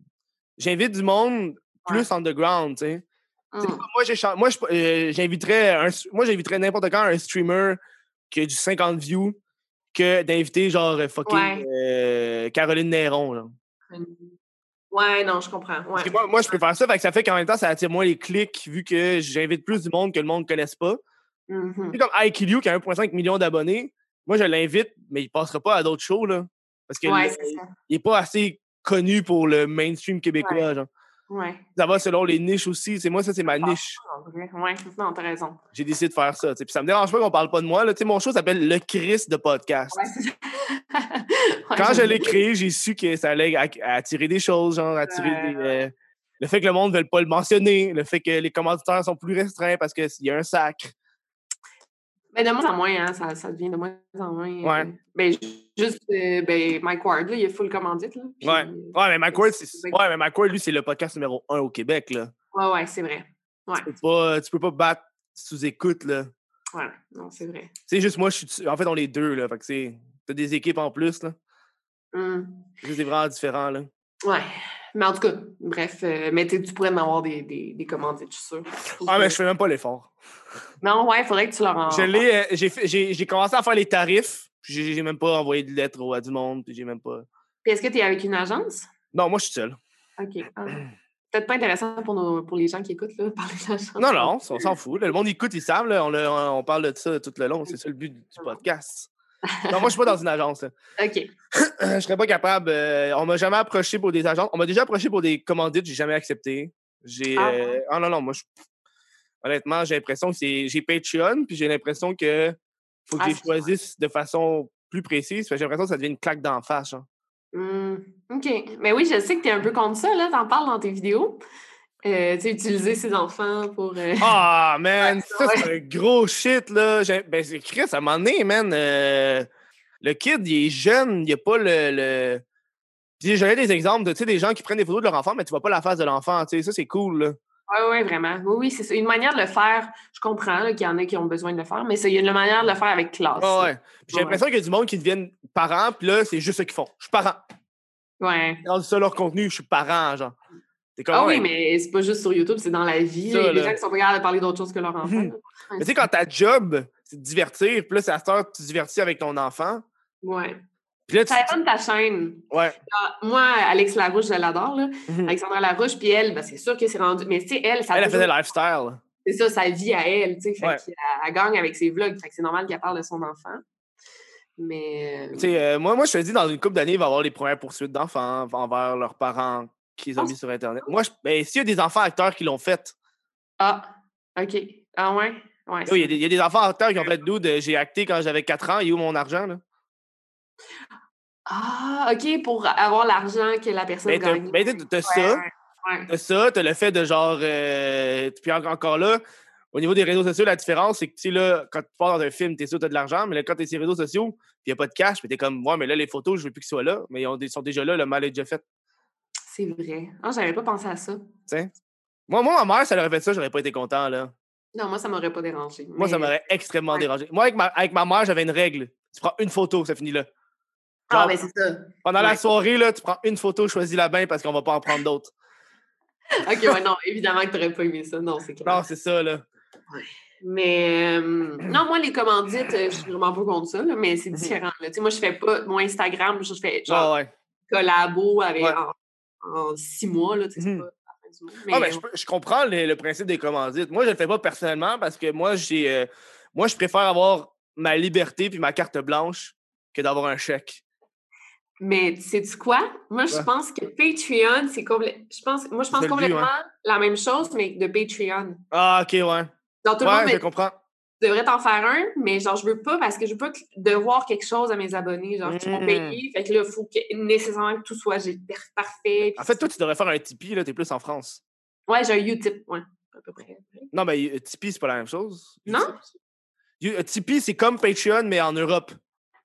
Speaker 1: J'invite du monde plus underground, tu sais.
Speaker 3: Hum.
Speaker 1: C'est pas- Moi, j'ai chan- moi, je- euh, j'inviterais un s- moi, j'inviterais n'importe quand un streamer qui a du 50 views que d'inviter genre euh, fucking
Speaker 3: Ouais.
Speaker 1: euh, Caroline Néron. là.
Speaker 3: Ouais, non, je comprends. Ouais.
Speaker 1: Parce que moi, moi, je peux faire ça, fait que ça fait qu'en même temps, ça attire moins les clics vu que j'invite plus du monde que le monde ne connaisse pas.
Speaker 3: Mhm.
Speaker 1: Tu sais, comme IQLU qui a 1,5 million d'abonnés, moi, je l'invite, mais il passera pas à d'autres shows, là. Parce que
Speaker 3: Ouais,
Speaker 1: le-
Speaker 3: c'est ça.
Speaker 1: il n'est pas assez connu pour le mainstream québécois. Genre.
Speaker 3: Ouais.
Speaker 1: Ça va selon les niches aussi. C'est moi, ça, c'est ma
Speaker 3: Ah.
Speaker 1: niche.
Speaker 3: En vrai, Ouais, non, t'as raison.
Speaker 1: J'ai décidé de faire ça. tu sais. Puis ça me dérange pas qu'on parle pas de moi. Là. Tu sais, Mon show s'appelle Le Chris de podcast.
Speaker 3: Ouais, c'est ça. Ouais,
Speaker 1: Quand je
Speaker 3: j'aime
Speaker 1: l'ai créé, j'ai su que ça allait a- attirer des choses, genre attirer
Speaker 3: Ouais.
Speaker 1: des, euh, le fait que le monde ne veut pas le mentionner, le fait que les commanditaires sont plus restreints parce qu'il y a un sac.
Speaker 3: Ben, de moins en moins, hein, ça, ça devient de moins en moins. euh,
Speaker 1: Ouais.
Speaker 3: Ben, ju- juste, euh, ben, Mike Ward, là, il est full commandite, là. puis- euh,
Speaker 1: Ouais. Ouais, mais Macquarie, c'est- ouais, mais Macquarie, lui, c'est le podcast numéro un au Québec. Là.
Speaker 3: Ouais, ouais, c'est vrai. Ouais,
Speaker 1: Tu, peux pas, euh, tu peux pas battre sous écoute. là.
Speaker 3: ouais, non, c'est vrai.
Speaker 1: C'est juste moi, je suis. En fait, on est deux, là. Fait que c'est. T'as des équipes en plus, là.
Speaker 3: Hum,
Speaker 1: C'est Juste des vraiment différents, là.
Speaker 3: Ouais. Mais en tout cas, bref, euh, mais tu tu pourrais en avoir des, des, des commandites, je suis sûre.
Speaker 1: Ah, mais je fais même pas l'effort.
Speaker 3: Non, ouais, il faudrait que tu leur en...
Speaker 1: Je l'ai. euh, j'ai fait- J'ai j'ai commencé à faire les tarifs, puis j'ai j'ai même pas envoyé de lettres au- à du monde, puis j'ai même pas.
Speaker 3: Puis est-ce que tu es avec une agence?
Speaker 1: Non, moi, je suis seul.
Speaker 3: OK. ah. Peut-être pas intéressant pour, nos, pour les gens qui écoutent, là, parler d'agence.
Speaker 1: Non, non, on s'en fout. là. Le monde écoute, ils savent, là. On, le- on parle de ça tout le long. C'est ça le but du podcast. Non, moi, je suis pas dans une agence, là.
Speaker 3: OK.
Speaker 1: Je serais pas capable. euh, on m'a jamais approché pour des agences. On m'a déjà approché pour des commandites, j'ai jamais accepté. J'ai.
Speaker 3: Ah
Speaker 1: euh, ah non, non, moi, je- honnêtement, j'ai l'impression que c'est. J'ai Patreon, puis j'ai l'impression que faut que
Speaker 3: Ah,
Speaker 1: j'ai
Speaker 3: c'est
Speaker 1: choisisse de façon plus précise. parce que J'ai l'impression que ça devient une claque d'en face. genre.
Speaker 3: Hum, OK. Mais oui, je sais que tu es un peu contre ça, là. T'en parles dans tes vidéos. Euh, tu sais, utiliser ses enfants pour... euh,
Speaker 1: Ah, man,
Speaker 3: Ouais,
Speaker 1: ça, c'est un gros shit, là. J'ai- Ben, c'est Chris, à un moment donné, man. euh, le kid, il est jeune, il a pas le. le... Puis j'avais des exemples de tu sais, des gens qui prennent des photos de leur enfant, mais tu vois pas la face de l'enfant. tu sais, Ça, c'est cool. là.
Speaker 3: Oui, oui, vraiment. Oui, oui, c'est ça. Une manière de le faire, je comprends là, qu'il y en a qui ont besoin de le faire, mais ça, il y a une manière de le faire avec classe.
Speaker 1: Ah ouais. Puis J'ai
Speaker 3: Ouais.
Speaker 1: l'impression qu'il y a du monde qui deviennent parents, puis là, c'est juste ce qu'ils font. Je suis parent.
Speaker 3: Ouais.
Speaker 1: Dans ça, leur contenu, je suis parent, genre. T'es comme,
Speaker 3: Ah
Speaker 1: ouais,
Speaker 3: oui, mais c'est pas juste sur YouTube, c'est dans la vie.
Speaker 1: Ça,
Speaker 3: là. Il y a des
Speaker 1: là.
Speaker 3: gens qui sont pas capables de parler d'autre chose que leur enfant.
Speaker 1: Mhm. Mais tu sais, quand ta job, c'est de divertir, puis là, c'est à cette heure que tu te divertis avec ton enfant.
Speaker 3: Ouais.
Speaker 1: Puis là, tu.
Speaker 3: Ça dépend de ta chaîne.
Speaker 1: Ouais.
Speaker 3: Ah, Moi, Alex Larouche, je l'adore. là.
Speaker 1: Mhm.
Speaker 3: Alexandra Larouche, puis elle, ben, c'est sûr que c'est rendu. Mais tu sais, elle, ça a
Speaker 1: Elle a fait
Speaker 3: toujours-
Speaker 1: des lifestyle.
Speaker 3: c'est ça, sa vie à elle. tu sais, Fait
Speaker 1: Ouais.
Speaker 3: qu'elle- elle gagne avec ses vlogs. Fait que c'est normal qu'elle parle de son enfant. Mais.
Speaker 1: Tu sais, euh, moi, moi, je te dis, dans une couple d'années, il va y avoir les premières poursuites d'enfants envers leurs parents qu'ils ont mis sur Internet. Moi, je... ben, s'il y a des enfants acteurs qui l'ont fait,
Speaker 3: Ah, OK. Ah ouais? Ouais.
Speaker 1: il y, a des- il y a des enfants acteurs qui ont fait d'où j'ai acté quand j'avais 4 ans, et où mon argent, là?
Speaker 3: Ah, OK, pour avoir l'argent que la personne
Speaker 1: Ben, t'as
Speaker 3: gagne.
Speaker 1: ben, t'as- t'as
Speaker 3: Ouais,
Speaker 1: ça.
Speaker 3: ouais, ouais.
Speaker 1: T'as ça, t'as le fait de genre. euh, puis en- encore là, au niveau des réseaux sociaux, la différence, c'est que, tu sais, là, quand tu pars dans un film, t'es sûr que t'as de l'argent, mais là, quand t'es sur les réseaux sociaux, puis il a pas de cash, mais t'es comme, ouais, mais là, les photos, je veux plus qu'ils soient là, mais ils ont- ils sont déjà là, le mal est déjà fait.
Speaker 3: C'est vrai. Ah, j'avais pas pensé à ça.
Speaker 1: Moi, moi, ma mère, ça aurait fait ça, j'aurais pas été content, là.
Speaker 3: Non, moi, ça m'aurait pas dérangé.
Speaker 1: Moi, ça
Speaker 3: mais-
Speaker 1: m'aurait extrêmement
Speaker 3: Ouais.
Speaker 1: dérangé. Moi, avec ma, avec ma mère, j'avais une règle. Tu prends une photo, ça finit là.
Speaker 3: Ah,
Speaker 1: Genre,
Speaker 3: ben, c'est ça.
Speaker 1: pendant la
Speaker 3: ouais.
Speaker 1: soirée, là, tu prends une photo, choisis-la bien parce qu'on va pas en prendre d'autres.
Speaker 3: OK, ouais, non, évidemment que t'aurais pas aimé ça. Non, c'est clair.
Speaker 1: Non, c'est ça, là.
Speaker 3: Mais euh, non, moi, les commandites, euh, je suis vraiment pas contre ça, là, mais c'est
Speaker 1: Mhm.
Speaker 3: différent. là. Tu sais, moi, je fais pas mon Instagram, je fais
Speaker 1: Ah,
Speaker 3: genre
Speaker 1: ouais.
Speaker 3: collabo avec,
Speaker 1: Ouais.
Speaker 3: en, en six mois. Là, tu sais, c'est
Speaker 1: Mhm.
Speaker 3: pas la fin du monde,
Speaker 1: Ah,
Speaker 3: mais-
Speaker 1: ben, je, peux- je comprends le, le principe des commandites. Moi, je le fais pas personnellement parce que moi, j'ai, euh, moi, je préfère avoir ma liberté puis ma carte blanche que d'avoir un chèque.
Speaker 3: Mais sais-tu quoi? Moi, je
Speaker 1: Ouais.
Speaker 3: pense que Patreon, c'est complètement. Je pense... Moi, je pense
Speaker 1: le hein. but,
Speaker 3: complètement la même chose, mais de Patreon.
Speaker 1: Ah, ok, ouais. Ouais,
Speaker 3: Dans tout le monde,
Speaker 1: je
Speaker 3: mais
Speaker 1: comprends.
Speaker 3: tu devrais t'en faire un, mais genre, je veux pas parce que je veux pas que- devoir quelque chose à mes abonnés, genre, qui vont
Speaker 1: Mm.
Speaker 3: payer. Fait que là, il faut que, nécessairement que tout soit j'ai- per- parfait.
Speaker 1: Ben, En
Speaker 3: puis
Speaker 1: fait, toi, tu devrais faire un Tipeee, là, t'es plus en France.
Speaker 3: Ouais, j'ai un Utip, ouais, à peu près.
Speaker 1: Non, mais euh, Tipeee, c'est pas la même chose.
Speaker 3: Non?
Speaker 1: You- euh, Tipeee, c'est comme Patreon, mais en Europe.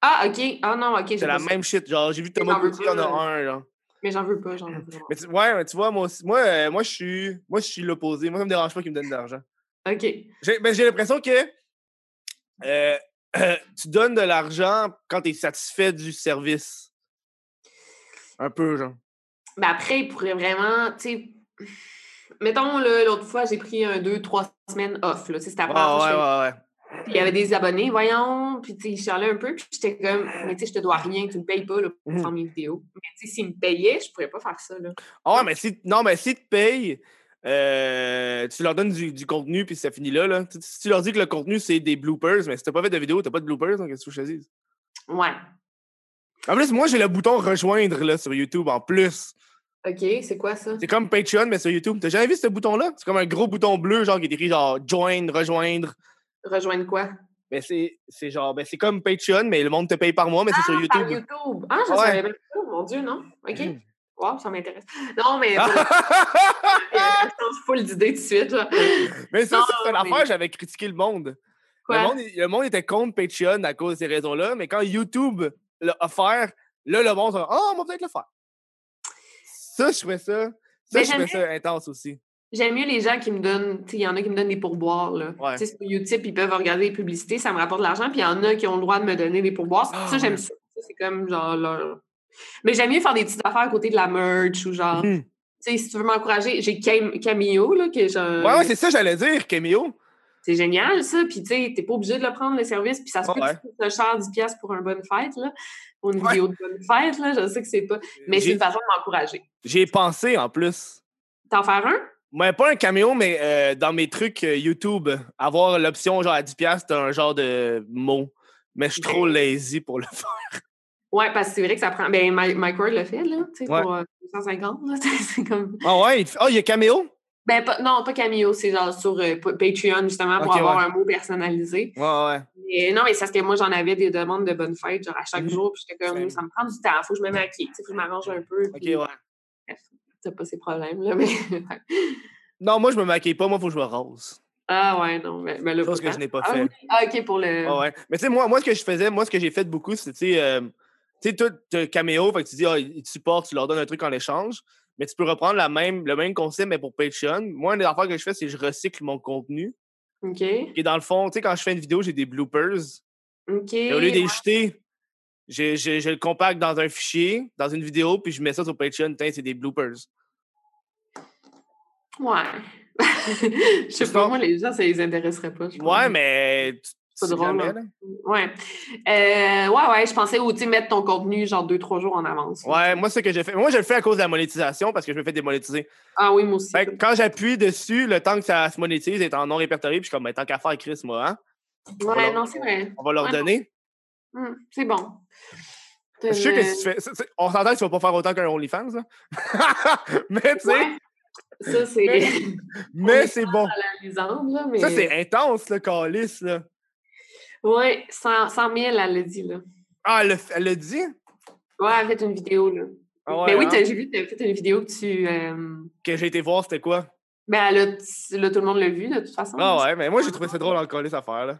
Speaker 3: Ah, OK. Ah non, OK. j'ai
Speaker 1: C'est la
Speaker 3: pas ça.
Speaker 1: même shit. Genre, j'ai vu Thomas
Speaker 3: j'en veux
Speaker 1: Gauthier en
Speaker 3: pas,
Speaker 1: a un, là.
Speaker 3: Mais j'en veux pas, j'en veux pas.
Speaker 1: Mais tu- ouais, mais tu vois, moi aussi, moi, euh, moi, je suis, moi, je suis l'opposé. Moi, ça me dérange pas qu'ils me donnent de l'argent.
Speaker 3: OK.
Speaker 1: J'ai ben, j'ai l'impression que euh, tu donnes de l'argent quand tu es satisfait du service. Un peu, genre.
Speaker 3: Mais Ben, après, il pourrait vraiment, tu sais. Mettons, là, l'autre fois, j'ai pris un, deux, trois semaines off. là, tu sais, C'était
Speaker 1: Ouais,
Speaker 3: après
Speaker 1: Ah, ouais, ouais, ouais.
Speaker 3: Puis il y avait des abonnés, voyons, puis tu sais, je chialais un peu, puis j'étais comme, mais tu sais, je te dois rien, tu me payes pas là, pour
Speaker 1: Mhm.
Speaker 3: faire mes vidéos. Mais tu sais, s'ils me payaient, je pourrais pas faire ça, là.
Speaker 1: Ah ouais, mais si, non, mais si tu payes, euh, tu leur donnes du, du contenu, puis ça finit là. là. Tu- Si tu leur dis que le contenu, c'est des bloopers, mais si t'as pas fait de vidéo, t'as pas de bloopers, donc qu'est-ce que tu veux que je te dise?
Speaker 3: Ouais.
Speaker 1: En plus, moi, j'ai le bouton rejoindre là, sur YouTube en plus.
Speaker 3: OK, c'est quoi ça?
Speaker 1: C'est comme Patreon, mais sur YouTube. T'as jamais vu ce bouton-là? C'est comme un gros bouton bleu, genre qui est écrit genre join, rejoindre.
Speaker 3: Rejoindre quoi?
Speaker 1: Ben, c'est c'est genre, ben, c'est comme Patreon, mais le monde te paye par mois, mais c'est sur
Speaker 3: Par
Speaker 1: YouTube.
Speaker 3: YouTube. Ah, je
Speaker 1: Ouais.
Speaker 3: savais même pas, mon Dieu, non? OK.
Speaker 1: Mhm.
Speaker 3: Wow, ça m'intéresse. Non, mais pour-
Speaker 1: Ah!
Speaker 3: euh, je change full d'idée tout de suite, là.
Speaker 1: mais ça,
Speaker 3: Non,
Speaker 1: c'est une
Speaker 3: mais-
Speaker 1: affaire, j'avais critiqué le monde. Le
Speaker 3: Quoi?
Speaker 1: monde, le monde était contre Patreon à cause de ces raisons-là, mais quand YouTube l'a offert, là, le monde, ah, oh, on va peut-être le faire. Ça, je trouvais ça. Ça,
Speaker 3: Mais
Speaker 1: je trouvais
Speaker 3: j'aime
Speaker 1: ça intense aussi.
Speaker 3: J'aime mieux les gens qui me donnent, tu sais, il y en a qui me donnent des pourboires, là.
Speaker 1: Ouais.
Speaker 3: Tu sais, sur YouTube, ils peuvent regarder les publicités, ça me rapporte de l'argent, puis il y en a qui ont le droit de me donner des pourboires.
Speaker 1: Ah,
Speaker 3: ça, j'aime
Speaker 1: ouais.
Speaker 3: ça. Ça, c'est comme genre leur- Mais j'aime mieux faire des petites affaires à côté de la merch ou genre.
Speaker 1: Mhm.
Speaker 3: Tu sais, si tu veux m'encourager, j'ai Cam- Cameo, là, que genre.
Speaker 1: Ouais, ouais, c'est ça, j'allais dire, Cameo.
Speaker 3: c'est génial, ça. Puis, tu sais, t'es pas obligé de le prendre, le service. Puis, ça se
Speaker 1: Ouais,
Speaker 3: peut que
Speaker 1: ouais.
Speaker 3: tu coûtes le cher 10$ pour un bonne fête, là. Pour une
Speaker 1: Ouais.
Speaker 3: vidéo de bonne fête, là. Je sais que c'est pas. Mais c'est
Speaker 1: J'ai-
Speaker 3: une façon de m'encourager.
Speaker 1: J'ai pensé en plus.
Speaker 3: T'en faire un?
Speaker 1: Mais pas un caméo, mais euh, dans mes trucs euh, YouTube, avoir l'option genre à 10$, t'as un genre de mot. Mais je suis trop lazy pour le faire.
Speaker 3: Ouais, parce que c'est vrai que ça prend. Ben, Mi- Mike Ward le fait, là, tu sais,
Speaker 1: Ouais.
Speaker 3: pour euh, 250, là. c'est comme.
Speaker 1: Ah ouais? il fait- Ah, il y a caméo?
Speaker 3: Ben, pas- non, pas Cameo, c'est genre sur euh, pa- Patreon, justement, pour
Speaker 1: Ok,
Speaker 3: avoir
Speaker 1: ouais.
Speaker 3: un mot personnalisé.
Speaker 1: Ouais, ouais.
Speaker 3: Mais non, mais c'est parce que moi, j'en avais des demandes de bonne fête, genre à chaque
Speaker 1: Mhm.
Speaker 3: jour, puis j'étais comme,
Speaker 1: J'aime.
Speaker 3: ça me prend du temps, faut que je me maquille, tu sais, faut que je m'arrange un peu.
Speaker 1: Ok,
Speaker 3: puis
Speaker 1: ouais.
Speaker 3: T'as pas ces problèmes, là, mais.
Speaker 1: Non, moi, je me maquille pas, moi, faut que je me rase.
Speaker 3: Ah ouais, non. Mais, mais le
Speaker 1: Chose que je n'ai pas
Speaker 3: Ah,
Speaker 1: fait.
Speaker 3: oui. Ah, OK, pour le...
Speaker 1: Ah ouais. Mais tu sais, moi, moi, ce que je faisais, moi, ce que j'ai fait beaucoup, c'est, tu sais, euh, tu sais, toi, t'as caméo, fait que tu dis, ah, ils te supportent, tu leur donnes un truc en échange, mais tu peux reprendre la même, le même concept, mais pour Patreon. Moi, une des affaires que je fais, c'est que je recycle mon contenu.
Speaker 3: OK.
Speaker 1: Et dans le fond, tu sais, quand je fais une vidéo, j'ai des bloopers.
Speaker 3: OK.
Speaker 1: Et au lieu de les jeter, je, je- je le compacte dans un fichier, dans une vidéo, puis je mets ça sur Patreon. Putain, c'est des bloopers.
Speaker 3: Ouais. je sais pas, moi, les gens, ça les intéresserait pas. je pense.
Speaker 1: Ouais, mais. tu-
Speaker 3: C'est
Speaker 1: tu sais
Speaker 3: drôle,
Speaker 1: jamais,
Speaker 3: hein.
Speaker 1: là.
Speaker 3: Ouais. Euh, ouais, ouais, je pensais aussi mettre ton contenu genre deux, trois jours en avance.
Speaker 1: Ouais, moi, c'est ce que j'ai fait. Moi, je le fais à cause de la monétisation parce que je me fais démonétiser.
Speaker 3: Ah oui, moi aussi.
Speaker 1: Fait que quand j'appuie dessus, le temps que ça se monétise est en non répertorié, puis je suis comme, mais tant qu'à faire, Chris, moi, hein,
Speaker 3: Ouais,
Speaker 1: leur-
Speaker 3: non, c'est vrai.
Speaker 1: on va leur
Speaker 3: Ouais,
Speaker 1: donner.
Speaker 3: Hum, c'est bon. Euh,
Speaker 1: Je suis sûr que si tu fais. c'est- c'est- On s'entend que tu vas pas faire autant qu'un OnlyFans, là. mais, tu sais,
Speaker 3: Ouais. Ça, c'est
Speaker 1: mais c'est bon.
Speaker 3: amusant, là, mais...
Speaker 1: Ça, c'est intense, le calice, là.
Speaker 3: Ouais, 100, 100 000, elle l'a dit, là.
Speaker 1: Ah, elle le f- elle le dit?
Speaker 3: Ouais, elle a fait une vidéo, là.
Speaker 1: Ah
Speaker 3: mais
Speaker 1: ouais,
Speaker 3: oui,
Speaker 1: hein?
Speaker 3: t'as- j'ai vu que t'as fait une vidéo que tu... euh,
Speaker 1: Que j'ai été voir, c'était quoi?
Speaker 3: Ben, elle a- là, tout le monde l'a vu, de toute façon.
Speaker 1: Ah ouais, mais moi j'ai trouvé ça drôle en coller cette affaire là.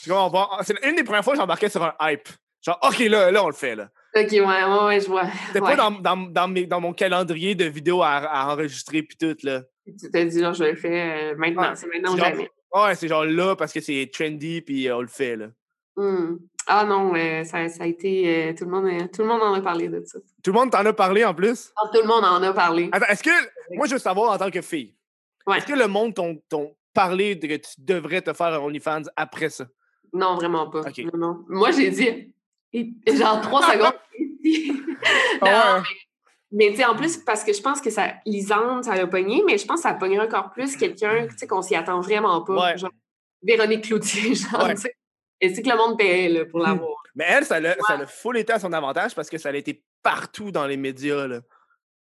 Speaker 1: C'est comme on va- C'est une des premières fois que j'embarquais sur un hype. Genre, OK, là, là, on le fait, là.
Speaker 3: OK, ouais, ouais, ouais, je vois.
Speaker 1: C'était
Speaker 3: Ouais.
Speaker 1: pas dans, dans, dans, mes- dans mon calendrier de vidéos à, à enregistrer puis tout, là.
Speaker 3: Tu t'es dit, genre, je le fais euh, maintenant.
Speaker 1: Ouais.
Speaker 3: C'est maintenant ou
Speaker 1: Genre-
Speaker 3: jamais.
Speaker 1: Ah Ouais, c'est genre là parce que c'est trendy puis euh, on le fait, là.
Speaker 3: Hum. Ah non, euh, ça, ça a été... euh, tout, le monde, euh, tout le monde en a parlé de ça.
Speaker 1: Tout le monde t'en a parlé en plus.
Speaker 3: Ah, tout le monde en a parlé.
Speaker 1: Attends, est-ce que. Moi, je veux savoir en tant que fille.
Speaker 3: Ouais.
Speaker 1: Est-ce que le monde t'ont t'ont parlé de que tu devrais te faire un OnlyFans après ça?
Speaker 3: Non, vraiment pas.
Speaker 1: Ok.
Speaker 3: Non, non. Moi, j'ai dit, et- genre trois secondes. Non,
Speaker 1: Ah ouais.
Speaker 3: mais tu sais, en plus, parce que je pense que ça, Lisande, ça l'a pogné, mais je pense que ça a pogné encore plus quelqu'un tu sais, qu'on s'y attend vraiment pas.
Speaker 1: Ouais.
Speaker 3: Genre, Véronique Cloutier, genre,
Speaker 1: Ouais.
Speaker 3: tu sais. Et c'est que le monde payait là, pour l'avoir.
Speaker 1: Mais elle, ça l'a ça l'a full été à son avantage parce que ça a été partout dans les médias, là.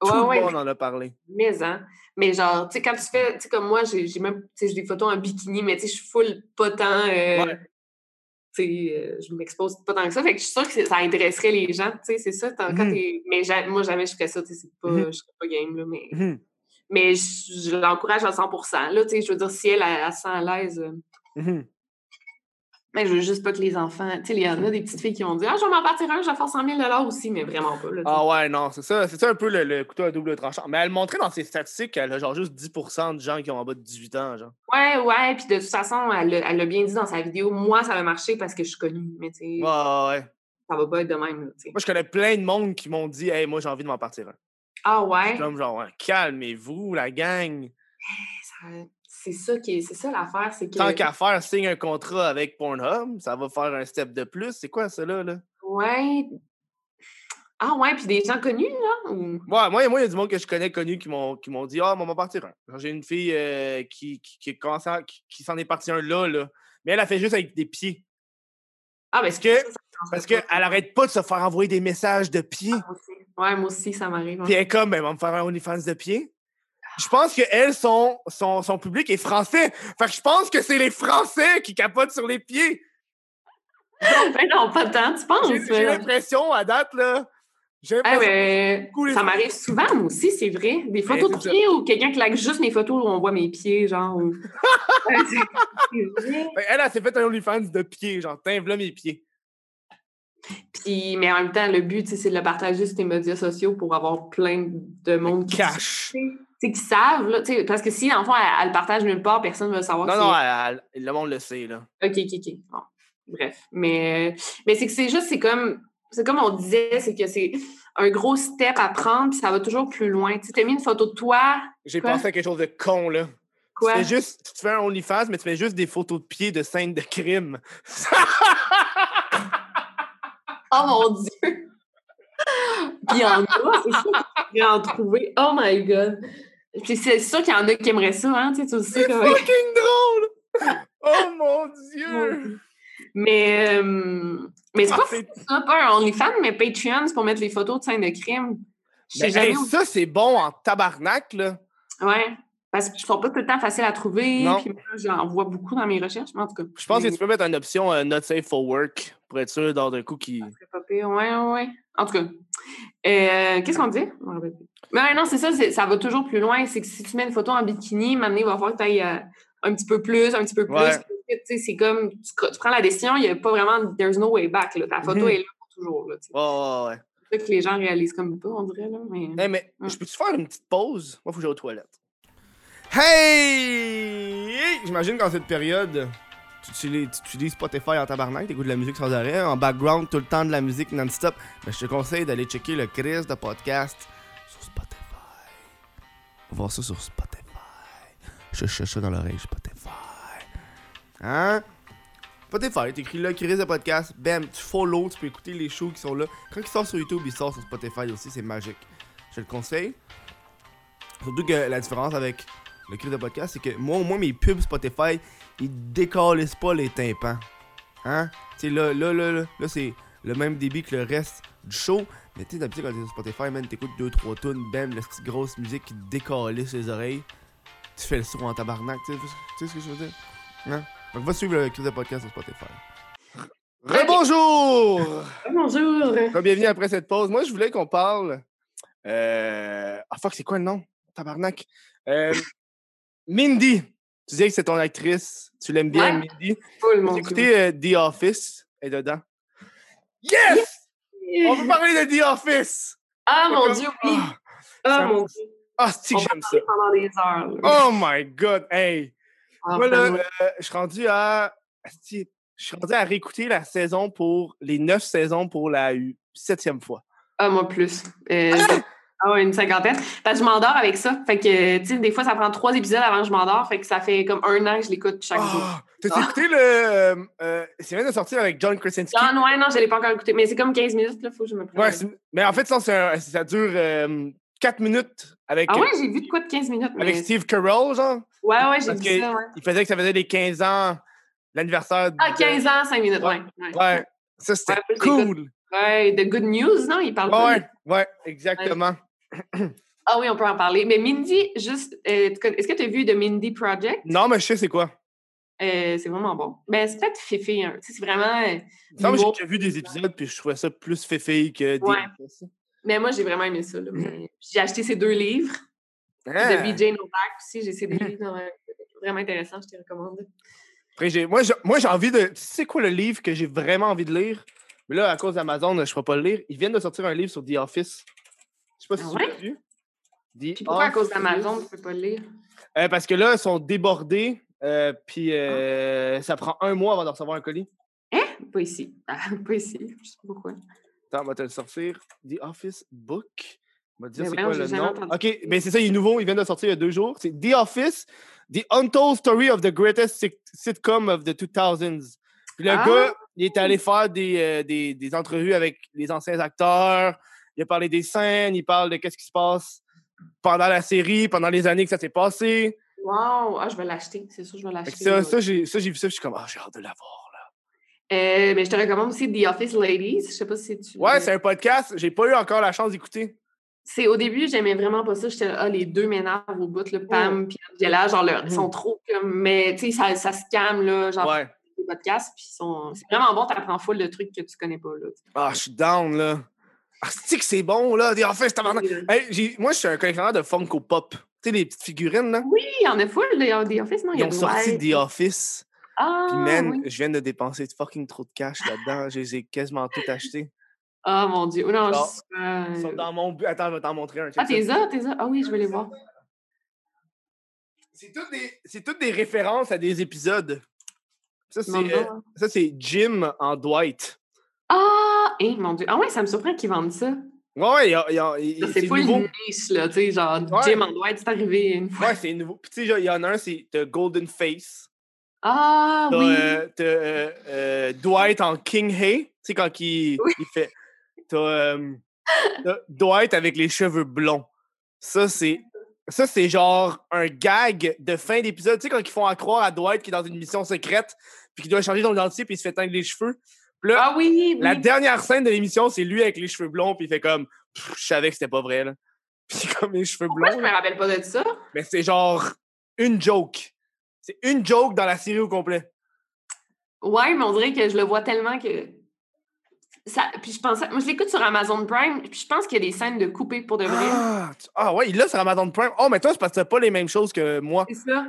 Speaker 1: Tout
Speaker 3: Ouais, ouais,
Speaker 1: le monde en a parlé.
Speaker 3: mais, hein. mais genre, tu sais, quand tu fais, tu sais, comme moi, j'ai j'ai même, tu sais, j'ai des photos en bikini, mais tu sais, je suis full pas tant. euh,
Speaker 1: Ouais.
Speaker 3: tu sais, euh, je m'expose pas tant que ça. Fait que je suis sûre que c'est- ça intéresserait les gens. Tu sais, c'est ça. t'en- quand
Speaker 1: Mhm.
Speaker 3: t'es- Mais j'a- moi, jamais je ferais ça. tu sais, c'est pas,
Speaker 1: Mhm.
Speaker 3: Je serais pas game. Là, mais
Speaker 1: Mhm.
Speaker 3: mais je, je l'encourage à 100 là, tu sais, Je veux dire, si elle, elle, elle se sent à l'aise. euh,
Speaker 1: Mhm.
Speaker 3: Mais je veux juste pas que les enfants. Tu sais, il y en a des petites filles qui ont dit Ah, je vais m'en partir un, je vais faire 100 000 aussi, mais vraiment pas. Là, tu sais.
Speaker 1: Ah ouais, non, c'est ça. C'est ça un peu le, le couteau à double tranchant. Mais elle montrait dans ses statistiques qu'elle a genre juste 10% de gens qui ont en bas de 18 ans, genre.
Speaker 3: Ouais, ouais. Puis de toute façon, elle l'a elle l'a bien dit dans sa vidéo Moi, ça va marcher parce que je suis connue. Mais tu sais,
Speaker 1: Ouais, ouais, ouais.
Speaker 3: ça va pas être de même. là, tu sais.
Speaker 1: Moi, je connais plein de monde qui m'ont dit Hey, moi, j'ai envie de m'en partir un.
Speaker 3: Ah, ouais.
Speaker 1: Comme genre, Ouais, calmez-vous, la gang.
Speaker 3: Ça- C'est ça, qui est- c'est ça l'affaire. C'est que.
Speaker 1: Tant qu'à faire, signe un contrat avec Pornhub, ça va faire un step de plus. C'est quoi, ça, là? là?
Speaker 3: Ouais. Ah, ouais. Puis des gens connus, là. ou-
Speaker 1: Ouais, moi, moi, il y a du monde que je connais connu qui m'ont qui m'ont dit Ah, on m'en partir un. Genre, J'ai une fille euh, qui, qui, qui commence à- qui- qui s'en est partie un là, là. Mais elle a fait juste avec des pieds.
Speaker 3: Ah, ben,
Speaker 1: Parce que-
Speaker 3: ça, ça me
Speaker 1: Parce
Speaker 3: dérange
Speaker 1: qu'elle arrête pas de se faire envoyer des messages de pieds.
Speaker 3: pas, moi aussi. Ouais, moi aussi, ça m'arrive. hein. Ah.
Speaker 1: Puis elle est comme, ben, elle va me faire un OnlyFans de pied. Je pense que elle, son, son, son public est français. Fait que je pense que c'est les Français qui capotent sur les pieds.
Speaker 3: Ben non, pas tant, tu penses. euh?
Speaker 1: J'ai j'ai
Speaker 3: mais-
Speaker 1: l'impression, à date, là. J'ai
Speaker 3: Ah,
Speaker 1: l'impression.
Speaker 3: ben,
Speaker 1: beaucoup, les
Speaker 3: ça
Speaker 1: gens.
Speaker 3: m'arrive souvent, moi aussi, c'est vrai. Des photos
Speaker 1: c'est
Speaker 3: de
Speaker 1: ça.
Speaker 3: pieds ou quelqu'un qui like juste mes photos où on voit mes pieds, genre. ou- Ouais, c'est- c'est vrai.
Speaker 1: Fait qu'elle, elle, s'est fait un OnlyFans de pied. Genre, tiens, voilà mes pieds.
Speaker 3: Puis, mais en même temps, le but, tu sais, c'est de le partager sur tes médias sociaux pour avoir plein de monde qui, tu
Speaker 1: Cash.
Speaker 3: sais, qui savent. Là, tu sais, parce que si, l'enfant, elle, elle le partage nulle part, personne ne va savoir
Speaker 1: Non,
Speaker 3: que
Speaker 1: non,
Speaker 3: c'est-
Speaker 1: elle- elle- le monde le sait, là.
Speaker 3: OK, OK, OK. Bon. Bref. Mais, mais c'est que c'est juste, c'est comme, c'est comme on disait, c'est que c'est un gros step à prendre, puis ça va toujours plus loin. Tu as mis une photo de toi,
Speaker 1: J'ai
Speaker 3: Quoi?
Speaker 1: pensé à quelque chose de con, là.
Speaker 3: quoi?
Speaker 1: Tu fais juste, tu te fais un OnlyFans, mais tu fais juste des photos de pieds de scènes de crime.
Speaker 3: Oh mon Dieu! Puis il y en a, c'est sûr qu'il en trouver. Oh my God! Puis c'est sûr qu'il y en a qui aimeraient ça, hein, tu sais, tu le sais.
Speaker 1: c'est
Speaker 3: quand
Speaker 1: fucking drôle! Oh mon dieu!
Speaker 3: Mais, euh, mais c'est
Speaker 1: Ah,
Speaker 3: pas
Speaker 1: c'est-
Speaker 3: ça, pas un OnlyFans, mais Patreon, c'est pour mettre les photos de scènes de crime. Je sais
Speaker 1: Mais, Ben, hey,
Speaker 3: jamais où.
Speaker 1: ça, c'est bon en tabarnak, là.
Speaker 3: Ouais. Parce qu'ils sont pas tout le temps faciles à trouver.
Speaker 1: Non.
Speaker 3: Puis moi, j'en vois beaucoup dans mes recherches, mais en tout cas.
Speaker 1: Je pense que
Speaker 3: les-
Speaker 1: tu peux mettre une option euh, not safe for work pour être sûr d'un coup qui.
Speaker 3: c'est pas pire. Ouais, ouais, ouais. En tout cas. Euh, Qu'est-ce qu'on dit? Je m'en rappelle plus. Mais ouais, non, c'est ça, c'est- ça va toujours plus loin. C'est que si tu mets une photo en bikini, maintenant, il va falloir que tu ailles euh, un petit peu plus, un petit peu plus.
Speaker 1: Ouais.
Speaker 3: Puis, tu sais, C'est comme, tu, cr- tu prends la décision, il n'y a pas vraiment, there's no way back. Là. Ta photo
Speaker 1: Mhm.
Speaker 3: est là pour toujours. là, tu sais.
Speaker 1: Ouais, ouais, ouais.
Speaker 3: C'est ça que les gens réalisent comme pas, on dirait. Là, mais...
Speaker 1: Hey, mais
Speaker 3: Ouais.
Speaker 1: je peux-tu faire une petite pause? Moi, faut que j'aille aux toilettes.
Speaker 4: Hey! J'imagine qu'en cette période, tu utilises, tu utilises Spotify en tabarnak, t'écoutes de la musique sans arrêt, en background, tout le temps de la musique non-stop. Mais je te conseille d'aller checker le Chris de podcast sur Spotify. On va voir ça sur Spotify. Je cherche ça dans l'oreille, Spotify. Hein? Spotify, t'écris le Chris de podcast, bam, tu follow, tu peux écouter les shows qui sont là. Quand ils sortent sur YouTube, ils sortent sur Spotify aussi, c'est magique. Je le conseille. Surtout que la différence avec le cri de podcast, c'est que moi, au moins, mes pubs Spotify, ils décalissent pas les tympans. Hein? Tu sais, là, là, là, là, là, c'est le même débit que le reste du show. Mais tu sais, d'habitude, quand t'es sur Spotify, man, t'écoutes 2-3 tunes, bam, la petite grosse musique qui te décalisse les oreilles. Tu fais le son en tabarnak, tu sais, tu sais ce que je veux dire? Hein? Donc, va suivre le cri de podcast sur Spotify.
Speaker 1: Rebonjour!
Speaker 3: Ah, bonjour!
Speaker 1: Bienvenue après cette pause. Moi, je voulais qu'on parle. Euh... Ah, fuck, c'est quoi le nom? Tabarnak. Euh... Mindy. Tu disais que c'est ton actrice. Tu l'aimes bien,
Speaker 3: Ouais.
Speaker 1: Mindy.
Speaker 3: Full, Oh mon
Speaker 1: J'ai
Speaker 3: Dieu.
Speaker 1: écouté euh, The Office. Elle est dedans. Yes! On va parler de The Office!
Speaker 3: Ah, mon Dieu, oui!
Speaker 1: Ah,
Speaker 3: Ah,
Speaker 1: ça-
Speaker 3: mon Dieu!
Speaker 1: ah c'est
Speaker 3: On
Speaker 1: que
Speaker 3: va
Speaker 1: j'aime ça.
Speaker 3: parler pendant des heures. là.
Speaker 1: Oh my God! Hey!
Speaker 3: Ah,
Speaker 1: Moi, là,
Speaker 3: ben, ouais.
Speaker 1: euh, je suis rendu à. Asti, Je suis rendu à réécouter la saison pour. Les neuf saisons pour la u- septième fois.
Speaker 3: Ah, moi plus. Euh, ah ouais, une cinquantaine. Parce que je m'endors avec ça. Fait que, tu sais, des fois, ça prend trois épisodes avant que je m'endors. Fait que ça fait comme un an que je l'écoute chaque jour.
Speaker 1: Ah! T'as
Speaker 3: Ah.
Speaker 1: écouté le. euh, euh, c'est vient de sortir avec John Krasinski.
Speaker 3: John, ouais, Ah, non, je ne l'ai pas encore écouté. Mais c'est comme 15 minutes, là. Faut que je me prenne.
Speaker 1: Ouais, c'est- mais en fait, ça, c'est un- ça dure 4 minutes avec, euh,
Speaker 3: ah ouais, j'ai vu de quoi de 15 minutes. Mais...
Speaker 1: avec Steve Carell, genre.
Speaker 3: Ouais, ouais, j'ai
Speaker 1: parce
Speaker 3: vu
Speaker 1: que-
Speaker 3: ça, ouais.
Speaker 1: Il faisait que ça faisait les 15 ans, l'anniversaire.
Speaker 3: Ah,
Speaker 1: de-
Speaker 3: 15 ans, 5 minutes, ouais. Ouais,
Speaker 1: Ouais, ça, c'était
Speaker 3: Ouais, je l'écoute.
Speaker 1: cool.
Speaker 3: Ouais, de Good News, non? Il parle pas.
Speaker 1: Ouais, ouais, exactement.
Speaker 3: Ah oui, on peut en parler. Mais Mindy, juste, euh, tu conna- est-ce que tu as vu The Mindy Project?
Speaker 1: Non, mais je sais c'est quoi.
Speaker 3: Euh, c'est vraiment bon. Ben, c'est peut-être fifi, hein. Tu sais, c'est vraiment. euh,
Speaker 1: Il me semble que
Speaker 3: Bon.
Speaker 1: j'ai déjà vu des épisodes, puis je trouvais ça plus féfé que des.
Speaker 3: Ouais. Mais moi, j'ai vraiment aimé ça. là.
Speaker 1: Mm-hmm.
Speaker 3: Mais J'ai acheté ces deux livres
Speaker 1: Ah.
Speaker 3: de BJ Novak aussi. J'ai ces deux livres dans un- euh, vraiment intéressants, je te recommande.
Speaker 1: Après, j'ai- moi, j'ai- moi, j'ai envie de. Tu sais quoi le livre que j'ai vraiment envie de lire? Mais là, à cause d'Amazon, je ne pourrais pas le lire. Ils viennent de sortir un livre sur The Office. Je sais pas si
Speaker 3: Ah
Speaker 1: tu l'as vu. The
Speaker 3: Puis pourquoi à cause
Speaker 1: Office.
Speaker 3: d'Amazon, tu peux pas le lire?
Speaker 1: Euh, parce que là, ils sont débordés. euh, puis euh,
Speaker 3: Ah.
Speaker 1: ça prend un mois avant de recevoir un colis.
Speaker 3: Pas ici. Ah, pas ici. Je sais pas pourquoi.
Speaker 1: Attends, on va te le sortir. The Office Book. On va te dire
Speaker 3: Mais
Speaker 1: c'est
Speaker 3: voyons,
Speaker 1: quoi
Speaker 3: j'ai
Speaker 1: le
Speaker 3: jamais
Speaker 1: nom.
Speaker 3: entendu
Speaker 1: OK, mais c'est ça, il est nouveau. Il vient de sortir il y a deux jours. C'est The Office, The Untold Story of the Greatest sit- Sitcom of the 2000s. Puis le
Speaker 3: Ah!
Speaker 1: gars, il est allé faire des, euh, des, des entrevues avec les anciens acteurs. Il a parlé des scènes, il parle de qu'est-ce qui se passe pendant la série, pendant les années que ça s'est passé.
Speaker 3: Wow! Ah, je vais l'acheter. C'est sûr, Ah, je vais
Speaker 1: Fait que
Speaker 3: l'acheter.
Speaker 1: ça,
Speaker 3: ouais.
Speaker 1: ça, j'ai ça, j'ai vu ça, puis je suis comme, ah, j'ai hâte de l'avoir.
Speaker 3: Euh, mais je te recommande aussi The Office Ladies. Je sais pas si tu.
Speaker 1: Ouais, c'est un podcast. J'ai pas eu encore la chance d'écouter.
Speaker 3: C'est au début, j'aimais vraiment pas ça. J'étais là, ah, les deux m'énervent au bout, le Pam puis Angela, genre, leur- ils sont trop comme. Mais tu sais, ça, ça se calme, là, genre,
Speaker 1: Ouais.
Speaker 3: les podcasts, puis ils sont. C'est vraiment bon, t'apprends full de trucs que tu connais pas, là.
Speaker 1: Ah, je suis down, là. Ah, c'est que c'est bon, là. Des office, tabarnak.
Speaker 3: Euh,
Speaker 1: Hey, j'ai- moi, je suis un collectionneur de Funko Pop. Tu sais, les petites figurines, là.
Speaker 3: Oui, il y en a full, là, il y a des Office, non? il y
Speaker 1: Ils
Speaker 3: a
Speaker 1: ont
Speaker 3: des
Speaker 1: sorti
Speaker 3: White.
Speaker 1: The Office.
Speaker 3: Oh, Ah,
Speaker 1: Puis, man,
Speaker 3: oui.
Speaker 1: je viens de dépenser fucking trop de cash là-dedans. Je les ai quasiment tout acheté.
Speaker 3: Ah, mon Dieu. Oh, non,
Speaker 1: Genre,
Speaker 3: je- euh,
Speaker 1: Ils sont dans mon but. Attends, je vais t'en montrer un.
Speaker 3: Ah, t'es
Speaker 1: check ça.
Speaker 3: là, t'es là. Ah oui, je vais les voir.
Speaker 1: C'est toutes, des... c'est toutes des références à des épisodes. Ça, c'est,
Speaker 3: Mon Dieu.
Speaker 1: euh, ça, c'est Jim en Dwight.
Speaker 3: Ah, eh, mon Dieu. Ah ouais, ça me surprend qu'ils vendent ça.
Speaker 1: Ouais, ouais, il y a- il y a- il-
Speaker 3: C'est
Speaker 1: c'est
Speaker 3: full
Speaker 1: nouveau.
Speaker 3: niche, là, tu sais, genre,
Speaker 1: Ouais.
Speaker 3: Jim en doigt, c'est arrivé une fois.
Speaker 1: Ouais, c'est nouveau. Puis, tu sais, genre, il y en a un, c'est The Golden Face.
Speaker 3: Ah,
Speaker 1: T'as,
Speaker 3: oui.
Speaker 1: euh, t'as, euh, euh, Dwight en King Hay, tu sais, quand il, il fait. T'as, euh, t'as Dwight avec les cheveux blonds. Ça, c'est. Ça, c'est genre un gag de fin d'épisode. Tu sais, quand ils font à croire à Dwight qui est dans une mission secrète, puis qu'il doit changer son identité, puis il se fait teindre les cheveux. Puis là,
Speaker 3: Ah oui, oui.
Speaker 1: la dernière scène de l'émission, c'est lui avec les cheveux blonds, puis il fait comme. Pff, Je savais que c'était pas vrai, là. Puis c'est comme les cheveux
Speaker 3: Pourquoi je
Speaker 1: blonds.
Speaker 3: me rappelle pas de ça?
Speaker 1: Mais c'est genre une joke. C'est une joke dans la série au complet.
Speaker 3: Ouais, mais on dirait que je le vois tellement que. Ça... Puis je pensais. Moi, je l'écoute sur Amazon Prime, puis je pense qu'il y a des scènes de coupées pour de vrai.
Speaker 1: Ah, tu- ah ouais, il l'a sur Amazon Prime. Oh, mais toi, c'est parce que t'as pas les mêmes choses que moi.
Speaker 3: C'est ça.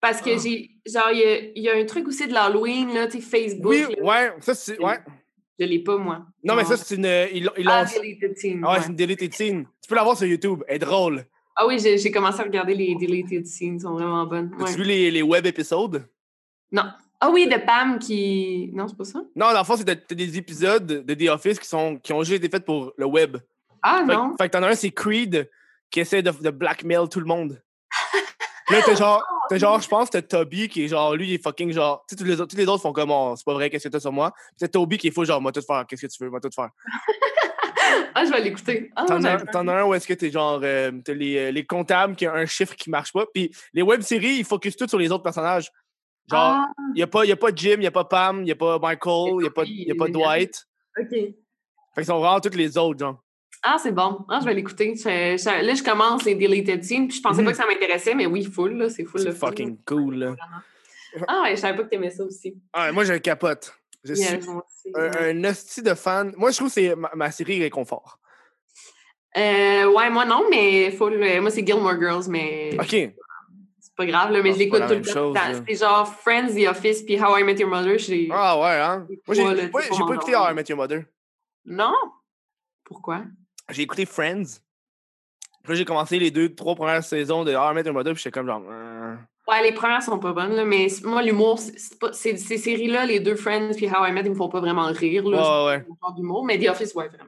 Speaker 3: Parce que
Speaker 4: Ah.
Speaker 3: j'ai, genre, il y a- il y, a un truc aussi de l'Halloween, là, tu sais, Facebook.
Speaker 1: Oui,
Speaker 3: là.
Speaker 1: ouais, ça c'est. Ouais.
Speaker 3: Je l'ai pas, moi.
Speaker 1: Non, mais ça, c'est une. euh, Ils l'ont- ils l'ont.
Speaker 3: Ah,
Speaker 1: Ah,
Speaker 3: Deleted Scene,
Speaker 1: ouais,
Speaker 3: ouais.
Speaker 1: c'est une deleted scene. Tu peux l'avoir sur YouTube. Elle est drôle.
Speaker 3: Ah oui, j'ai j'ai commencé à regarder les Deleted Scenes, ils sont vraiment bonnes.
Speaker 1: As-tu
Speaker 3: ouais.
Speaker 1: vu les, les web épisodes?
Speaker 3: Ah oui, de Pam qui. Non, c'est pas ça?
Speaker 1: Non, dans le fond, c'est de- t'as des épisodes de The Office qui, sont, qui ont juste été faits pour le web.
Speaker 3: Ah
Speaker 1: Fait,
Speaker 3: non!
Speaker 1: que- fait que t'en as un, c'est Creed qui essaie de, de blackmail tout le monde. Là, t'as genre,
Speaker 3: Oh,
Speaker 1: t'as genre, je pense, t'as Toby qui est genre, lui, il est fucking genre. Tu sais, tous les, autres- tous les autres font comme, oh, c'est pas vrai, qu'est-ce que t'as sur moi? Puis t'as Toby qui est fou, genre, moi, tout faire, qu'est-ce que tu veux, moi, tout faire.
Speaker 3: Ah, je vais l'écouter. Ah,
Speaker 1: T'en as
Speaker 3: j'avais pas
Speaker 1: t'en as un où est-ce que t'es genre, euh, t'as les, euh, les comptables qui ont un chiffre qui marche pas. Puis les web-séries, ils focusent tout sur les autres personnages. Genre,
Speaker 3: Ah,
Speaker 1: y a pas, y a pas Jim, y a pas Pam, y a pas Michael, y a pas, y a pas
Speaker 3: Toby,
Speaker 1: Dwight.
Speaker 3: OK.
Speaker 1: Fait qu'ils sont vraiment tous les autres, genre.
Speaker 3: Ah, c'est bon. Ah, je vais l'écouter. Je- je- Là, je commence les Deleted Scenes, puis je pensais
Speaker 1: Mhm.
Speaker 3: pas que ça m'intéressait, mais oui, full, là, c'est full.
Speaker 1: C'est
Speaker 3: le full, là.
Speaker 1: fucking cool, là.
Speaker 3: Ah ouais, je savais pas que t'aimais ça aussi.
Speaker 1: Ah, moi, je capote. Je
Speaker 3: Yeah,
Speaker 1: suis
Speaker 3: moi aussi,
Speaker 1: un,
Speaker 3: ouais.
Speaker 1: un hostie de fan. Moi, je trouve que c'est ma, ma série Réconfort.
Speaker 3: Euh, ouais, moi non, mais full. euh, moi, c'est Gilmore Girls, mais
Speaker 1: OK.
Speaker 3: c'est pas grave, là, mais
Speaker 1: Ah, c'est
Speaker 3: je
Speaker 1: pas
Speaker 3: l'écoute
Speaker 1: la
Speaker 3: tout le
Speaker 1: même
Speaker 3: temps.
Speaker 1: chose,
Speaker 3: Dans-
Speaker 1: là.
Speaker 3: C'est genre Friends, The Office, puis How I Met Your Mother. j'ai-
Speaker 1: Ah ouais, hein? Moi, j'ai
Speaker 3: Ouais, là,
Speaker 1: j'ai
Speaker 3: c'est
Speaker 1: pas,
Speaker 3: pas
Speaker 1: j'ai pas
Speaker 3: mon
Speaker 1: écouté
Speaker 3: genre.
Speaker 1: How I Met Your Mother.
Speaker 3: Non? Pourquoi?
Speaker 1: J'ai écouté Friends. Puis là, j'ai commencé les deux, trois premières saisons de How I Met Your Mother, puis j'étais comme genre... euh,
Speaker 3: Ouais, les premières sont pas bonnes, là, mais c- moi, l'humour, c'est- c'est pas- c'est- ces séries-là, les deux Friends puis How I Met, ils me font pas vraiment rire.
Speaker 1: Ouais,
Speaker 3: Là,
Speaker 1: ouais, ouais.
Speaker 3: c'est mon genre d'humour, mais The Office, ouais, vraiment.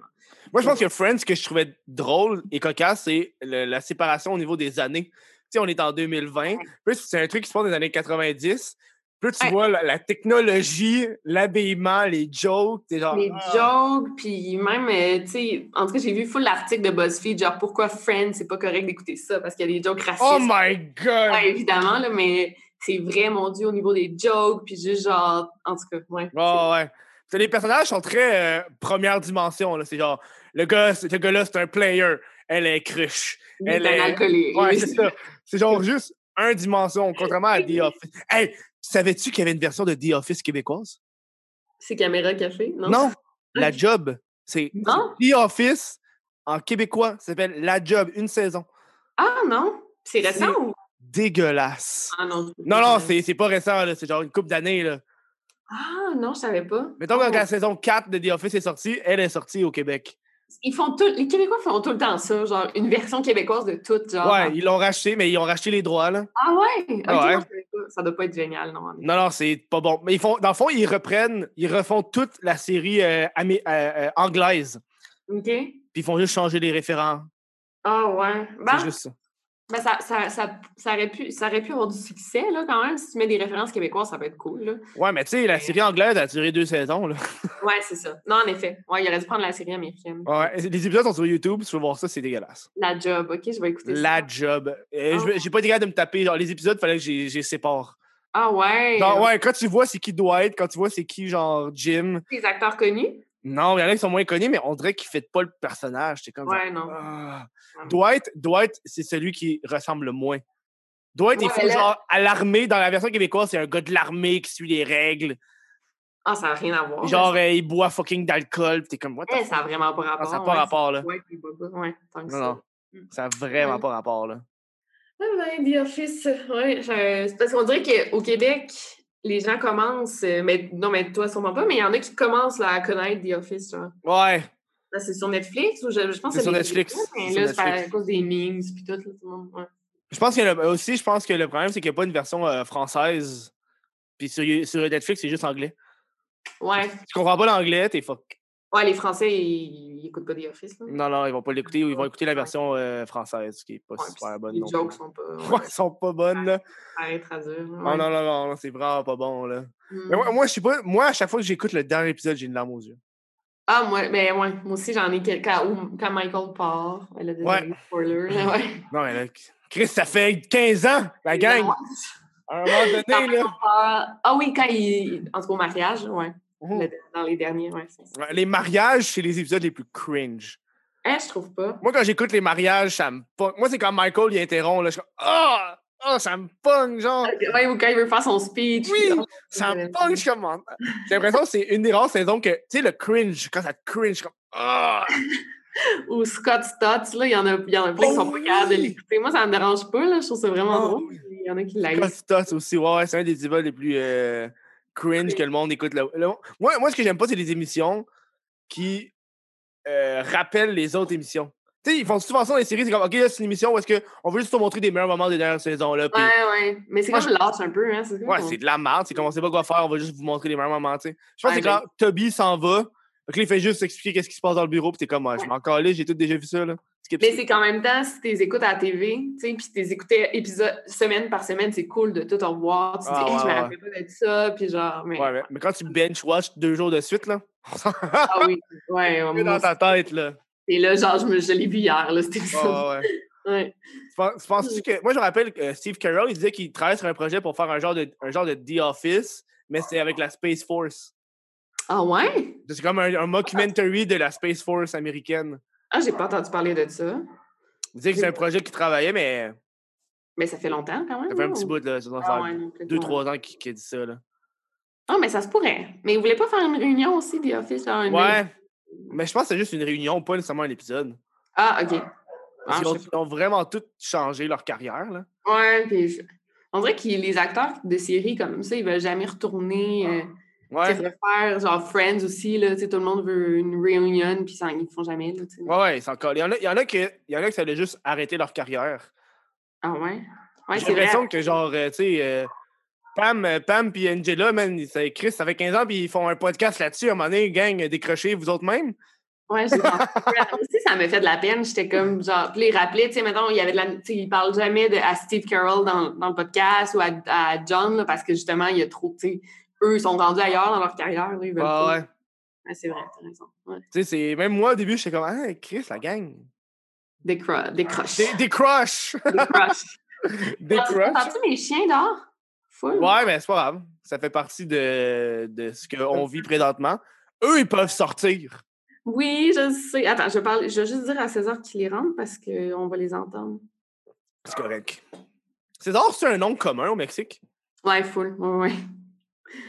Speaker 1: Moi, je pense que Friends, ce que je trouvais drôle et cocasse, c'est le- la séparation au niveau des années. Tu sais, on est en 2020. Plus, c'est un truc qui se passe dans les années 90. Plus, tu
Speaker 3: Ouais.
Speaker 1: vois la, la technologie, l'habillement, les jokes. T'es genre...
Speaker 3: Les
Speaker 1: ah.
Speaker 3: jokes, puis même, euh, tu sais, en tout cas, j'ai vu full l'article de BuzzFeed, genre pourquoi Friends, c'est pas correct d'écouter ça, parce qu'il y a des jokes racistes.
Speaker 1: Oh my God!
Speaker 3: Ouais, évidemment, là, mais c'est vrai, mon Dieu, au niveau des jokes, puis juste genre, en tout cas, ouais.
Speaker 1: Oh, ouais. T'sais, les personnages sont très euh, première dimension. là. C'est genre, le gars, c'est- ce gars-là, c'est un player. Elle est cruche.
Speaker 3: Il
Speaker 1: Elle
Speaker 3: est
Speaker 1: est-
Speaker 3: un alcoolique.
Speaker 1: Ouais, c'est ça. C'est genre juste un dimension, contrairement à The Office. Hey, savais-tu qu'il y avait une version de The Office québécoise?
Speaker 3: C'est Caméra Café, non?
Speaker 1: Non. La Job. C'est
Speaker 3: Non?
Speaker 1: The Office en québécois. Ça s'appelle La Job, une saison.
Speaker 3: Ah, non? C'est récent
Speaker 1: C'est-
Speaker 3: ou?
Speaker 1: Dégueulasse.
Speaker 3: Ah, non.
Speaker 1: Non, non, c'est c'est pas récent. là. C'est genre une couple d'années. là.
Speaker 3: Ah, non, je savais pas.
Speaker 1: Mettons que
Speaker 3: Oh.
Speaker 1: quand la saison 4 de The Office est sortie, elle est sortie au Québec.
Speaker 3: Ils font tout, les Québécois font tout le temps ça, genre une version québécoise de tout, genre.
Speaker 1: Ouais, ils l'ont racheté, mais ils ont racheté les droits, là.
Speaker 3: Ah ouais? Ok,
Speaker 1: Ah ouais.
Speaker 3: non, je savais pas. Ça doit pas être génial, non? en effet.
Speaker 1: Non, non, c'est pas bon. Mais ils font, dans le fond, ils reprennent, ils refont toute la série euh, amé- euh, euh, anglaise.
Speaker 3: Ok?
Speaker 1: Puis ils font juste changer les référents.
Speaker 3: Ah ouais. Ben,
Speaker 1: C'est juste ça.
Speaker 3: ben, ça, ça, ça, ça aurait pu, ça aurait pu avoir du succès, là, quand même. Si tu mets des références québécoises, ça peut être cool, là.
Speaker 1: Ouais, mais tu sais,
Speaker 3: Eh.
Speaker 1: la série anglaise a duré deux saisons. Là.
Speaker 3: Ouais, c'est ça. Non, en effet. Ouais, il aurait dû prendre la série américaine.
Speaker 1: Ouais, les épisodes sont sur YouTube. Si tu veux voir ça, c'est dégueulasse.
Speaker 3: La job, ok? Je vais écouter ça.
Speaker 1: La job. Euh,
Speaker 3: Ah
Speaker 1: je me- J'ai pas été capable de me taper. Genre, les épisodes, fallait que j'ai j'ai sépare.
Speaker 3: Ah ouais?
Speaker 1: Genre, ouais, quand tu vois c'est qui Dwight, quand tu vois c'est qui, genre, Jim.
Speaker 3: Des acteurs connus?
Speaker 1: Non, il y en a qui sont moins connus, mais on dirait qu'ils ne pas le personnage. C'est comme genre,
Speaker 3: Ouais, non.
Speaker 1: Ah.
Speaker 3: Ouais.
Speaker 1: Dwight, Dwight, c'est celui qui ressemble le moins. Dwight
Speaker 3: Ouais,
Speaker 1: est fou,
Speaker 3: mais là-
Speaker 1: genre, à l'armée, dans la version québécoise, c'est un gars de l'armée qui suit les règles.
Speaker 3: Ah, ça n'a rien à voir.
Speaker 1: genre, euh, il boit fucking d'alcool, pis t'es comme, what the
Speaker 3: Eh,
Speaker 1: fuck?
Speaker 3: ça n'a vraiment pas
Speaker 1: Non,
Speaker 3: rapport.
Speaker 1: Ça n'a pas
Speaker 3: ouais,
Speaker 1: rapport, là.
Speaker 3: c'est- Ouais, c'est pas- ouais, tant que
Speaker 1: Non,
Speaker 3: ça.
Speaker 1: non. Ça n'a vraiment
Speaker 3: Ouais.
Speaker 1: pas rapport, là.
Speaker 3: Ah ben, The Office, oui. Parce qu'on dirait qu'au Québec, les gens commencent, euh, mais non, mais toi sûrement pas, mais il y en a qui commencent là, à connaître The Office. Genre.
Speaker 1: Ouais.
Speaker 3: Là, c'est sur Netflix ou je, je pense
Speaker 1: C'est
Speaker 3: que
Speaker 1: sur
Speaker 3: des
Speaker 1: Netflix,
Speaker 3: Québécois, Mais
Speaker 1: c'est
Speaker 3: là,
Speaker 1: sur
Speaker 3: c'est par- à
Speaker 1: Netflix.
Speaker 3: cause des memes puis tout, là, tout le monde. Ouais.
Speaker 1: Je pense qu'il y a le- ben, aussi, je pense que le problème, c'est qu'il n'y a pas une version euh, française. Puis sur, sur Netflix, c'est juste anglais.
Speaker 3: ouais.
Speaker 1: Tu comprends pas l'anglais, t'es fuck.
Speaker 3: Ouais, les Français, ils n'écoutent pas The Office. Là.
Speaker 1: Non, non, ils vont pas l'écouter ou ils vont écouter la version euh, française, qui est pas
Speaker 3: Ouais,
Speaker 1: super
Speaker 3: puis
Speaker 1: bonne.
Speaker 3: les
Speaker 1: non plus.
Speaker 3: jokes sont pas.
Speaker 1: Ouais, elles sont pas bonnes, là.
Speaker 3: à traduire.
Speaker 1: Oh, non, non, non, non, c'est vraiment pas bon, là.
Speaker 3: Mm.
Speaker 1: Mais moi, moi, je sais pas, moi, à chaque fois que j'écoute le dernier épisode, j'ai une larme aux yeux.
Speaker 3: Ah, moi, ben, ouais, moi aussi, j'en ai quelques. Quand, ou- quand Michael part, elle a des
Speaker 1: Ouais.
Speaker 3: spoilers. là, ouais.
Speaker 1: Non, mais là, Chris, ça fait 15 ans, la gang! À un moment
Speaker 3: Quand
Speaker 1: donné,
Speaker 3: Michael
Speaker 1: là.
Speaker 3: part- Ah oui, quand il. En tout cas, au mariage, ouais. Le-
Speaker 1: Oh.
Speaker 3: dans les derniers, ouais. c'est ça.
Speaker 1: Les mariages, c'est les épisodes les plus cringe.
Speaker 3: Hein, je trouve pas.
Speaker 1: Moi, quand j'écoute les mariages, ça me pogne. Moi, c'est quand Michael, il interrompt, là, je suis comme, ah! Ah, ça me pogne, genre!
Speaker 3: Ouais, ou quand il veut faire son speech.
Speaker 1: Oui!
Speaker 3: puis-
Speaker 1: Ça me pogne, je commence. J'ai l'impression que c'est une des rares saisons que, tu sais, le cringe, quand ça te cringe, je suis comme, ah!
Speaker 3: Ou Scott Stotts, là, il y en a, il y en a plein qui
Speaker 1: Oh
Speaker 3: sont pas capables de
Speaker 1: oui!
Speaker 3: l'écouter. Moi, ça me dérange pas, là, je trouve ça vraiment
Speaker 1: Oh
Speaker 3: drôle. mais Il y en a qui l'aiment.
Speaker 1: Costas aussi, ouais, ouais, c'est un des divas les plus euh, cringe que le monde écoute. là. Le- moi, moi, ce que j'aime pas, c'est les émissions qui euh, rappellent les autres émissions. Tu sais, ils font souvent ça dans les séries, c'est comme, OK, là, c'est une émission où est-ce qu'on veut juste te montrer des meilleurs moments des dernières saisons, là,
Speaker 3: Ouais,
Speaker 1: puis
Speaker 3: ouais. Mais c'est
Speaker 1: Moi,
Speaker 3: comme lâche un peu, hein. C'est comme
Speaker 1: Ouais,
Speaker 3: qu'on-
Speaker 1: c'est de la merde. C'est comme on sait pas quoi faire, on va juste vous montrer les mêmes moments, tu sais. Je pense
Speaker 3: Ouais,
Speaker 1: que c'est quand Toby s'en va, fait que là, il fait juste expliquer qu'est-ce qui se passe dans le bureau, puis t'es comme, Ah, je m'en calais, j'ai tout déjà vu ça, là. Skip,
Speaker 3: Mais
Speaker 1: skip.
Speaker 3: c'est qu'en même temps, si tu les écoutes à la TV, tu sais, puis tu les écoutais épisode, semaine par semaine, c'est cool de tout revoir. Tu te
Speaker 1: Ah,
Speaker 3: dis, hey,
Speaker 1: ouais,
Speaker 3: je me
Speaker 1: ouais.
Speaker 3: rappelle pas de ça, puis genre, mais.
Speaker 1: Ouais, mais, mais quand tu bench-watch deux jours de suite, là,
Speaker 3: Ah oui, ouais, ouais,
Speaker 1: c'est
Speaker 3: moi
Speaker 1: dans ta Oh. tête, là.
Speaker 3: Et là, genre, je, me- je l'ai vu hier, là, cet épisode.
Speaker 1: Ouais, ouais.
Speaker 3: Ouais.
Speaker 1: Tu pen- tu penses-tu que. Moi, je me rappelle que euh, Steve Carell, il disait qu'il travaillait sur un projet pour faire un genre de, un genre de The Office, mais c'est avec la Space Force.
Speaker 3: Ah ouais?
Speaker 1: C'est comme un, un mockumentary de la Space Force américaine.
Speaker 3: Ah, j'ai pas entendu parler de ça.
Speaker 1: Il disait que c'est un projet qu'il travaillait, mais
Speaker 3: Mais ça fait longtemps quand même.
Speaker 1: ça fait un
Speaker 3: non?
Speaker 1: petit bout, là. Ça doit
Speaker 3: Ah,
Speaker 1: faire
Speaker 3: ouais, donc,
Speaker 1: deux,
Speaker 3: ouais.
Speaker 1: trois ans qu'il qu'il a dit ça, là.
Speaker 3: Ah, mais ça se pourrait. Mais ils voulaient pas faire une réunion aussi des offices, genre une
Speaker 1: Ouais. Mais je pense que c'est juste une réunion, pas nécessairement un épisode.
Speaker 3: Ah, OK. Ah,
Speaker 1: Parce qu'ils
Speaker 3: je
Speaker 1: ont,
Speaker 3: sais
Speaker 1: ils ont vraiment tout changé leur carrière, là.
Speaker 3: pas. Ouais, puis je- on dirait que les acteurs de séries comme ça, ils veulent jamais retourner. euh,
Speaker 1: Ouais.
Speaker 3: Tu sais, refaire, genre Friends aussi, là, tu sais, tout le monde veut une réunion, puis ça, ils le font jamais, là, tu sais.
Speaker 1: Ouais, ouais, c'est encore. Il y en a, il y en a, que, il y en a que ça allait juste arrêter leur carrière.
Speaker 3: Ah ouais? Ouais,
Speaker 1: J'ai
Speaker 3: c'est vrai.
Speaker 1: l'impression que, genre, euh, tu sais, euh, Pam, euh, Pam puis Angela, man, ils- c'est Chris, ça fait 15 ans, puis ils font un podcast là-dessus. À un moment donné, gang, euh, décrochez vous autres même.
Speaker 3: Ouais, j'ai pensé. Moi aussi, ça me fait de la peine. J'étais comme, genre, puis ils rappelaient, tu sais, mettons, il y avait de la. Tu sais, ils parlent jamais de, à Steve Carell dans, dans le podcast ou à, à John, là, parce que justement, il y a trop, tu sais, eux, ils sont rendus ailleurs dans leur carrière, là, ils veulent
Speaker 1: Ah
Speaker 3: pas.
Speaker 1: ouais.
Speaker 3: Ouais, c'est vrai, t'as raison. Ouais.
Speaker 1: Tu sais, c'est- même moi, au début, j'étais comme, ah, Chris, la gang.
Speaker 3: Décro- Décroche.
Speaker 1: Des, des crushs!
Speaker 3: Décroche. Ah,
Speaker 1: des crushs!
Speaker 3: T'entends-tu mes chiens dehors? Full.
Speaker 1: Ouais, mais c'est pas grave. Ça fait partie de, de ce qu'on vit présentement. Eux, ils peuvent sortir.
Speaker 3: Oui, je sais. Attends, je, parle, je vais juste dire à César qu'il les rentre parce qu'on va les entendre.
Speaker 1: C'est correct. César, c'est un nom commun au Mexique.
Speaker 3: Ouais, full. Ouais, ouais.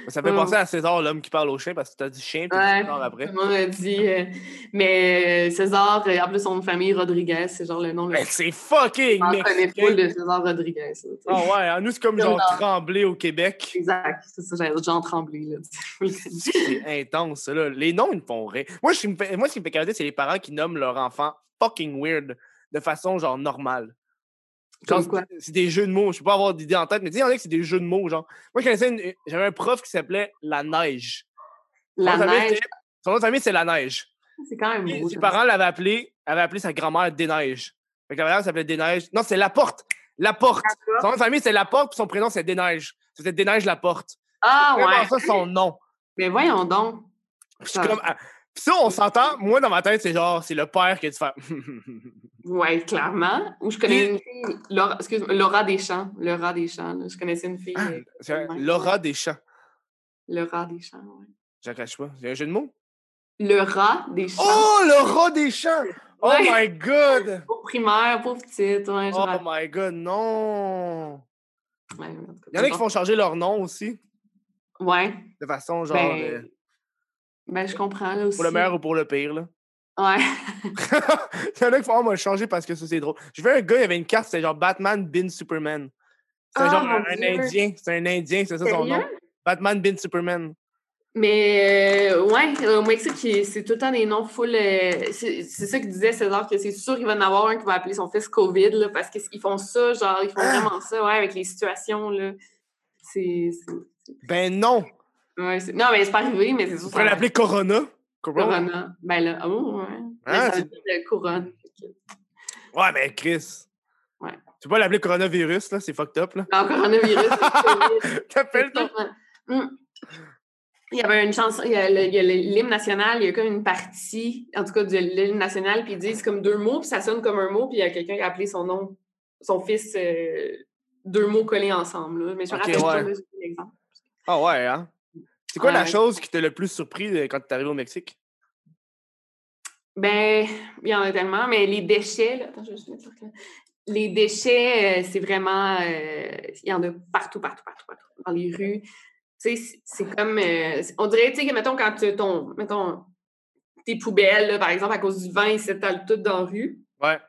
Speaker 1: Ça fait
Speaker 3: Ouais.
Speaker 1: penser à César, l'homme qui parle au chien, parce que t'as dit chien, puis
Speaker 3: Mm. Ouais.
Speaker 1: César après.
Speaker 3: Tout le monde a dit. euh, mais euh, César, euh, en plus, son famille Rodriguez, c'est genre le nom. le
Speaker 1: Mais c'est fucking
Speaker 3: On connaît
Speaker 1: mexicain!
Speaker 3: full de César Rodriguez. là, tu sais.
Speaker 1: Ah ouais, hein, nous, c'est comme
Speaker 3: Comme
Speaker 1: genre trembler au Québec.
Speaker 3: Exact, c'est ça, j'allais dire Jean Tremblay. Là, tu sais, full.
Speaker 1: C'est intense, ça, là. Les noms, ils me font rire. Moi, ce qui me fait, moi, ce qui me fait capoter, c'est les parents qui nomment leur enfant fucking weird de façon, genre, normale. Genre,
Speaker 3: Comme quoi?
Speaker 1: c'est- c'est des jeux de mots. Je peux pas avoir d'idée en tête, mais tu sais, il y en a que c'est des jeux de mots, genre. Moi, je connaissais une- j'avais un prof qui s'appelait La Neige. Son
Speaker 3: La
Speaker 1: nom de famille,
Speaker 3: neige,
Speaker 1: c'était- Son nom de famille, c'est La Neige.
Speaker 3: c'est quand même
Speaker 1: Et
Speaker 3: beau.
Speaker 1: ses
Speaker 3: j'aime
Speaker 1: parents l'avaient appelé, avaient appelé sa grand-mère Des Neiges. Fait que la mère s'appelait Des Neiges. Non, c'est La Porte. La Porte.
Speaker 3: ça.
Speaker 1: Son nom de famille, c'est La Porte, puis son prénom, c'est Des Neiges. C'était Des Neiges La Porte.
Speaker 3: Ah
Speaker 1: Vraiment,
Speaker 3: ouais.
Speaker 1: ça, son nom.
Speaker 3: Mais voyons donc.
Speaker 1: Puis je
Speaker 3: Ah.
Speaker 1: suis comme. ah. Puis ça, on s'entend. Moi, dans ma tête, c'est genre, c'est le père qui a dû faire.
Speaker 3: Ouais, clairement. Ou je connais une fille, Laura, excuse Laura Deschamps. Laura Deschamps, là, je connaissais une
Speaker 1: Ah.
Speaker 3: fille. euh,
Speaker 1: C'est un-
Speaker 3: Ouais.
Speaker 1: Laura Deschamps.
Speaker 3: Laura Deschamps, ouais.
Speaker 1: J'accroche pas. C'est un jeu de mots.
Speaker 3: Laura Deschamps.
Speaker 1: Oh, Laura Deschamps! Oh
Speaker 3: Ah. Ouais.
Speaker 1: my god!
Speaker 3: Pauvre primaire, pauvre petite. Ouais, je
Speaker 1: Oh
Speaker 3: raconte.
Speaker 1: my god, non!
Speaker 3: Ouais, mais en tout cas,
Speaker 1: Il y en a
Speaker 3: c'est
Speaker 1: qui
Speaker 3: bon.
Speaker 1: font changer leur nom aussi,
Speaker 3: Ouais.
Speaker 1: de façon genre.
Speaker 3: Ben,
Speaker 1: euh,
Speaker 3: ben, je comprends, là aussi.
Speaker 1: pour le meilleur ou pour le pire, là.
Speaker 3: Ouais.
Speaker 1: il y en a qui font, «Ah, on va le changer parce que ça, c'est drôle. J'ai vu un gars, il avait une carte, c'était genre Batman bin Superman. C'était
Speaker 3: Ah,
Speaker 1: genre
Speaker 3: mon
Speaker 1: un, un
Speaker 3: Dieu.
Speaker 1: Indien, c'est un Indien, c'est ça son nom.
Speaker 3: Sérieux?
Speaker 1: Batman bin Superman.
Speaker 3: Mais, euh, ouais, au Mexique, il- c'est tout le temps des noms full. euh, c'est c'est ça que disait César, que c'est sûr qu'il va en avoir un qui va appeler son fils COVID, là, parce qu'ils font ça, genre, ils font
Speaker 1: Ah!
Speaker 3: vraiment ça, ouais, avec les situations, là. C'est. c'est-
Speaker 1: Ben non!
Speaker 3: ouais, c'est- non, mais c'est pas arrivé, mais c'est
Speaker 1: On
Speaker 3: sûr
Speaker 1: pourrait
Speaker 3: ça-
Speaker 1: l'appeler Corona. Corona.
Speaker 3: Corona. Ben là, ah bon, ouais. Mais
Speaker 1: Ah,
Speaker 3: ça
Speaker 1: c'est-
Speaker 3: veut dire le couronne.
Speaker 1: Ouais, mais Chris.
Speaker 3: Ouais.
Speaker 1: Tu peux pas l'appeler coronavirus, là, c'est fucked up, là.
Speaker 3: Le coronavirus, c'est COVID.
Speaker 1: T'appelles ton-
Speaker 3: Mm. Il y avait une chanson, il y a le- il y a le- l'hymne national, il y a comme une partie, en tout cas, de l'hymne national, puis ils disent comme deux mots, puis ça sonne comme un mot, puis il y a quelqu'un qui a appelé son nom, son fils, euh, deux mots collés ensemble. là. Mais je me
Speaker 1: Ok,
Speaker 3: rappelle pas
Speaker 1: ouais.
Speaker 3: là, j'ai l'exemple.
Speaker 1: Ah ouais, hein? C'est quoi
Speaker 3: Ouais,
Speaker 1: la
Speaker 3: ouais.
Speaker 1: chose qui t'a le plus surpris euh, quand t'es arrivé au Mexique?
Speaker 3: Ben, il y en a tellement, mais les déchets, là, attends, je vais juste mettre le clair. Les déchets, euh, c'est vraiment. euh, Il y en a partout, partout, partout, partout, dans les rues. Tu sais, c'est- c'est comme. euh, on dirait, tu sais, que mettons, quand tu ton. Mettons, tes poubelles, là, par exemple, à cause du vent, ils s'étalent toutes dans la rue.
Speaker 1: Ouais.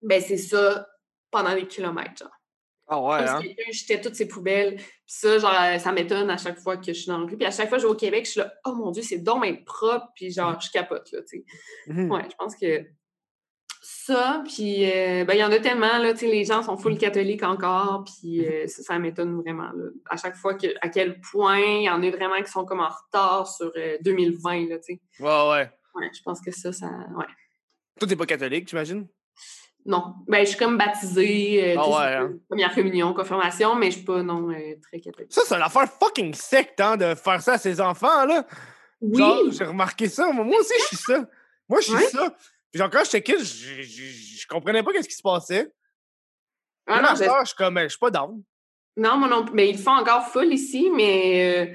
Speaker 3: Ben, c'est ça pendant des kilomètres, genre.
Speaker 1: Ah ouais,
Speaker 3: Comme
Speaker 1: hein?
Speaker 3: si quelqu'un jetait toutes ses poubelles. Puis ça, genre, euh, ça m'étonne à chaque fois que je suis dans la rue. Puis à chaque fois que je vais au Québec, je suis là, oh mon Dieu, c'est donc bien propre. Puis genre, je capote, là, tu sais.
Speaker 1: Mhm.
Speaker 3: Ouais, je pense que ça, puis euh, ben, il y en a tellement, là, tu sais, les gens sont full catholiques encore,
Speaker 1: Mmh
Speaker 3: puis euh, ça, ça m'étonne vraiment, là. À chaque fois, que, à quel point il y en a vraiment qui sont comme en retard sur euh, 2020, là, tu sais.
Speaker 1: Ouais, ouais.
Speaker 3: Ouais, je pense que ça, ça, ouais.
Speaker 1: Toi, t'es pas catholique, j'imagine?
Speaker 3: Non, ben, je suis comme baptisée, euh,
Speaker 1: Ah
Speaker 3: tu sais,
Speaker 1: ouais,
Speaker 3: c'est
Speaker 1: hein.
Speaker 3: comme première communion, confirmation, mais je suis pas, non, euh, très catholique.
Speaker 1: Ça, c'est une affaire fucking secte, hein, de faire ça à ses enfants, là.
Speaker 3: Oui!
Speaker 1: Genre, j'ai remarqué ça. Moi moi aussi, je suis ça. Moi, je suis
Speaker 3: Ouais.
Speaker 1: ça. Puis genre, quand j'étais kid, je- je je comprenais pas qu'est-ce qui se passait.
Speaker 3: Ah
Speaker 1: Là,
Speaker 3: non, je-
Speaker 1: maintenant, je suis comme, je suis pas down.
Speaker 3: Non, moi non plus. Mais ils le font encore full ici, mais euh,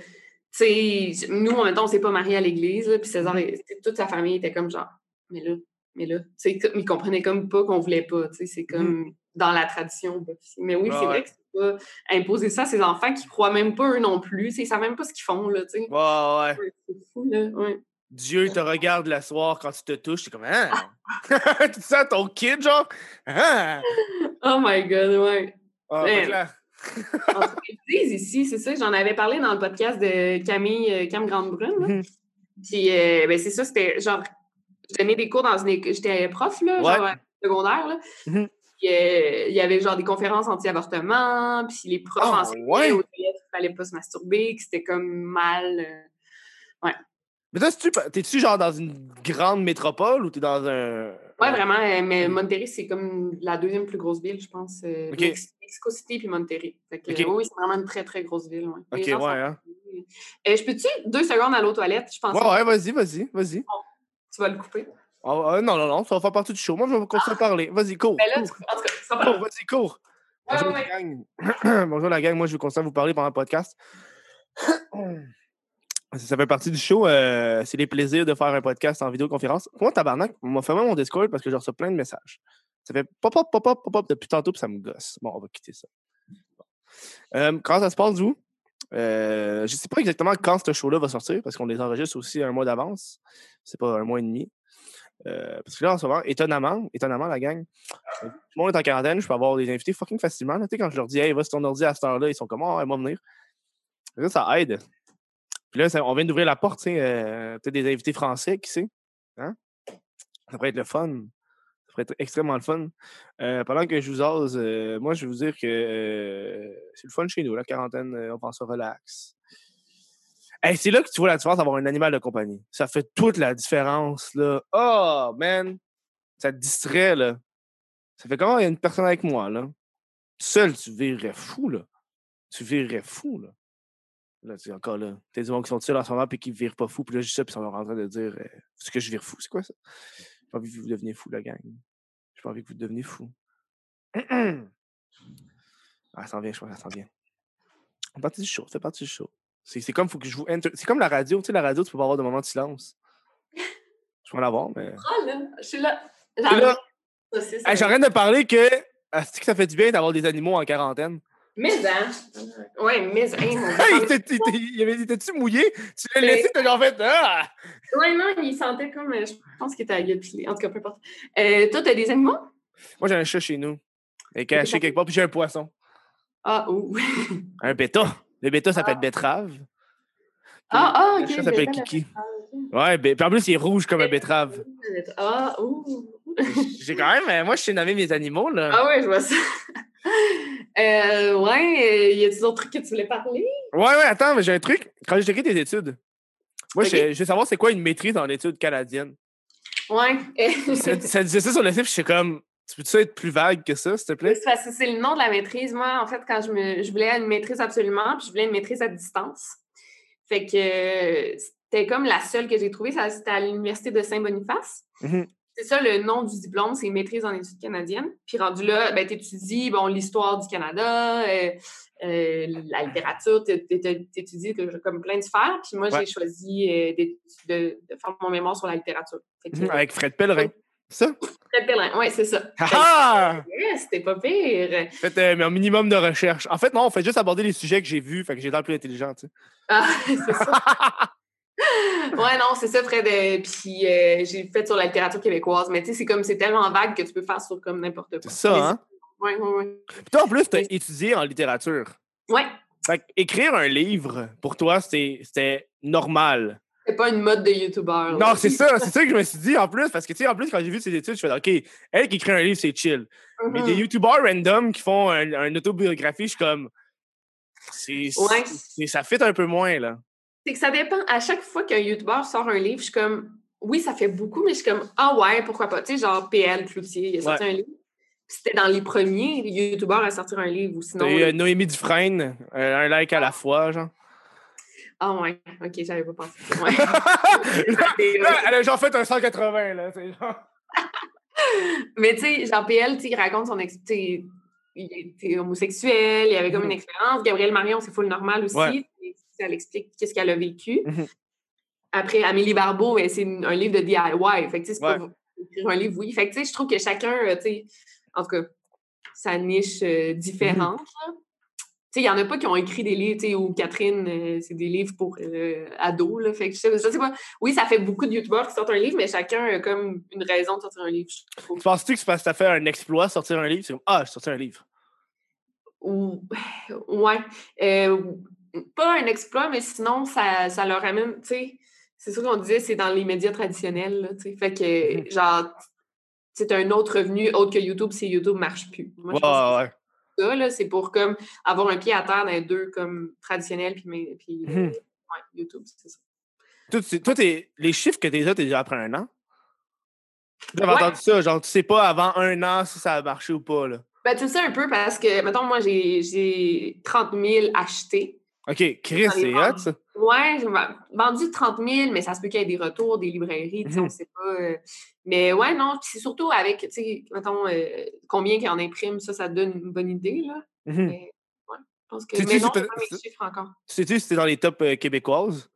Speaker 3: tu sais, nous, en même temps, on s'est pas mariés à l'église, là, puis César, il- tu sais, toute sa famille était comme genre, mais là, mais là. Tu sais, comme- ils comprenaient comme pas qu'on voulait pas, tu sais, c'est comme dans la tradition. bah, puis- Mais oui,
Speaker 1: Ah
Speaker 3: c'est
Speaker 1: ouais.
Speaker 3: vrai que c'est pas imposer ça à ces enfants qui croient même pas eux non plus, tu sais, ils savent même pas ce qu'ils font, là, tu sais.
Speaker 1: Ouais, ouais.
Speaker 3: Ouais, C'est fou, là, ouais.
Speaker 1: Dieu te regarde le soir quand tu te touches, t'es comme, hein? tu dis ça à ton kid, genre, hein?
Speaker 3: Oh my God, ouais.
Speaker 1: Ah,
Speaker 3: Ouais.
Speaker 1: fait que là-
Speaker 3: En tout cas, ils disent ici, c'est ça, j'en avais parlé dans le podcast de Camille, euh, Cam Grande-Brune. là.
Speaker 1: Mhm.
Speaker 3: Puis, euh, ben, c'est ça, c'était genre, je donnais des cours dans une école, j'étais prof, là,
Speaker 1: Ouais.
Speaker 3: genre, euh, secondaire, là.
Speaker 1: Mhm.
Speaker 3: Puis, euh, il y avait genre des conférences anti-avortement, puis les profs
Speaker 1: Ah,
Speaker 3: enseignaient
Speaker 1: ouais.
Speaker 3: aux élèves qu'il fallait pas se masturber, que c'était comme mal. euh,
Speaker 1: Mais toi, c'est-tu- t'es-tu genre dans une grande métropole ou t'es dans un.
Speaker 3: Ouais, vraiment, euh, mais Monterrey, c'est comme la deuxième plus grosse ville, je pense. euh,
Speaker 1: Mhm. Ok.
Speaker 3: Mex- Mexico City puis Monterrey. Fait que,
Speaker 1: Ok.
Speaker 3: oui, c'est vraiment une très, très grosse ville, ouais. Les
Speaker 1: Ok,
Speaker 3: gens sont-
Speaker 1: ouais, hein?
Speaker 3: Euh, je peux-tu deux secondes à l'eau toilette? Je pense
Speaker 1: Ouais, ouais, vas-y, vas-y, vas-y.
Speaker 3: Tu vas le couper.
Speaker 1: Ah, ah, non, non, non, ça va faire partie du show. Moi, je vais continuer à parler. Vas-y, cours.
Speaker 3: Mais Ben là,
Speaker 1: cours.
Speaker 3: tu... en tout cas, ça va.
Speaker 1: Cours, vas-y, cours.
Speaker 3: Ouais,
Speaker 1: Bonjour,
Speaker 3: ouais,
Speaker 1: la gang. Bonjour la gang, moi je vais continuer à vous parler pendant le podcast. Ça fait partie du show, euh, c'est les plaisirs de faire un podcast en vidéoconférence. Moi, tabarnak, on m'a fermé mon Discord parce que je reçois plein de messages. Ça fait pop, pop, pop, pop, pop, pop depuis tantôt, puis ça me gosse. Bon, on va quitter ça. Bon. Euh, quand ça se passe, vous, euh, je sais pas exactement quand ce show-là va sortir parce qu'on les enregistre aussi un mois d'avance. C'est pas un mois et demi. Euh, parce que là, en ce moment, étonnamment, étonnamment, la gang, tout le monde est en quarantaine, je peux avoir des invités fucking facilement. là. Tu sais, quand je leur dis, hey, va sur ton ordi à cette heure-là, ils sont comme, oh, elle va venir. Là, ça aide. Puis là, ça- on vient d'ouvrir la porte, tu sais, euh, peut-être des invités français, qui sait. Hein? Ça pourrait être le fun. Ça pourrait être extrêmement le fun. Euh, pendant que je vous ose, moi, je vais vous dire que euh, c'est le fun chez nous, la quarantaine, euh, on pense au relax. Hey, c'est là que tu vois la différence d'avoir un animal de compagnie. Ça fait toute la différence, là. Oh, man! Ça te distrait, là. Ça fait comment il y a une personne avec moi, là? Seul, tu virerais fou, là. Tu virerais fou, là. Là, tu es encore là. T'as des gens qui sont seuls en ce moment puis qui virent pas fou. Puis là, je dis ça, puis ils sont en train de dire euh, Est-ce que je vire fou? C'est quoi ça? J'ai pas envie que vous deveniez fou, la gang. J'ai pas envie que vous deveniez fou. ah, ça s'en vient, je crois, ça s'en vient. C'est parti du show, c'est parti du show. C'est c'est comme faut que je vous enter- C'est comme la radio, tu sais, la radio, tu peux pas avoir de moment de silence. Je peux en avoir, mais.
Speaker 3: Ah, là, je suis là.
Speaker 1: Et là, Ah,
Speaker 3: Ça, c'est ça.
Speaker 1: Hey, J'arrête de parler que. Est-ce que ça fait du bien d'avoir des animaux en quarantaine?
Speaker 3: Mais, hein. Ouais, mais, hein, mon
Speaker 1: Hey,
Speaker 3: Dieu.
Speaker 1: t'es- t'es- t'es- il avait dit, t'es-tu mouillé? Tu l'as
Speaker 3: Mais-
Speaker 1: laissé, t'as genre fait. Ah!
Speaker 3: Ouais, non, il sentait comme. euh, Je pense qu'il était à la gueule pilée. En tout cas, peu importe. Euh, toi, t'as des animaux?
Speaker 1: Moi, j'ai un chat chez nous. Il est caché quelque part, puis j'ai un poisson.
Speaker 3: Ah, ouh.
Speaker 1: Un bêta. Le bêta s'appelle betterave.
Speaker 3: Ah, ah,
Speaker 1: Le
Speaker 3: ok.
Speaker 1: chat
Speaker 3: ben,
Speaker 1: s'appelle
Speaker 3: ben,
Speaker 1: Kiki. Ouais, ben- puis en plus, il est rouge comme un betterave.
Speaker 3: ben, Ah, ouh.
Speaker 1: J'ai quand même. euh, moi, je sais nommer mes animaux, là.
Speaker 3: Ah, ouais, je vois ça. Euh, ouais, euh, y a-t-il d'autres trucs que tu voulais parler?
Speaker 1: Ouais, ouais, attends, mais j'ai un truc. Quand j'ai checké tes études, moi,
Speaker 3: Ok.
Speaker 1: je, je veux savoir c'est quoi une maîtrise en études canadiennes.
Speaker 3: Ouais.
Speaker 1: ça, ça disait ça sur le site, puis je suis comme. Tu peux-tu être plus vague que ça, s'il te plaît?
Speaker 3: C'est parce que c'est le nom de la maîtrise. Moi, en fait, quand je me je voulais une maîtrise absolument, puis je voulais une maîtrise à distance. Fait que euh, c'était comme la seule que j'ai trouvée, ça, c'était à l'Université de Saint-Boniface.
Speaker 1: Mhm.
Speaker 3: C'est ça le nom du diplôme, c'est maîtrise en études canadiennes. Puis rendu là, ben, tu étudies bon, l'histoire du Canada, euh, euh, la littérature, tu étudies comme plein de sphères. Puis moi,
Speaker 1: Ouais.
Speaker 3: j'ai choisi euh, d'étu- de, de faire mon mémoire sur la littérature. Fait que,
Speaker 1: Mhm, Avec Fred Pellerin.
Speaker 3: Ouais.
Speaker 1: Ça?
Speaker 3: Oui, c'est ça. Fait que,
Speaker 1: Ah!
Speaker 3: yeah, c'était pas pire.
Speaker 1: Faites euh, un minimum de recherche. En fait, non, on fait juste aborder les sujets que j'ai vus, fait que j'ai l'air plus intelligent, tu sais.
Speaker 3: Ah, c'est ça. Ouais, non, c'est ça, Fred. euh, Puis euh, j'ai fait sur la littérature québécoise, mais tu sais, c'est comme c'est tellement vague que tu peux faire sur comme n'importe
Speaker 1: C'est
Speaker 3: quoi.
Speaker 1: ça, hein?
Speaker 3: Oui, oui, oui.
Speaker 1: Puis toi, en plus, t'as étudié en littérature.
Speaker 3: Ouais,
Speaker 1: Fait que écrire un livre, pour toi, c'est- c'était normal.
Speaker 3: c'est pas une mode de youtubeur. là.
Speaker 1: Non, c'est ça, c'est ça que je me suis dit en plus, parce que tu sais, en plus, quand j'ai vu ses études, je suis OK, elle qui écrit un livre, c'est chill. Mais
Speaker 3: Mhm.
Speaker 1: des youtubeurs random qui font un, un autobiographie, je suis comme. c'est-
Speaker 3: Ouais.
Speaker 1: c'est- Ça fit un peu moins, là.
Speaker 3: C'est que ça dépend. À chaque fois qu'un youtubeur sort un livre, je suis comme, oui, ça fait beaucoup, mais je suis comme, ah ouais, pourquoi pas. Tu sais, genre PL Cloutier, il a sorti un livre. Puis C'était dans les premiers youtubeurs à sortir un livre, ou sinon.
Speaker 1: T'as eu, euh, Noémie Dufresne, euh, un like à la fois, genre.
Speaker 3: Ah ouais, ok, j'avais pas pensé. Ouais.
Speaker 1: Là,
Speaker 3: Et, euh,
Speaker 1: Ah, elle a genre fait un 180, là. c'est genre-
Speaker 3: Mais tu sais, genre PL, tu sais, il raconte son ex. tu sais, Il était homosexuel, il avait comme
Speaker 1: Mhm.
Speaker 3: une expérience. Gabrielle Marion, c'est full normal aussi.
Speaker 1: Ouais.
Speaker 3: Et Ça l'explique qu'est-ce qu'elle a vécu.
Speaker 1: Mhm.
Speaker 3: Après, Amélie Barbeau, ben, c'est une- un livre de DIY. Fait que tu sais, c'est
Speaker 1: Ouais.
Speaker 3: pas écrire un livre, oui. Fait que tu sais, je trouve que chacun, euh, tu sais, en tout cas, sa niche euh, différente.
Speaker 1: Mhm.
Speaker 3: là. Tu sais, il y en a pas qui ont écrit des livres, tu sais, ou Catherine, euh, c'est des livres pour euh, ados, là. Fait que je sais, je sais pas. Oui, ça fait beaucoup de youtubeurs qui sortent un livre, mais chacun a comme une raison de sortir un livre, je trouve.
Speaker 1: Tu penses-tu que c'est parce que t'as fait un exploit, sortir un livre? C'est comme, ah, j'ai sorti un livre.
Speaker 3: ou ouais euh, pas un exploit mais sinon ça, ça leur amène tu sais c'est ça qu'on disait c'est dans les médias traditionnels là, tu sais fait que
Speaker 1: Mm-hmm.
Speaker 3: genre c'est un autre revenu autre que YouTube si YouTube marche plus moi je
Speaker 1: ouais,
Speaker 3: pense
Speaker 1: ouais.
Speaker 3: que c'est ça là c'est pour comme avoir un pied à terre dans les deux comme traditionnel puis mais- puis euh,
Speaker 1: Mhm.
Speaker 3: ouais, YouTube c'est ça
Speaker 1: Toi, tu- toi, t'es- les chiffres que t'es là, t'es déjà après un an? J'avais
Speaker 3: Ouais.
Speaker 1: entendu ça, genre, tu sais pas avant un an si ça a marché ou pas, là.
Speaker 3: ben tu le sais un peu parce que mettons moi j'ai j'ai 30 000 achetés
Speaker 1: OK, Chris,
Speaker 3: Dans les
Speaker 1: c'est hot,
Speaker 3: ventes.
Speaker 1: ça.
Speaker 3: Ouais, j'ai va- vendu 30 000, mais ça se peut qu'il y ait des retours, des librairies, tu sais,
Speaker 1: Mhm.
Speaker 3: on sait pas. euh, Mais ouais, non, puis c'est surtout avec, tu sais, mettons, euh, combien qu'il en imprime, ça, ça te donne une bonne idée, là.
Speaker 1: Mhm.
Speaker 3: Mais ouais, je pense que.
Speaker 1: Sais-tu
Speaker 3: Mais
Speaker 1: si
Speaker 3: non,
Speaker 1: t'as-
Speaker 3: j'ai pas mes chiffres encore.
Speaker 1: Sais-tu si t'es dans les tops euh, québécoises?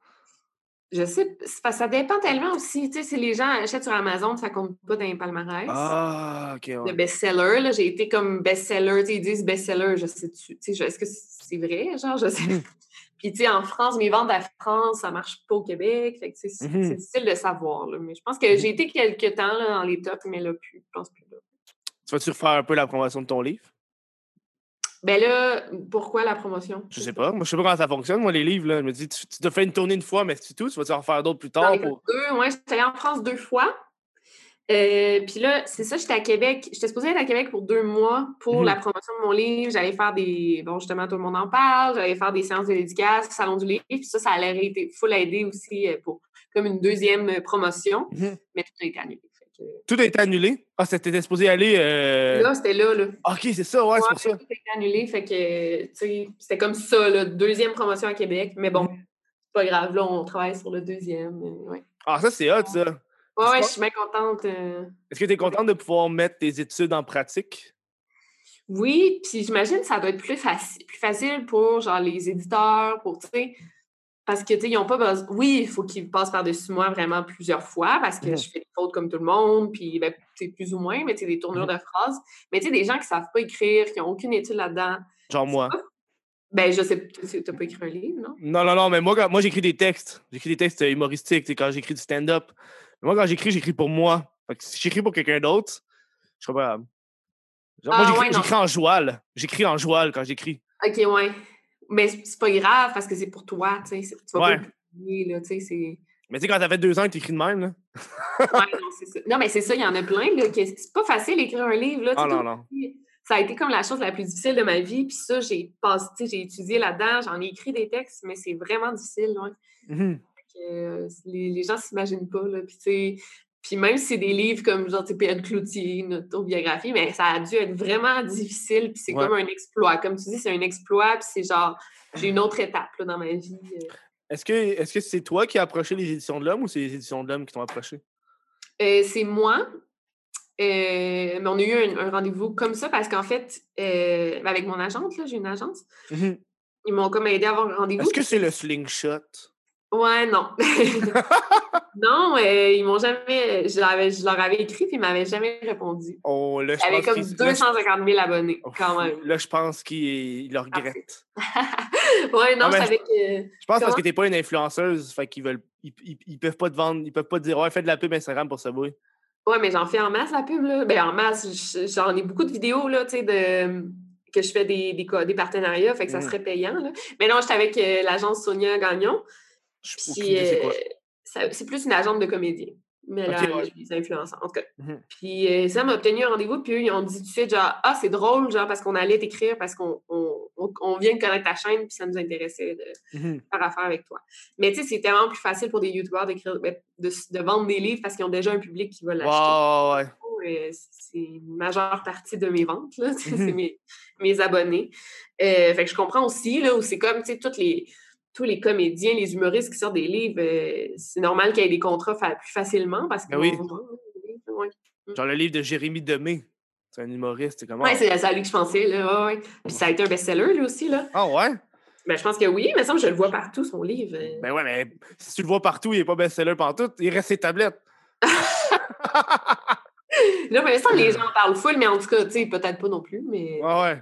Speaker 3: Je sais, p- c'est parce que ça dépend tellement aussi, tu sais, si les gens achètent sur Amazon, ça compte pas dans les palmarès.
Speaker 1: Ah, OK, ouais.
Speaker 3: Le best-seller, là, j'ai été comme best-seller, tu sais, ils disent best-seller, je sais, tu sais, je- est-ce que c'est vrai, genre, je sais. Puis, tu sais, en France, mes ventes à France, ça marche pas au Québec, fait que, tu sais, c'est
Speaker 1: Mhm.
Speaker 3: c'est difficile de savoir, là, mais je pense que j'ai été quelques temps, là, dans les tops, mais là, plus, je pense plus, là.
Speaker 1: Tu vas-tu refaire un peu la promotion de ton livre?
Speaker 3: Ben là, pourquoi la promotion?
Speaker 1: Je sais pas. Moi, je sais pas comment ça fonctionne, moi, les livres, là. Je me dis, tu tu t'as fait une tournée une fois, mais c'est tout. Tu vas-tu en refaire d'autres plus
Speaker 3: J'en
Speaker 1: tard?
Speaker 3: ai fait
Speaker 1: Pour...
Speaker 3: deux, ouais, j'étais allée en France deux fois. Euh, puis là, c'est ça, j'étais à Québec. J'étais supposée être à Québec pour deux mois pour
Speaker 1: Mhm.
Speaker 3: la promotion de mon livre. J'allais faire des. Bon, justement, tout le monde en parle. J'allais faire des séances de dédicace, salon du livre. Puis ça, ça allait été full aider aussi euh, pour comme une deuxième euh, promotion.
Speaker 1: Mhm.
Speaker 3: Mais tout a été annulé. Fait que, euh,
Speaker 1: Tout a été annulé? Ah, c'était t'étais supposé aller. euh,
Speaker 3: Là, c'était là, là.
Speaker 1: OK, c'est ça, ouais, c'est
Speaker 3: Ouais,
Speaker 1: pour ça.
Speaker 3: Tout a été annulé. Fait que, euh, tu sais, c'était comme ça, là, deuxième promotion à Québec. Mais
Speaker 1: Mhm.
Speaker 3: bon, c'est pas grave. Là, on travaille sur le deuxième. euh, ouais,
Speaker 1: Ah, ça, c'est hot, ça.
Speaker 3: ouais, ouais,
Speaker 1: pas-
Speaker 3: je suis bien contente. euh,
Speaker 1: Est-ce que tu es contente de pouvoir mettre tes études en pratique?
Speaker 3: Oui, puis j'imagine que ça doit être plus, faci- plus facile pour genre les éditeurs, pour, tu sais, parce que, tu sais, ils n'ont pas besoin... Oui, il faut qu'ils passent par-dessus moi vraiment plusieurs fois parce que
Speaker 1: Mhm.
Speaker 3: je fais des fautes comme tout le monde, puis, ben, tu sais, plus ou moins, mais tu sais, des tournures
Speaker 1: Mmh.
Speaker 3: de phrases. Mais tu sais, des gens qui ne savent pas écrire, qui n'ont aucune étude là-dedans,
Speaker 1: Genre moi.
Speaker 3: ben, je sais, tu n'as pas écrit un livre, non?
Speaker 1: Non, non, non, mais moi, quand- moi j'écris des textes. J'éris des textes euh, humoristiques, tu sais, quand j'écris du stand-up. Moi, quand j'écris, j'écris pour moi. Fait que si j'écris pour quelqu'un d'autre, je serais pas capable. Genre,
Speaker 3: Ah,
Speaker 1: moi, j'écris-
Speaker 3: ouais, non.
Speaker 1: j'écris en joual. J'écris en joual quand j'écris.
Speaker 3: OK, ouais. Mais c'est c'est pas grave parce que c'est pour toi, tu sais, c'est- tu vas
Speaker 1: Ouais.
Speaker 3: pas le publier, là, tu sais, c'est...
Speaker 1: Mais tu sais, quand ça fait deux ans que t'écris de même, là.
Speaker 3: Ouais, non, c'est ça. Non, mais c'est ça, il y en a plein, là, que c'est pas facile d'écrire un livre, là, tu
Speaker 1: Ah
Speaker 3: sais,
Speaker 1: non, non.
Speaker 3: ça a été comme la chose la plus difficile de ma vie. Puis ça, j'ai passé, tu sais, j'ai étudié là-dedans, j'en ai écrit des textes, mais c'est vraiment difficile. ouais.
Speaker 1: Mhm.
Speaker 3: Fait que, euh, les, les gens s'imaginent pas. Là. Puis, tu sais, puis même si c'est des livres comme genre tu sais, P.N. Cloutier, une autobiographie, mais ça a dû être vraiment difficile. Puis c'est
Speaker 1: Ouais.
Speaker 3: comme un exploit. Comme tu dis, c'est un exploit. Puis c'est genre, j'ai une autre étape là, dans ma vie. euh,
Speaker 1: Est-ce que est-ce que c'est toi qui as approché les éditions de l'homme ou c'est les éditions de l'homme qui t'ont approché?
Speaker 3: Euh, c'est moi. Euh, mais on a eu un, un rendez-vous comme ça parce qu'en fait, euh, avec mon agente, là, j'ai une agence,
Speaker 1: Mhm.
Speaker 3: ils m'ont comme aidé à avoir un rendez-vous.
Speaker 1: Est-ce que c'est le slingshot?
Speaker 3: Ouais, non. non, euh, ils m'ont jamais. Je, l'avais- je leur avais écrit, puis ils m'avaient jamais répondu.
Speaker 1: Oh, là, je
Speaker 3: J'avais
Speaker 1: pense
Speaker 3: comme
Speaker 1: qu'il-
Speaker 3: 250 000 abonnés,
Speaker 1: là, je-
Speaker 3: quand même.
Speaker 1: Oh, Là, je pense qu'il le regrette.
Speaker 3: Ouais, non,
Speaker 1: Ah, mais-
Speaker 3: je savais que.
Speaker 1: Je pense parce
Speaker 3: Comment?
Speaker 1: que t'es pas une influenceuse, fait qu'ils veulent. Ils, ils- ils peuvent pas te vendre, ils peuvent pas te dire Ouais, fais de la pub Instagram pour Subway.
Speaker 3: Ouais, mais j'en fais en masse la pub, là. Ben, en masse, je- j'en ai beaucoup de vidéos, là, tu sais, de que je fais des, des, co- des partenariats, fait que ça
Speaker 1: Mhm.
Speaker 3: serait payant, là. Mais non, j'étais avec euh, l'agence Sonia Gagnon,
Speaker 1: Je
Speaker 3: puis
Speaker 1: aucune idée c'est quoi.
Speaker 3: euh, ça- c'est plus une agente de comédien. Mais là,
Speaker 1: Ok, ouais.
Speaker 3: je suis influenceuse, en tout cas.
Speaker 1: Mhm.
Speaker 3: Puis euh, ça m'a obtenu un rendez-vous, puis eux, ils ont dit tout de suite, genre, ah, c'est drôle, genre, parce qu'on allait t'écrire, parce qu'on on, on- on vient de connaître ta chaîne, puis ça nous intéressait de
Speaker 1: Mhm.
Speaker 3: faire affaire avec toi. Mais tu sais, c'est tellement plus facile pour des youtubeurs d'écrire, ben, de, de vendre des livres parce qu'ils ont déjà un public qui va l'acheter
Speaker 1: Wow, ouais.
Speaker 3: euh, c'est une majeure partie de mes ventes, là. c'est
Speaker 1: Mhm.
Speaker 3: mes, mes abonnés. Euh, fait que je comprends aussi, là, où c'est comme, tu sais, toutes les, tous les comédiens, les humoristes qui sortent des livres, euh, c'est normal qu'il y ait des contrats fa- plus facilement parce que...
Speaker 1: Ben oui.
Speaker 3: Ouais.
Speaker 1: Genre le livre de Jérémy Demé. C'est un humoriste, c'est «Ah, comment?
Speaker 3: Ouais, c'est c'est à lui que je pensais, là, ouais, ouais. Puis ça a été un best-seller, lui aussi, là.
Speaker 1: Ah ouais?
Speaker 3: Ben, je pense que oui, mais ça, je le vois partout, son livre. euh.
Speaker 1: Ben ouais, mais si tu le vois partout, il est pas best-seller pantoute, il reste ses tablettes.
Speaker 3: Là, mais ça, les gens en parlent full, mais en tout cas, tu sais, peut-être pas non plus, mais...
Speaker 1: Ouais, ouais.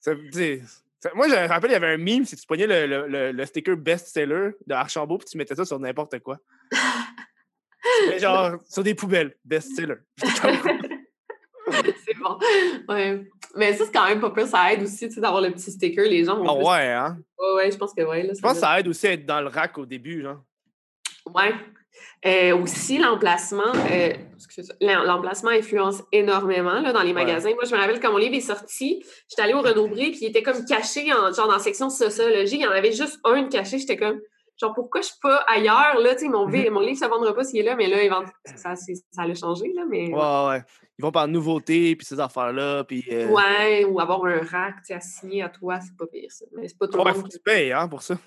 Speaker 1: Ça, tu sais, ça- moi, je me rappelle, il y avait un meme, si tu pognais le, le- le- le sticker best-seller de Archambault, puis tu mettais ça sur n'importe quoi. Mais genre, sur des poubelles, best-seller. J'étais comme,
Speaker 3: c'est bon. Ouais. Mais ça, c'est quand même pas peur, ça aide aussi, tu sais, d'avoir le petit sticker, les gens vont
Speaker 1: Ah
Speaker 3: plus
Speaker 1: ouais, hein?
Speaker 3: Ouais, ouais, je pense que ouais. Là,
Speaker 1: Je pense que ça aide aussi à être dans le rack au début, genre.
Speaker 3: Ouais. Euh, aussi, l'emplacement, euh, excusez- l'em- l'emplacement influence énormément là, dans les
Speaker 1: Ouais.
Speaker 3: magasins. Moi, je me rappelle quand mon livre est sorti, j'étais allée au Renaud Bré, puis il était comme caché en, genre dans la section sociologie. Il y en avait juste un de caché. J'étais comme, genre, pourquoi je suis pas ailleurs? Là, tu sais, mon,
Speaker 1: Mm-hmm.
Speaker 3: vi- mon livre, ça ne vendra pas s'il est là, mais là, évent- ça, c'est- ça l'a changé. Là, mais...
Speaker 1: Ouais, ouais. ouais. Ils vont par nouveauté, puis ces affaires-là, puis... euh,
Speaker 3: Ouais, ou avoir un rack tu sais, assigné à toi, c'est pas pire ça. Mais c'est pas tout le
Speaker 1: ouais,
Speaker 3: monde
Speaker 1: faut que
Speaker 3: qui-
Speaker 1: tu payes, hein, pour ça.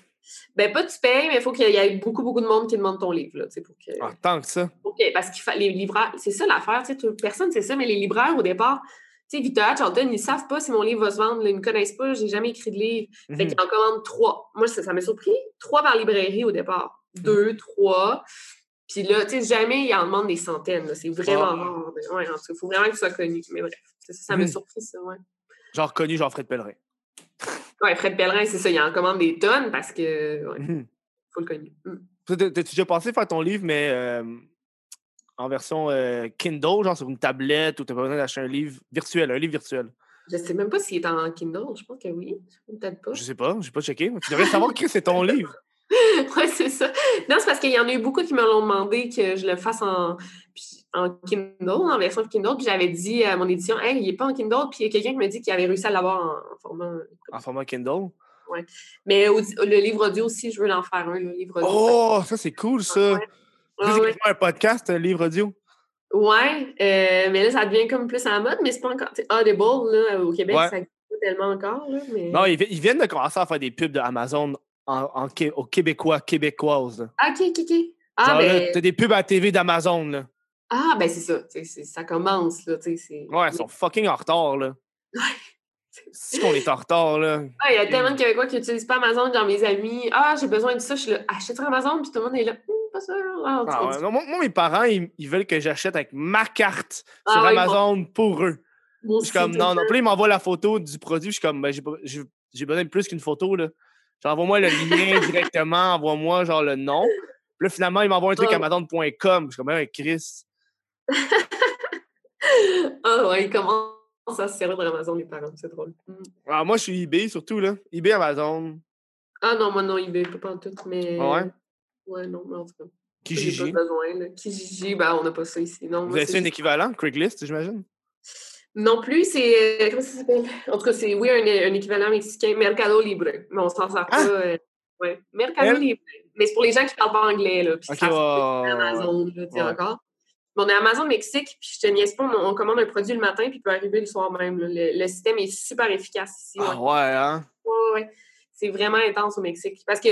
Speaker 3: Ben pas tu payes, mais il faut qu'il y ait beaucoup, beaucoup de monde qui demande ton livre, là, tu sais, pour que.
Speaker 1: Ah, tant que ça.
Speaker 3: OK, parce qu'il fa- les libraires, c'est ça l'affaire, tu sais, tout- personne sait ça, mais les libraires au départ, tu sais, Victor Charlton, ils savent pas si mon livre va se vendre, là, ils me connaissent pas, j'ai jamais écrit de livre.
Speaker 1: Mm.
Speaker 3: Fait
Speaker 1: Mhm.
Speaker 3: qu'ils en commandent trois. Moi, ça, ça m'a surpris. Trois par librairie au départ. Deux, trois. Puis là, tu sais, jamais ils en demandent des centaines. là. C'est vraiment
Speaker 1: Ah.
Speaker 3: rare. mais Ouais, en tout cas, faut vraiment que tu sois connu. Mais bref, c'est ça, ça m'a
Speaker 1: Mhm.
Speaker 3: surpris, ça, ouais.
Speaker 1: Genre connu, genre Fred Pellerin.
Speaker 3: Ouais, Fred Pellerin, c'est ça, il en commande des tonnes parce que, ouais,
Speaker 1: Mhm.
Speaker 3: faut le connu. Mm.
Speaker 1: Toi, t'as- T'as-tu déjà pensé faire ton livre, mais euh, en version euh, Kindle, genre sur une tablette, ou t'as pas besoin d'acheter un livre virtuel, un livre virtuel?
Speaker 3: Je sais même pas s'il est en Kindle, je pense que oui, ou peut-être pas.
Speaker 1: Je sais pas, j'ai pas checké. Tu devrais savoir que c'est ton livre.
Speaker 3: ouais, c'est ça. Non, c'est parce qu'il y en a eu beaucoup qui me l'ont demandé que je le fasse en, puis en Kindle, en version Kindle. Puis j'avais dit à mon édition, hey, il n'est pas en Kindle. Puis il y a quelqu'un qui m'a dit qu'il avait réussi à l'avoir en, en format.
Speaker 1: En format Kindle.
Speaker 3: Mais audi- le livre audio aussi, je veux l'en faire un, le livre audio.
Speaker 1: Oh, ça c'est cool ça.
Speaker 3: Ouais,
Speaker 1: Tu sais,
Speaker 3: ouais.
Speaker 1: c'est un podcast, un livre audio.
Speaker 3: Ouais, euh, mais là, ça devient comme plus à la mode, mais c'est pas encore. tu sais, Audible, là, au Québec,
Speaker 1: Ouais.
Speaker 3: ça n'existe pas tellement encore. Là, mais...
Speaker 1: Non, ils, vi- ils viennent de commencer à faire des pubs de Amazon en, en Qué- aux Québécois, Québécoises. là.
Speaker 3: Ah, ok, ok, ok. Ah,
Speaker 1: genre là,
Speaker 3: ben,
Speaker 1: t'as des pubs à la TV d'Amazon. là.
Speaker 3: ah, ben c'est ça. tu sais, c'est- Ça commence, là. tu sais, c'est-
Speaker 1: Ouais, ils sont fucking en retard là. Si qu'on est en retard là.
Speaker 3: Ah, il y a tellement de Québécois qui n'utilisent pas Amazon, genre mes amis. Ah, j'ai besoin de ça, je suis là, achète sur Amazon, puis tout le monde est là, Hum, pas ça. Ah,
Speaker 1: Ah ouais, non, moi, moi, mes parents, ils, ils veulent que j'achète avec ma carte
Speaker 3: Ah
Speaker 1: sur
Speaker 3: ouais, ils
Speaker 1: Amazon pour eux.
Speaker 3: Moi
Speaker 1: Je
Speaker 3: aussi,
Speaker 1: suis comme,
Speaker 3: tout
Speaker 1: non,
Speaker 3: le
Speaker 1: non.
Speaker 3: temps.
Speaker 1: Puis là, ils m'envoient la photo du produit. Je suis comme, ben, j'ai pas- j'ai j'ai besoin de plus qu'une photo, là. Genre, envoie-moi le lien directement, envoie-moi, genre, le nom. Puis là, finalement, ils m'envoient un truc
Speaker 3: Ouais.
Speaker 1: Amazon.com. Je suis comme, un Chris.
Speaker 3: Ah, ouais, ils commencent à se servir de Amazon, les parents, c'est drôle. Hum.
Speaker 1: Alors, moi, je suis eBay, surtout, là. eBay, Amazon,
Speaker 3: Ah, non, moi, non, eBay, pas en tout, mais.
Speaker 1: Ah ouais?
Speaker 3: Ouais, non, mais en tout cas. J'ai
Speaker 1: Kijiji.
Speaker 3: pas besoin, là. Kijiji, ben, on n'a pas ça ici. Non,
Speaker 1: Vous
Speaker 3: moi,
Speaker 1: avez
Speaker 3: c'est
Speaker 1: ça un
Speaker 3: juste-
Speaker 1: équivalent, Craigslist, j'imagine?
Speaker 3: Non plus, c'est. euh, Comment ça s'appelle? En tout cas, c'est, oui, un, un équivalent mexicain, Mercado Libre. Mais on s'en sert
Speaker 1: Ah!
Speaker 3: pas. euh, ouais, Mercado
Speaker 1: Mer-
Speaker 3: Libre. Mais c'est pour les gens qui parlent pas anglais, là. puis
Speaker 1: Ok,
Speaker 3: ça se-
Speaker 1: ouais, ouais, ouais, ouais.
Speaker 3: Ah, Amazon, là, tu sais,
Speaker 1: Ouais.
Speaker 3: encore. Mais on est Amazon Mexique, puis je te niaise pas, on on commande un produit le matin, puis il peut arriver le soir même. là. Le, le système est super efficace ici. ouais.
Speaker 1: Ah, ouais, hein?
Speaker 3: Ouais, ouais. C'est vraiment intense au Mexique. Parce que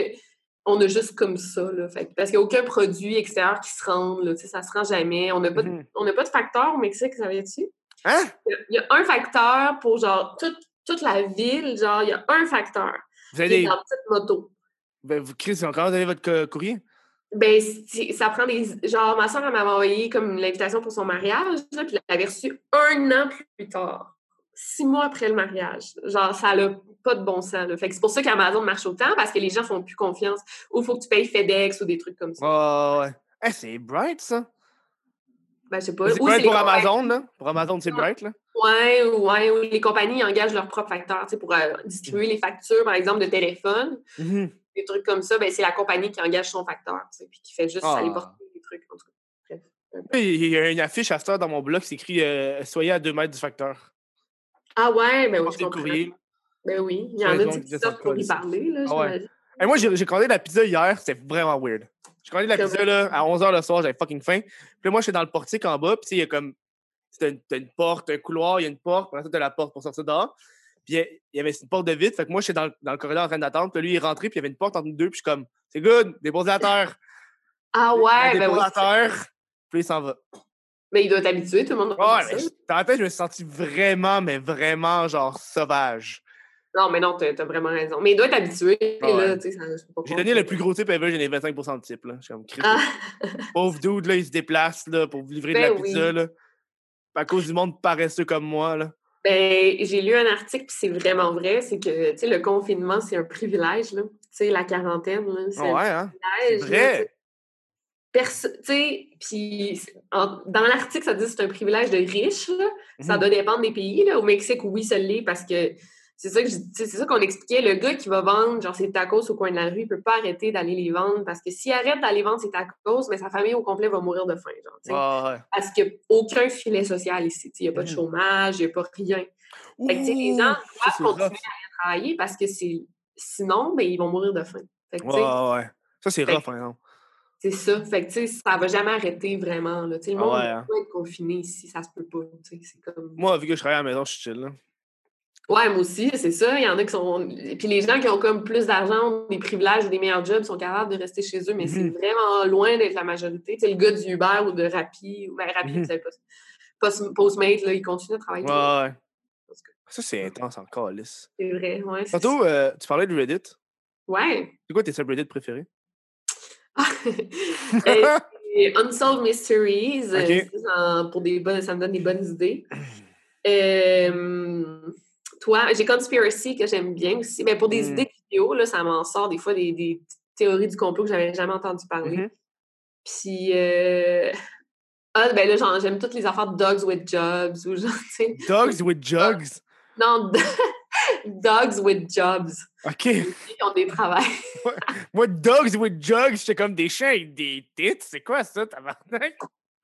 Speaker 3: on a juste comme ça, là. Fait que- parce qu'il n'y a aucun produit extérieur qui se rend, là, tu sais, ça se rend jamais. On n'a pas, de-
Speaker 1: Mhm.
Speaker 3: on n'a pas de facteur au Mexique, savais-tu?
Speaker 1: Hein?
Speaker 3: Il y a- il y a un facteur pour, genre, toute, toute la ville, genre, il y a un facteur.
Speaker 1: Vous
Speaker 3: Il est
Speaker 1: avez des,
Speaker 3: en petite moto.
Speaker 1: Ben, vous, Chris, ils ont quand même donné votre co- courrier?
Speaker 3: Ben, c'est- ça prend des. Genre, ma soeur, elle m'avait envoyé comme l'invitation pour son mariage, là, puis elle l'avait reçue un an plus tard, six mois après le mariage. Genre, ça n'a pas de bon sens. Là. Fait que c'est pour ça qu'Amazon marche autant, parce que les gens font plus confiance. Ou il faut que tu payes FedEx ou des trucs comme ça.
Speaker 1: Ouais, ouais. Eh, c'est Bright, ça.
Speaker 3: Ben, je sais pas.
Speaker 1: C'est
Speaker 3: Ou Ah.
Speaker 1: Bright
Speaker 3: les
Speaker 1: pour
Speaker 3: compagnies-
Speaker 1: Amazon, là. Pour Amazon, c'est
Speaker 3: Ouais.
Speaker 1: Bright, là.
Speaker 3: Ouais, ouais, ou les compagnies engagent leurs propres facteurs, tu sais, pour euh, distribuer les factures, par exemple, de téléphone.
Speaker 1: Mhm.
Speaker 3: des trucs comme ça, ben, c'est la compagnie qui engage son facteur, tu sais, puis qui fait juste
Speaker 1: Ah.
Speaker 3: aller porter des trucs. En tout cas.
Speaker 1: Il y a une affiche à cette heure dans mon blog qui s'écrit euh, Soyez à 2 mètres du facteur.
Speaker 3: Ah ouais, ben oui, je
Speaker 1: Portez le
Speaker 3: comprends.
Speaker 1: courrier.
Speaker 3: Ben oui, il y
Speaker 1: Ouais,
Speaker 3: en a
Speaker 1: donc,
Speaker 3: du
Speaker 1: ils
Speaker 3: qui
Speaker 1: disent ça
Speaker 3: sortent pour
Speaker 1: colle,
Speaker 3: y
Speaker 1: ça.
Speaker 3: parler, là,
Speaker 1: Ah ouais.
Speaker 3: j'imagine.
Speaker 1: Et moi, j'ai j'ai commandé de la pizza hier, c'était vraiment weird. J'ai commandé de la
Speaker 3: Comment?
Speaker 1: pizza là, à 11h le soir, j'avais fucking faim. Puis là, moi, j'étais dans le portique en bas, puis tu sais, il y a comme. T'as une, t'as une porte, un couloir, il y a une porte, après ça, t'as la porte pour sortir dehors. Puis il y- il y avait une porte de vide, fait que moi, j'étais dans, le- dans le corridor en train d'attendre, puis lui, il est rentré, puis il y avait une porte entre nous deux, puis je suis comme, c'est good, déposez à terre.
Speaker 3: Ah ouais, ben
Speaker 1: déposez
Speaker 3: oui.
Speaker 1: à terre, puis il s'en va.
Speaker 3: Ben il doit être habitué, tout le monde doit
Speaker 1: Ouais,
Speaker 3: faire
Speaker 1: mais
Speaker 3: ça.
Speaker 1: je- dans la tête, je me suis senti vraiment, mais vraiment, genre, sauvage.
Speaker 3: Non, mais non, t'as t'as vraiment raison. Mais il doit être habitué,
Speaker 1: Ah ouais.
Speaker 3: là, tu sais, ça- je peux pas
Speaker 1: J'ai
Speaker 3: croire
Speaker 1: donné le
Speaker 3: que-
Speaker 1: plus gros type ever, j'ai les 25 de type. Là. Je suis comme, Christ,
Speaker 3: Ah.
Speaker 1: Pauvre dude, là, il se déplace là, pour vous livrer de
Speaker 3: Ben
Speaker 1: la pizza.
Speaker 3: oui.
Speaker 1: Là. À cause du monde paresseux comme moi. Là.
Speaker 3: Ben, j'ai lu un article, puis c'est vraiment vrai, c'est que, tu sais, le confinement, c'est un privilège, là. Tu sais, la quarantaine, là, c'est un
Speaker 1: ouais, hein? C'est
Speaker 3: privilège. là, tu sais.
Speaker 1: vrai.
Speaker 3: Perso- tu sais, puis c'est- en- dans l'article, ça dit que c'est un privilège de riche. là. Ça
Speaker 1: Mhm.
Speaker 3: doit dépendre des pays. Là. Au Mexique, oui, ça l'est parce que c'est ça que je- tu sais, c'est ça qu'on expliquait. Le gars qui va vendre genre ses tacos au coin de la rue, il peut pas arrêter d'aller les vendre parce que s'il arrête d'aller vendre ses tacos, mais sa famille au complet va mourir de faim. Genre, tu sais.
Speaker 1: Ouais, ouais.
Speaker 3: Parce qu'il n'y a aucun filet social ici. Il n'y a pas de
Speaker 1: Mhm.
Speaker 3: chômage, il n'y a pas rien. Fait que, tu sais, les
Speaker 1: Ouh,
Speaker 3: gens
Speaker 1: ça, c'est
Speaker 3: doivent continuer
Speaker 1: rough.
Speaker 3: à travailler parce que c'est- sinon, ben, ils vont mourir de faim. Fait que, tu sais,
Speaker 1: Ouais, ouais. Ça, c'est
Speaker 3: Fait
Speaker 1: rough, par exemple.
Speaker 3: c'est ça. Fait que, tu sais, ça va jamais arrêter vraiment. Là. Tu sais, Le
Speaker 1: Ah
Speaker 3: monde
Speaker 1: ouais,
Speaker 3: ne
Speaker 1: hein.
Speaker 3: peut pas être confiné ici, ça se peut pas. tu sais, C'est comme...
Speaker 1: Moi, vu que je travaille à la maison, je suis chill. Là.
Speaker 3: Ouais, moi aussi, c'est ça. Il y en a qui sont. Puis les gens qui ont comme plus d'argent, ont des privilèges ou des meilleurs jobs, sont capables de rester chez eux, mais c'est
Speaker 1: Mhm.
Speaker 3: vraiment loin d'être la majorité. Tu sais, le gars du Uber ou de Rappi, ou ben, Rappi,
Speaker 1: Mhm.
Speaker 3: vous savez pas. Post- Postmates, là, ils continuent à travailler.
Speaker 1: Ouais, ouais.
Speaker 3: Parce que-
Speaker 1: Ça, c'est intense encore, lisse.
Speaker 3: C'est vrai, ouais. c'est
Speaker 1: Tantôt, euh, tu parlais de Reddit.
Speaker 3: ça. Ouais.
Speaker 1: C'est quoi tes subreddits préférés?
Speaker 3: Et- et Euh, Unsolved Mysteries, euh,
Speaker 1: Ok.
Speaker 3: c'est en- pour des bonnes, ça me donne des bonnes idées. Euh, toi, j'ai Conspiracy que j'aime bien aussi. Mais pour des
Speaker 1: Mm.
Speaker 3: idées de vidéos, là, ça m'en sort des fois des, des théories du complot que j'avais jamais entendu parler.
Speaker 1: Mhm.
Speaker 3: Puis, euh, ah, ben là, genre, j'aime toutes les affaires de Dogs with Jobs ou genre, tu sais.
Speaker 1: Dogs with
Speaker 3: Ah.
Speaker 1: Jugs.
Speaker 3: Non, Dogs with Jobs.
Speaker 1: Ok.
Speaker 3: Ils ont des travails.
Speaker 1: Moi, Dogs with Jugs, j'étais comme des chiens avec des tits. C'est quoi ça, tabarnak?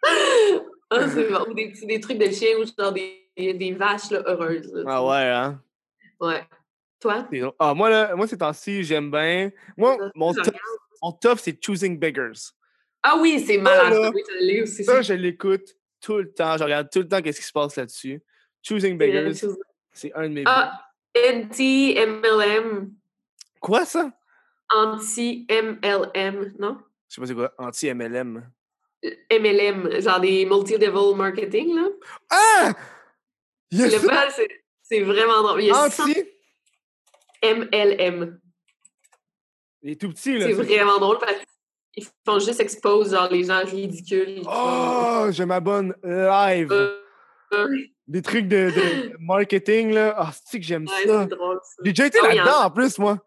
Speaker 3: Ah, c'est bon. Ou des, petits- des trucs de chien ou genre des, des vaches là, heureuses. là, tu
Speaker 1: Ah
Speaker 3: sais.
Speaker 1: ouais, hein?
Speaker 3: Ouais. Toi?
Speaker 1: C'est drôle. Ah, moi, là, moi, ces temps-ci, j'aime bien. Moi,
Speaker 3: Ça,
Speaker 1: mon
Speaker 3: je
Speaker 1: top, mon top, c'est Choosing Beggars.
Speaker 3: Ah oui, c'est malade.
Speaker 1: là.
Speaker 3: Oui, je l'ai aussi.
Speaker 1: Ça, je l'écoute tout le temps. Je regarde tout le temps qu'est-ce qui se passe là-dessus. Choosing
Speaker 3: C'est la
Speaker 1: Beggars,
Speaker 3: même chose.
Speaker 1: c'est un de mes.
Speaker 3: Ah, anti-MLM.
Speaker 1: Quoi, ça?
Speaker 3: Anti-MLM, non?
Speaker 1: Je sais pas c'est quoi. Anti-MLM.
Speaker 3: MLM, genre des multi-level marketing, là.
Speaker 1: Ah! Il y a
Speaker 3: Le
Speaker 1: ça!
Speaker 3: bal, c'est- c'est vraiment drôle. Il y a 100
Speaker 1: Anti!
Speaker 3: MLM.
Speaker 1: Il est tout petit, là.
Speaker 3: C'est
Speaker 1: ça.
Speaker 3: vraiment drôle parce qu'ils font juste expose genre les gens ridicules.
Speaker 1: Oh, je m'abonne live.
Speaker 3: Euh, euh,
Speaker 1: Des trucs de, de marketing, là. Ah, c'est que j'aime
Speaker 3: ouais,
Speaker 1: ça.
Speaker 3: c'est drôle, ça.
Speaker 1: J'ai déjà été
Speaker 3: Ah oui,
Speaker 1: là-dedans en plus, moi.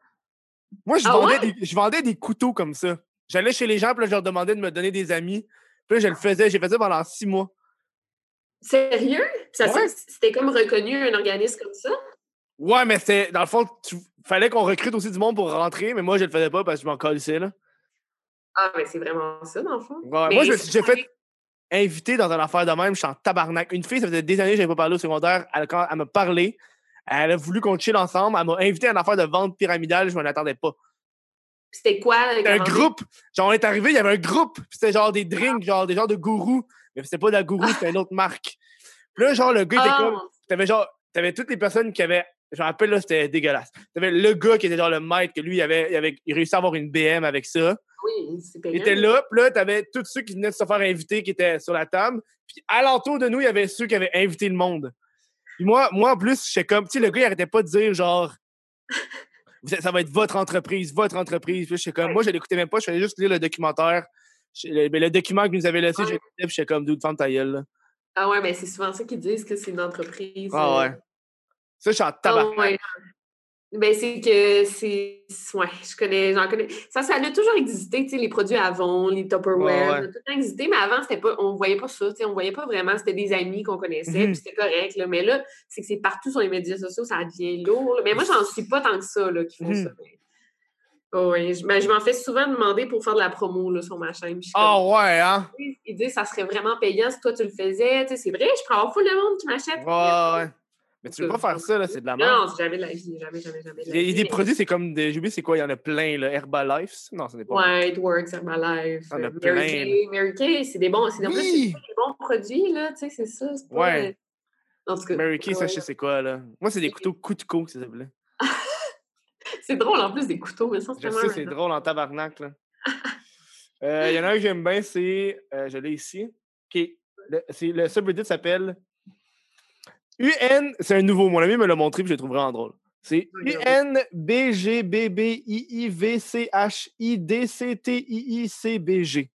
Speaker 1: Moi, je,
Speaker 3: Ah
Speaker 1: vendais des, je vendais des couteaux comme ça. J'allais chez les gens, puis là, je leur demandais de me donner des amis. Puis là, je le faisais. J'ai fait ça pendant six mois.
Speaker 3: Sérieux? Ça,
Speaker 1: Ouais.
Speaker 3: C'était comme reconnu un organisme comme ça?
Speaker 1: Ouais, mais c'était. Dans le fond, tu, fallait qu'on recrute aussi du monde pour rentrer, mais moi, je le faisais pas parce que je m'en colissais, là.
Speaker 3: Ah, mais c'est vraiment ça, dans le fond.
Speaker 1: Ouais,
Speaker 3: Mais
Speaker 1: moi, je me suis
Speaker 3: c'est-
Speaker 1: déjà fait inviter dans une affaire de même. Je suis en tabarnak. Une fille, ça faisait des années que je n'avais pas parlé au secondaire. Elle, quand elle m'a parlé. Elle a voulu qu'on chill ensemble. Elle m'a invité à une affaire de vente pyramidale. Je m'en attendais pas.
Speaker 3: C'était quoi?
Speaker 1: C'était un
Speaker 3: comment-
Speaker 1: groupe. Genre, on est arrivé, il y avait un groupe. Puis C'était genre des drinks, genre des genres de gourous. Mais c'était pas de la gourou, c'était une autre marque. Puis là, genre, le gars était
Speaker 3: Ah,
Speaker 1: comme. T'avais genre. T'avais toutes les personnes qui avaient. Je me rappelle, là, c'était dégueulasse. T'avais le gars qui était genre le maître, que lui, il avait, il avait il réussi à avoir une BM avec ça.
Speaker 3: oui, c'est payant.
Speaker 1: Il était là, puis là, t'avais tous ceux qui venaient de se faire inviter qui étaient sur la table. Puis alentour de nous, il y avait ceux qui avaient invité le monde. Puis moi, moi en plus, j'étais comme, tu sais, le gars, il arrêtait pas de dire genre. Vous êtes- ça va être votre entreprise, votre entreprise. Puis là, j'étais comme, moi, je l'écoutais même pas, je fallais juste lire le documentaire. Je- Le, mais le document que vous nous avez laissé, je l'écoutais, puis j'étais comme, dude, femme ta gueule. là.
Speaker 3: Ah ouais, mais c'est souvent ça qu'ils disent que c'est une entreprise.
Speaker 1: Ah
Speaker 3: euh,
Speaker 1: ouais. Ça, je suis en tabac.
Speaker 3: Ah ouais. Ben, c'est que c'est. Ouais, je connais, j'en connais. Ça, ça a toujours existé, tu sais, les produits avant, les Tupperware,
Speaker 1: Ouais,
Speaker 3: ça
Speaker 1: ouais.
Speaker 3: a tout le temps existé, mais avant, c'était pas, on voyait pas ça, tu sais, on voyait pas vraiment, c'était des amis qu'on connaissait,
Speaker 1: Mhm.
Speaker 3: puis c'était correct, là. Mais là, c'est que c'est partout sur les médias sociaux, ça devient lourd, là. Mais moi, j'en suis pas tant que ça, là, qui font
Speaker 1: Mhm.
Speaker 3: ça. mais- Oh, ouais, je, ben, je m'en fais souvent demander pour faire de la promo, là, sur ma chaîne. puis je suis
Speaker 1: Ah ouais, hein?
Speaker 3: comme, tu sais, Ils disent, ça serait vraiment payant si toi, tu le faisais, tu sais, c'est vrai, je prends avoir full de monde qui m'achète.
Speaker 1: Ouais, ouais. Mais tu veux pas faire ça, là, c'est de la merde.
Speaker 3: Non, c'est jamais de la vie, jamais, jamais, jamais. de la
Speaker 1: Il y a
Speaker 3: vie,
Speaker 1: des
Speaker 3: mais-
Speaker 1: produits, c'est comme des. J'ai oublié, c'est quoi? Il y en a plein, là. Herbalife. ça? Non, ce n'est pas.
Speaker 3: Ouais, It Works, Herbalife,
Speaker 1: Ah, le
Speaker 3: euh,
Speaker 1: plein,
Speaker 3: Mary Kay. Mary Kay, c'est des bons, c'est en plus, c'est
Speaker 1: Oui!
Speaker 3: des bons produits, là, tu sais, c'est ça. c'est pas,
Speaker 1: Ouais.
Speaker 3: euh, En tout cas,
Speaker 1: Mary Kay, ça, je sais c'est quoi, là. Moi, c'est des
Speaker 3: Et-
Speaker 1: couteaux coup de cou, que ça s'appelait.
Speaker 3: c'est drôle en plus des couteaux, mais ça, c'est
Speaker 1: Je
Speaker 3: tellement
Speaker 1: sais, c'est
Speaker 3: random.
Speaker 1: drôle en tabarnak, là. Euh, Il y en a un que j'aime bien, c'est. euh, je l'ai ici. OK. Le, c'est- le subreddit s'appelle. UN. C'est un nouveau. Mon ami me l'a montré, puis je le trouverai en drôle. C'est
Speaker 3: Oui,
Speaker 1: UNBGBBIIVCHIDCTIICBG.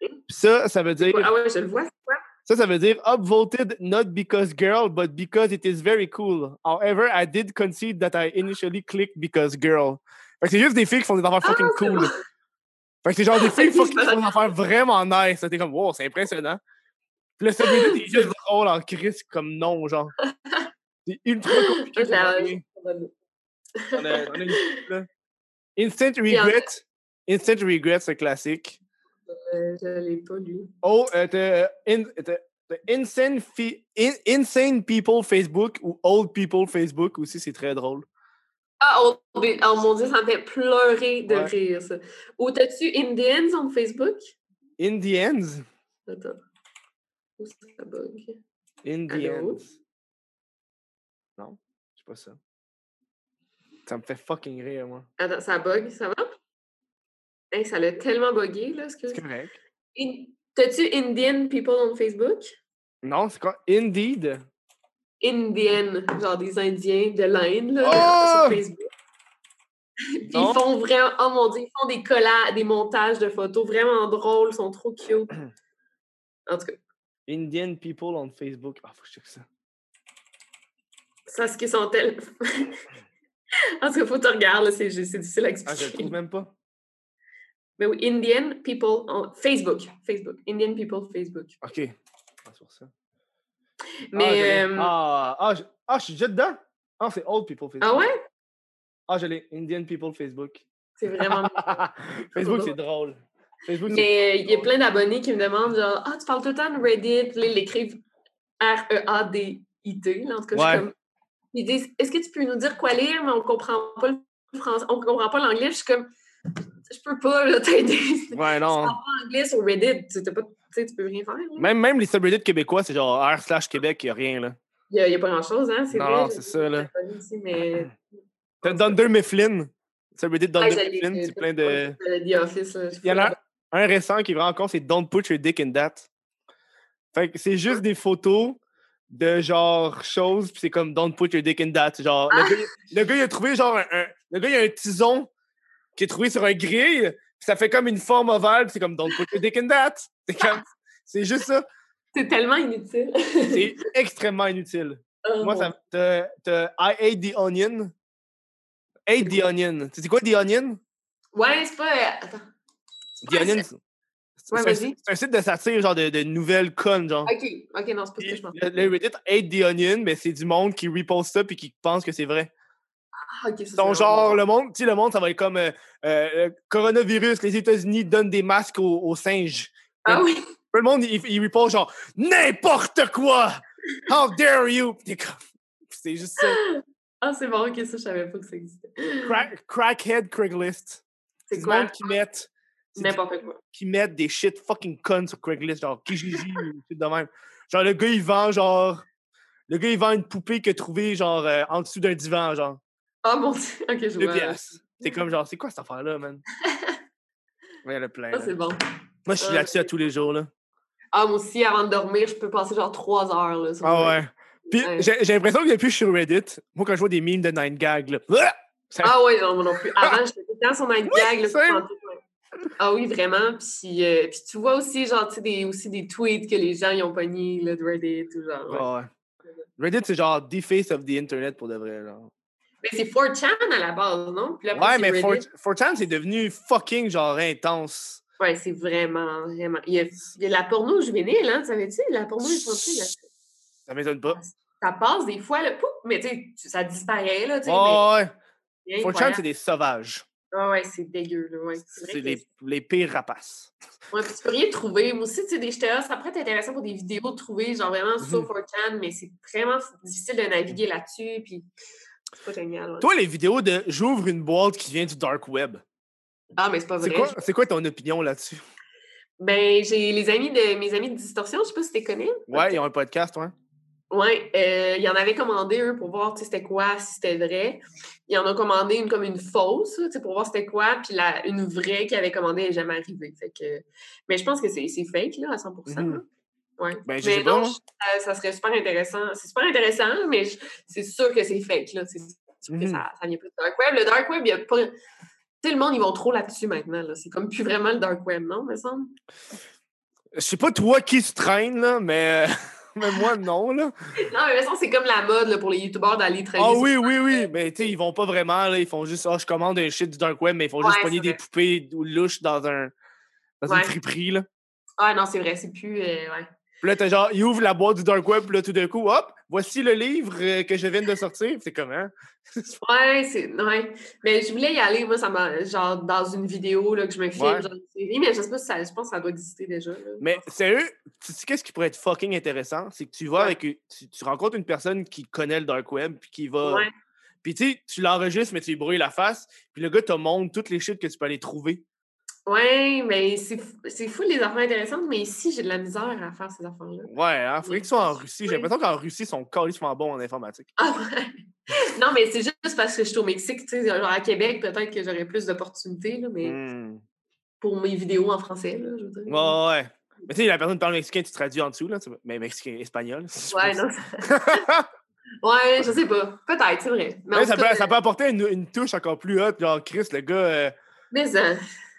Speaker 1: Puis ça, ça veut dire.
Speaker 3: Ah ouais, je le vois, c'est quoi?
Speaker 1: Ça, ça veut dire upvoted not because girl, but because it is very cool. However, I did concede that I initially clicked because girl. Fait que c'est juste des filles qui font des affaires fucking
Speaker 3: c'est
Speaker 1: cool. Fait que c'est genre des filles
Speaker 3: Ok,
Speaker 1: fucking
Speaker 3: je
Speaker 1: qui font des affaires vraiment nice. T'es comme, wow, c'est impressionnant. Puis le subreddit est juste drôle en crise comme non, genre. C'est ultra compliqué.
Speaker 3: Je la-
Speaker 1: pour donner. On a- on a une couple, là. Instant regret. Instant regret, c'est classique.
Speaker 3: Euh, je l'ai pas lu.
Speaker 1: Oh, euh, t'as, euh, in- t'as- t'as insane, Fi- In- Insane People Facebook ou Old People Facebook aussi, c'est très drôle.
Speaker 3: Ah, oh, mais- oh mon Dieu, ça me fait pleurer de
Speaker 1: Ouais.
Speaker 3: rire, ça. Ou t'as-tu Indian sur Facebook?
Speaker 1: In the ends.
Speaker 3: Attends. Où ça bug?
Speaker 1: In the
Speaker 3: Allô?
Speaker 1: ends. Non, c'est pas ça. Ça me fait fucking rire, moi.
Speaker 3: Attends, ça bug, ça va? Hey, ça l'a tellement bugué, là, excuse.
Speaker 1: C'est correct.
Speaker 3: In- T'as-tu Indian people on Facebook?
Speaker 1: Non, c'est quoi? Indeed.
Speaker 3: Indienne, genre des Indiens de l'Inde,
Speaker 1: Oh!
Speaker 3: là, sur Facebook. Puis
Speaker 1: Non.
Speaker 3: ils font vraiment, oh mon dieu, ils font des collages, des montages de photos vraiment drôles, ils sont trop cute. En tout cas,
Speaker 1: Indian People on Facebook. Ah, faut que je check ça.
Speaker 3: ça, ce qu'ils sont tellement. en tout cas, faut que tu regardes, là, c'est juste- c'est difficile à
Speaker 1: Ah, je le
Speaker 3: expliquer.
Speaker 1: trouve même pas.
Speaker 3: Mais oui, Indian people on Facebook. Facebook. Indian people Facebook.
Speaker 1: Ok. Ah, c'est pour ça. Ah, je
Speaker 3: Mais.
Speaker 1: l'ai.
Speaker 3: euh, ah,
Speaker 1: Ah, ah, je... ah, je suis déjà dedans. Ah, c'est Old People Facebook.
Speaker 3: ouais?
Speaker 1: Ah, je l'ai. Indian People Facebook.
Speaker 3: C'est vraiment.
Speaker 1: Facebook, c'est drôle. Facebook, c'est-
Speaker 3: Mais euh, il y a plein d'abonnés qui me demandent genre Ah, tu parles tout le temps de Reddit, puis là, ils l'écrivent E R-E-A-D-I-T. là, En tout cas, je
Speaker 1: Ouais.
Speaker 3: suis comme. Ils disent Est-ce que tu peux nous dire quoi lire, mais on comprend pas le français, on comprend pas l'anglais. Je suis comme Je peux pas là, t'aider.
Speaker 1: Ouais, non.
Speaker 3: L'anglais sur Reddit, tu t'as pas- tu sais, tu peux rien faire. là.
Speaker 1: Même, même les subreddits québécois, c'est genre R slash Québec, y a rien, là.
Speaker 3: Il y a, il y a pas grand chose, hein? C'est
Speaker 1: Non,
Speaker 3: vrai,
Speaker 1: c'est
Speaker 3: j'ai-
Speaker 1: ça, là.
Speaker 3: j'ai abonné aussi, mais.
Speaker 1: T'as Dunder Mifflin. Subreddit Dunder
Speaker 3: Ouais, j'allais-
Speaker 1: Mifflin, c'est plein de...
Speaker 3: euh, The Office. là, je
Speaker 1: Il y en a
Speaker 3: fais-
Speaker 1: un récent qui est vraiment con, c'est Don't Put Your Dick in That. Fait que c'est juste des photos de genre choses, puis c'est comme Don't Put Your Dick in That. Genre, le, gars, le gars, il a trouvé genre un, un- Le gars, il a un tison qui est trouvé sur un grill, puis ça fait comme une forme ovale, puis c'est comme Don't Put Your Dick in That. C'est comme- C'est juste ça.
Speaker 3: C'est tellement inutile.
Speaker 1: C'est extrêmement inutile.
Speaker 3: Oh,
Speaker 1: Moi,
Speaker 3: mon
Speaker 1: ça t'as- t'as I hate the onion. Hate the onion. Tu sais quoi, the onion?
Speaker 3: Ouais, c'est pas. euh, Attends.
Speaker 1: The
Speaker 3: Ouais,
Speaker 1: onion. c'est- c'est
Speaker 3: Ouais,
Speaker 1: un-
Speaker 3: vas-y.
Speaker 1: C'est un site de satire, genre de, de nouvelles connes, genre.
Speaker 3: Ok, ok, non, c'est pas ce que je pense.
Speaker 1: Le, le Reddit hate the onion, mais c'est du monde qui reposte ça puis qui pense que c'est vrai.
Speaker 3: Ah, ok, ça, c'est
Speaker 1: Donc,
Speaker 3: vraiment
Speaker 1: genre, le monde, tu sais, le monde, ça va être comme euh, euh, le coronavirus, les États-Unis donnent des masques aux, aux singes.
Speaker 3: Ah oui,
Speaker 1: Le monde, il, il reposte genre n'importe quoi! How dare you! Puis t'es comme- C'est juste ça.
Speaker 3: ah c'est bon, ok, ça je savais pas que ça existait.
Speaker 1: Crack- crackhead Craigslist.
Speaker 3: C'est
Speaker 1: du
Speaker 3: quoi?
Speaker 1: monde qui mettent, c'est du
Speaker 3: N'importe quoi.
Speaker 1: qui mettent des shit fucking connes sur Craigslist, genre Kijiji ou shit de même. Genre, le gars, il vend, genre... Le gars, il vend une poupée qu'il a trouvée, genre, euh, en dessous d'un divan, genre.
Speaker 3: Ah mon dieu, ok, je
Speaker 1: Deux
Speaker 3: vois.
Speaker 1: piastres. C'est comme, genre, c'est quoi cette affaire-là, man? Ouais, il y en a plein.
Speaker 3: Ah,
Speaker 1: là.
Speaker 3: c'est bon.
Speaker 1: Moi, je suis
Speaker 3: Ah,
Speaker 1: là-dessus à
Speaker 3: c'est-
Speaker 1: tous les jours, là.
Speaker 3: Ah, moi aussi, avant de dormir, je peux passer genre trois heures. Là, sur
Speaker 1: Ah
Speaker 3: le-
Speaker 1: ouais. Puis,
Speaker 3: Ouais.
Speaker 1: j'ai j'ai l'impression que depuis que je suis sur Reddit, moi, quand je vois des memes de Nine Gag, là...
Speaker 3: Ah oui, non, moi non plus. Avant, j'étais tout le temps son night gag. là,
Speaker 1: same.
Speaker 3: puis tantôt, ouais. Ah oui, vraiment. Puis, euh, puis tu vois aussi, genre, tu sais, des, aussi des tweets que les gens ils ont pognés, là, de Reddit, tout genre. ouais.
Speaker 1: Ah Ouais. Reddit, c'est genre the face of the internet pour de vrai. Genre.
Speaker 3: Mais c'est 4chan à la base, non? Puis là, après,
Speaker 1: Ouais,
Speaker 3: c'est
Speaker 1: mais
Speaker 3: Reddit.
Speaker 1: 4- 4chan, c'est devenu fucking genre intense.
Speaker 3: Ouais, c'est vraiment, vraiment. Il y, a, il y a la porno juvénile, hein, tu savais-tu? La porno infantile, là,
Speaker 1: Ça m'étonne pas.
Speaker 3: ça passe des fois, là, pouf, mais tu sais, tu- ça disparaît, là, tu sais.
Speaker 1: Ouais,
Speaker 3: mais
Speaker 1: ouais.
Speaker 3: c'est
Speaker 1: 4chan,
Speaker 3: Ah, incroyable.
Speaker 1: c'est des sauvages.
Speaker 3: Ah ouais, c'est dégueu, là, ouais. C'est vrai
Speaker 1: C'est
Speaker 3: que-
Speaker 1: les, les pires rapaces.
Speaker 3: Ouais, puis tu peux rien trouver. Moi aussi, tu sais, des j'étais là, ça pourrait être intéressant pour des vidéos de trouver, genre vraiment
Speaker 1: Mm-hmm.
Speaker 3: sur 4chan, mais c'est vraiment difficile de naviguer là-dessus, puis c'est pas génial. ouais.
Speaker 1: Toi, les vidéos de j'ouvre une boîte qui vient du dark web.
Speaker 3: Ah, mais c'est pas
Speaker 1: C'est
Speaker 3: vrai.
Speaker 1: quoi, c'est quoi ton opinion là-dessus?
Speaker 3: Ben, j'ai les amis de mes amis de Distorsion, je sais pas si tu les connais.
Speaker 1: Ouais, ils ont un podcast, ouais.
Speaker 3: Ouais, euh, ils en avaient commandé eux pour voir tu sais, c'était quoi, si c'était vrai. Ils en ont commandé une comme une fausse, là, tu sais, pour voir c'était quoi, puis la, une vraie qu'ils avaient commandée n'est jamais arrivée. Fait que... Mais je pense que c'est c'est fake, là, à 100%.
Speaker 1: Mhm.
Speaker 3: là. Ouais.
Speaker 1: Ben, je
Speaker 3: mais
Speaker 1: sais pas,
Speaker 3: non,
Speaker 1: moi.
Speaker 3: je- euh, ça, ça serait super intéressant. C'est super intéressant, mais je- c'est sûr que c'est fake, là. C'est sûr
Speaker 1: Mhm.
Speaker 3: que ça, ça vient plus du dark web. Le dark web, il y a pas... Tu sais, le monde, ils vont trop là-dessus maintenant, là. C'est comme plus vraiment le dark web, non, me semble?
Speaker 1: Je sais pas toi qui se traîne, là, mais, mais moi, non, là.
Speaker 3: Non, mais me semble, c'est comme la mode, là, pour les youtubeurs d'aller traîner
Speaker 1: Ah
Speaker 3: sur-
Speaker 1: oui, oui, oui. Mais tu sais, ils vont pas vraiment, là. Ils font juste, ah, je commande un shit du dark web, mais ils font juste
Speaker 3: Ouais,
Speaker 1: pogner
Speaker 3: c'est
Speaker 1: des
Speaker 3: vrai.
Speaker 1: poupées ou louches dans un. Dans
Speaker 3: Ouais.
Speaker 1: une friperie, là.
Speaker 3: Ah non, c'est vrai, c'est plus... euh, ouais.
Speaker 1: Puis là, t'as genre, ils ouvrent la boîte du dark web, puis là, tout d'un coup, hop, voici le livre euh, que je viens de sortir. Puis C'est hein. comment?
Speaker 3: Ouais, c'est. Ouais. Mais je voulais y aller, moi, ça m'a. Genre, dans une vidéo là, que je me filme,
Speaker 1: Ouais.
Speaker 3: genre une série, mais je sais pas si ça. Je pense que ça doit exister déjà. là.
Speaker 1: Mais sérieux, tu sais qu'est-ce qui pourrait être fucking intéressant? C'est que tu vas
Speaker 3: Ouais.
Speaker 1: avec. une- Tu, tu rencontres une personne qui connaît le dark web, puis qui va.
Speaker 3: Ouais.
Speaker 1: Puis tu sais, tu l'enregistres, mais tu lui brouilles la face, puis le gars te montre toutes les shit que tu peux aller trouver.
Speaker 3: Ouais, mais c'est fou- c'est fou les affaires intéressantes, mais ici, j'ai de la misère à faire ces affaires-là.
Speaker 1: Ouais, hein, faudrait qu'ils soient en Russie. J'ai
Speaker 3: Ouais.
Speaker 1: l'impression qu'en Russie, ils sont carrément bons en informatique.
Speaker 3: Ah ouais! non, mais c'est juste parce que je suis au Mexique, tu sais, genre à Québec, peut-être que j'aurais plus d'opportunités, là, mais
Speaker 1: Hmm.
Speaker 3: pour mes vidéos en français, là, je veux dire.
Speaker 1: Ouais, ouais, ouais. Mais tu sais, la personne parle mexicain, tu traduis en dessous, là. tu- Mais mexicain, espagnol. c'est-
Speaker 3: Ouais, non. ça- ouais, je sais pas. Peut-être, c'est vrai. Mais en
Speaker 1: Ouais,
Speaker 3: tout
Speaker 1: ça,
Speaker 3: cas,
Speaker 1: peut, ça peut apporter une, une touche encore plus haute. Genre, Chris, le gars. euh,
Speaker 3: Mais, euh,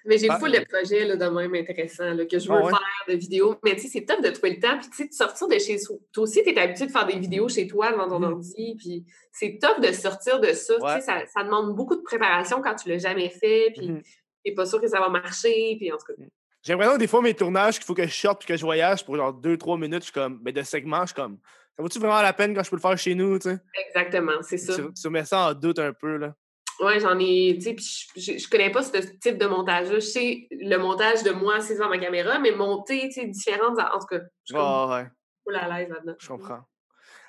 Speaker 3: mais j'ai
Speaker 1: Ah.
Speaker 3: full de projets là, de même intéressants là, que je
Speaker 1: Ah
Speaker 3: veux
Speaker 1: ouais?
Speaker 3: faire de vidéos. Mais tu sais, c'est top de trouver le temps. Puis tu sais, de sortir de chez soi. Toi aussi, tu es habitué de faire des vidéos chez toi devant ton
Speaker 1: Mhm.
Speaker 3: ordi. Puis c'est top de sortir de ça. Tu sais,
Speaker 1: Ouais.
Speaker 3: Ça, ça demande beaucoup de préparation quand tu l'as jamais fait. Puis
Speaker 1: Mhm.
Speaker 3: t'es pas sûr que ça va marcher. Puis en tout cas,
Speaker 1: J'ai l'impression que des fois, mes tournages, qu'il faut que je sorte puis que je voyage pour genre 2-3 minutes, je suis comme, mais de segments, je suis comme, ça vaut-tu vraiment la peine quand je peux le faire chez nous, tu sais?
Speaker 3: exactement, c'est ça.
Speaker 1: Tu, tu mets ça en doute un peu, là.
Speaker 3: Ouais, j'en ai. Tu sais, puis je, je- je connais pas ce type de montage-là. Je sais le montage de moi assis devant ma caméra, mais monter, tu sais, différentes. En tout cas, je suis comme
Speaker 1: Ouais, ouais,
Speaker 3: full à l'aise là-dedans.
Speaker 1: je comprends.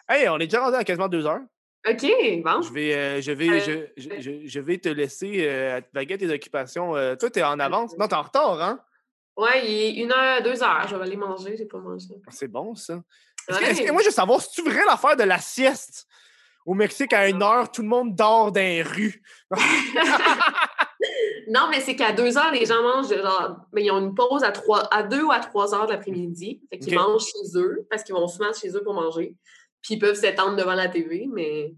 Speaker 1: Hey, on est déjà rendu à quasiment deux heures.
Speaker 3: OK, bon.
Speaker 1: Je vais, euh, je vais, je,
Speaker 3: Euh,
Speaker 1: je- je- je vais te laisser euh, à te vaguer tes occupations. Euh, toi, t'es en avance. Non, t'es en retard, hein?
Speaker 3: Ouais, il est une heure, deux heures. Je vais aller manger, j'ai pas mangé.
Speaker 1: C'est bon, ça. Est-ce que-
Speaker 3: Ouais.
Speaker 1: est-ce que- moi, je veux savoir, si tu vrai l'affaire de la sieste? Au Mexique, à une heure, tout le monde dort dans les rues.
Speaker 3: non, mais c'est qu'à deux heures, les gens mangent, genre, mais ils ont une pause à trois, à deux ou à trois heures de l'après-midi. Fait qu'ils
Speaker 1: Ok.
Speaker 3: mangent chez eux, parce qu'ils vont souvent chez eux pour manger. Puis ils peuvent s'étendre devant la TV, mais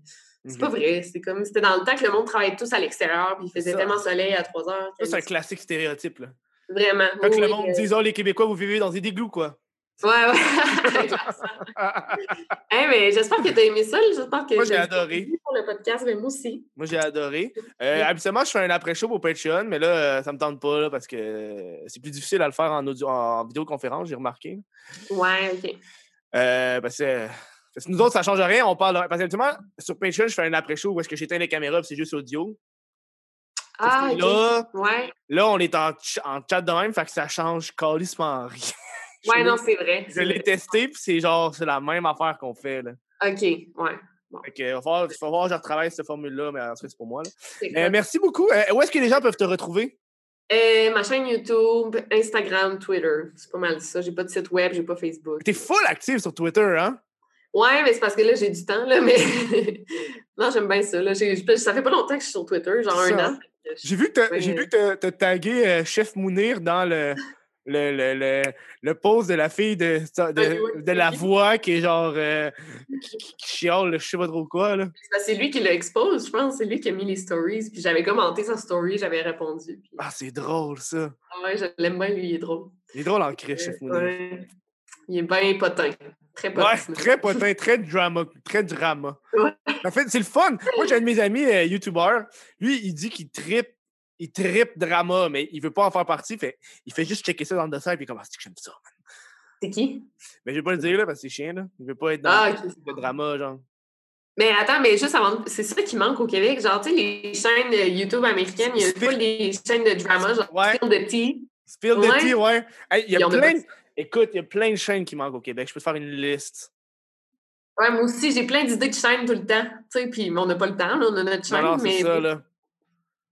Speaker 3: c'est pas
Speaker 1: Ok.
Speaker 3: vrai. C'est comme, c'était dans le temps que le monde travaillait tous à l'extérieur, puis il faisait
Speaker 1: Ça.
Speaker 3: tellement soleil à trois heures.
Speaker 1: Ça, c'est un
Speaker 3: qu'il-
Speaker 1: classique stéréotype, là.
Speaker 3: Vraiment.
Speaker 1: Quand
Speaker 3: oui,
Speaker 1: le
Speaker 3: oui,
Speaker 1: monde
Speaker 3: euh,
Speaker 1: dit « Oh, les Québécois, vous vivez dans des déglous, quoi.
Speaker 3: Ouais, ouais. Genre ça.
Speaker 1: Moi,
Speaker 3: Hey, mais j'espère que t'as aimé ça. là. J'espère que
Speaker 1: Moi, j'ai
Speaker 3: t'as-
Speaker 1: adoré.
Speaker 3: Pour le podcast, mais moi aussi.
Speaker 1: j'ai adoré. Euh, habituellement, je fais un après-show au Patreon, mais là, euh, ça me tente pas, là, parce que euh, c'est plus difficile à le faire en, audio, en vidéoconférence, j'ai remarqué.
Speaker 3: Ouais, OK.
Speaker 1: Euh, parce, que, euh, parce que nous autres, ça change rien, on parle. Parce que habituellement, sur Patreon, je fais un après-show où est-ce que j'éteins les caméras, puis c'est juste audio. Parce
Speaker 3: Ah,
Speaker 1: que
Speaker 3: OK.
Speaker 1: là,
Speaker 3: Ouais.
Speaker 1: là, on est en, ch- en chat de même, fait que ça change calissement rien. Je
Speaker 3: Ouais,
Speaker 1: l'ai-
Speaker 3: non, c'est vrai.
Speaker 1: Je
Speaker 3: c'est
Speaker 1: l'ai
Speaker 3: vrai.
Speaker 1: testé, puis c'est genre, c'est la même affaire qu'on fait, là.
Speaker 3: OK, ouais.
Speaker 1: Fait que, il va falloir, il va falloir que je retravaille cette formule-là, mais en tout cas, c'est pour moi, là.
Speaker 3: c'est
Speaker 1: Euh,
Speaker 3: hot.
Speaker 1: merci beaucoup. Euh, où est-ce que les gens peuvent te retrouver?
Speaker 3: Euh, ma chaîne YouTube, Instagram, Twitter. C'est pas mal ça. J'ai pas de site web, j'ai pas Facebook.
Speaker 1: T'es full active sur Twitter, hein?
Speaker 3: Ouais, mais c'est parce que là, j'ai du temps, là, mais. non, j'aime bien ça. Là. J'ai- je- Ça fait pas longtemps que je suis sur Twitter, genre
Speaker 1: Ça.
Speaker 3: un an.
Speaker 1: J'ai vu que t'as-
Speaker 3: Ouais.
Speaker 1: j'ai vu que t'as- t'as tagué euh, Chef Mounir dans le, le, le, le, le pose de la fille de, de, de la voix qui est genre. euh, qui, qui- qui chiale, je sais pas trop quoi, là.
Speaker 3: C'est parce que c'est lui qui l'expose, je pense. C'est lui qui a mis les stories. Puis j'avais commenté sa story, j'avais répondu. Puis,
Speaker 1: Ah, c'est drôle, ça.
Speaker 3: ah ouais, je l'aime bien, lui, il est drôle.
Speaker 1: Il est drôle en crèche, Chef Mooney.
Speaker 3: Euh, Ouais. Il est bien potin. Très potin.
Speaker 1: Ouais, très potin, très drama, très drama.
Speaker 3: Ouais.
Speaker 1: En fait, c'est le fun. Moi, j'ai un de mes amis euh, youtubeurs. Lui, il dit qu'il tripe, il tripe drama, mais il veut pas en faire partie. Fait, il fait juste checker ça dans le dessert puis il commence que j'aime ça.
Speaker 3: C'est qui?
Speaker 1: Mais je vais pas le dire là parce que c'est chiant là. Il veut pas être dans
Speaker 3: Ah,
Speaker 1: le
Speaker 3: ok.
Speaker 1: truc de drama genre.
Speaker 3: Mais attends, mais juste avant, c'est ça qui manque au Québec. Genre, tu sais, les chaînes euh, YouTube américaines, il y a
Speaker 1: Spill-
Speaker 3: pas les chaînes de drama, genre
Speaker 1: Ouais.
Speaker 3: Spill the Tea.
Speaker 1: Spill the
Speaker 3: Ouais.
Speaker 1: tea, ouais. Hey, il y
Speaker 3: Ils
Speaker 1: a
Speaker 3: en ont pas
Speaker 1: plein.
Speaker 3: de-
Speaker 1: de- Écoute, il y a plein de chaînes qui manquent au Québec. Je peux te faire une liste.
Speaker 3: Ouais, moi aussi, j'ai plein d'idées de chaînes tout le temps. Tu sais, puis mais on n'a pas le temps, là, on a notre
Speaker 1: Non,
Speaker 3: chaîne.
Speaker 1: non, c'est
Speaker 3: mais
Speaker 1: ça là.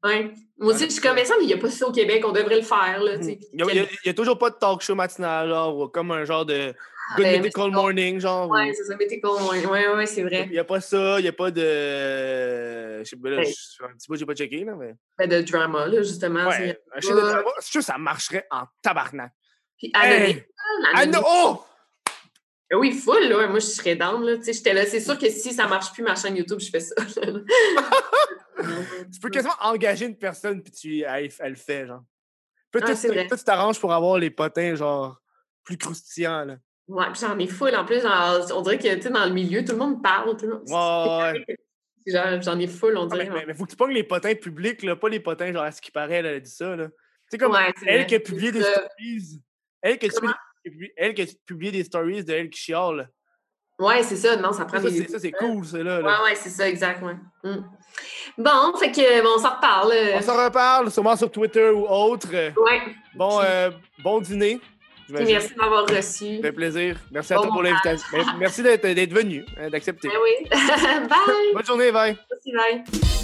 Speaker 3: Ouais. Moi aussi, je suis comme mais ça, mais il n'y a pas ça au Québec, on devrait le faire. Là, tu sais.
Speaker 1: Il y, a, il y a- il y a toujours pas de talk show matinal genre ou comme un genre de Good
Speaker 3: ben,
Speaker 1: Medical Morning genre. ou-
Speaker 3: Ouais, c'est ça, mais t'es con. Ouais, ouais, ouais, c'est vrai.
Speaker 1: Il n'y a pas ça, il n'y a pas de. Je sais pas, là,
Speaker 3: Ouais.
Speaker 1: je suis un petit peu, j'ai pas checké, là, mais.
Speaker 3: Ben, de drama, là, justement.
Speaker 1: Ouais,
Speaker 3: c'est-
Speaker 1: un chef de drama, je suis sûr que ça marcherait en tabarnak.
Speaker 3: Puis
Speaker 1: Hey!
Speaker 3: Anonyme, là,
Speaker 1: Anno- Oh!
Speaker 3: Ben Oui, full, là. Moi, je serais down, là. Tu sais, j'étais là. C'est sûr que si ça marche plus, ma chaîne YouTube, je fais ça.
Speaker 1: Tu peux quasiment engager une personne, puis tu, elle, elle le fait, genre. Puis
Speaker 3: Ah,
Speaker 1: toi,
Speaker 3: c'est
Speaker 1: tu-
Speaker 3: vrai.
Speaker 1: toi, tu t'arranges pour avoir les potins, genre, plus croustillants, là.
Speaker 3: Ouais, puis j'en ai full. En plus, genre, on dirait que, tu sais, dans le milieu, tout le monde parle. Tout le monde...
Speaker 1: Ouais, ouais.
Speaker 3: C'est genre, J'en ai full, on
Speaker 1: Ah, mais,
Speaker 3: dirait.
Speaker 1: mais- mais faut que tu pognes les potins publics, là, pas les potins, genre, à ce qui paraît, là, elle a dit ça, là. Tu sais, comme
Speaker 3: Ouais, c'est
Speaker 1: elle
Speaker 3: vrai.
Speaker 1: qui a publié des
Speaker 3: Euh,
Speaker 1: stories. Elle qui a
Speaker 3: comment?
Speaker 1: publié- elle qui a publié des stories de elle qui chiale, là.
Speaker 3: Ouais, c'est ça. Non, ça prend
Speaker 1: Ça,
Speaker 3: des-
Speaker 1: c'est- ça, c'est cool, ça, là. là.
Speaker 3: Ah, hein? Ouais, ouais, c'est ça, exact, ouais. Mm. Bon, fait que, bon, on s'en reparle. euh,
Speaker 1: On s'en reparle, sûrement sur Twitter ou autre.
Speaker 3: Ouais.
Speaker 1: Bon, euh, bon dîner.
Speaker 3: Puis
Speaker 1: j'imagine.
Speaker 3: merci de m'avoir reçu.
Speaker 1: Ça fait plaisir. Merci à
Speaker 3: Bon
Speaker 1: toi pour l'invitation. Ben, Merci d'être d'être venu, hein, d'accepter.
Speaker 3: Ben oui. bye.
Speaker 1: Bonne journée, bye.
Speaker 3: Merci, bye.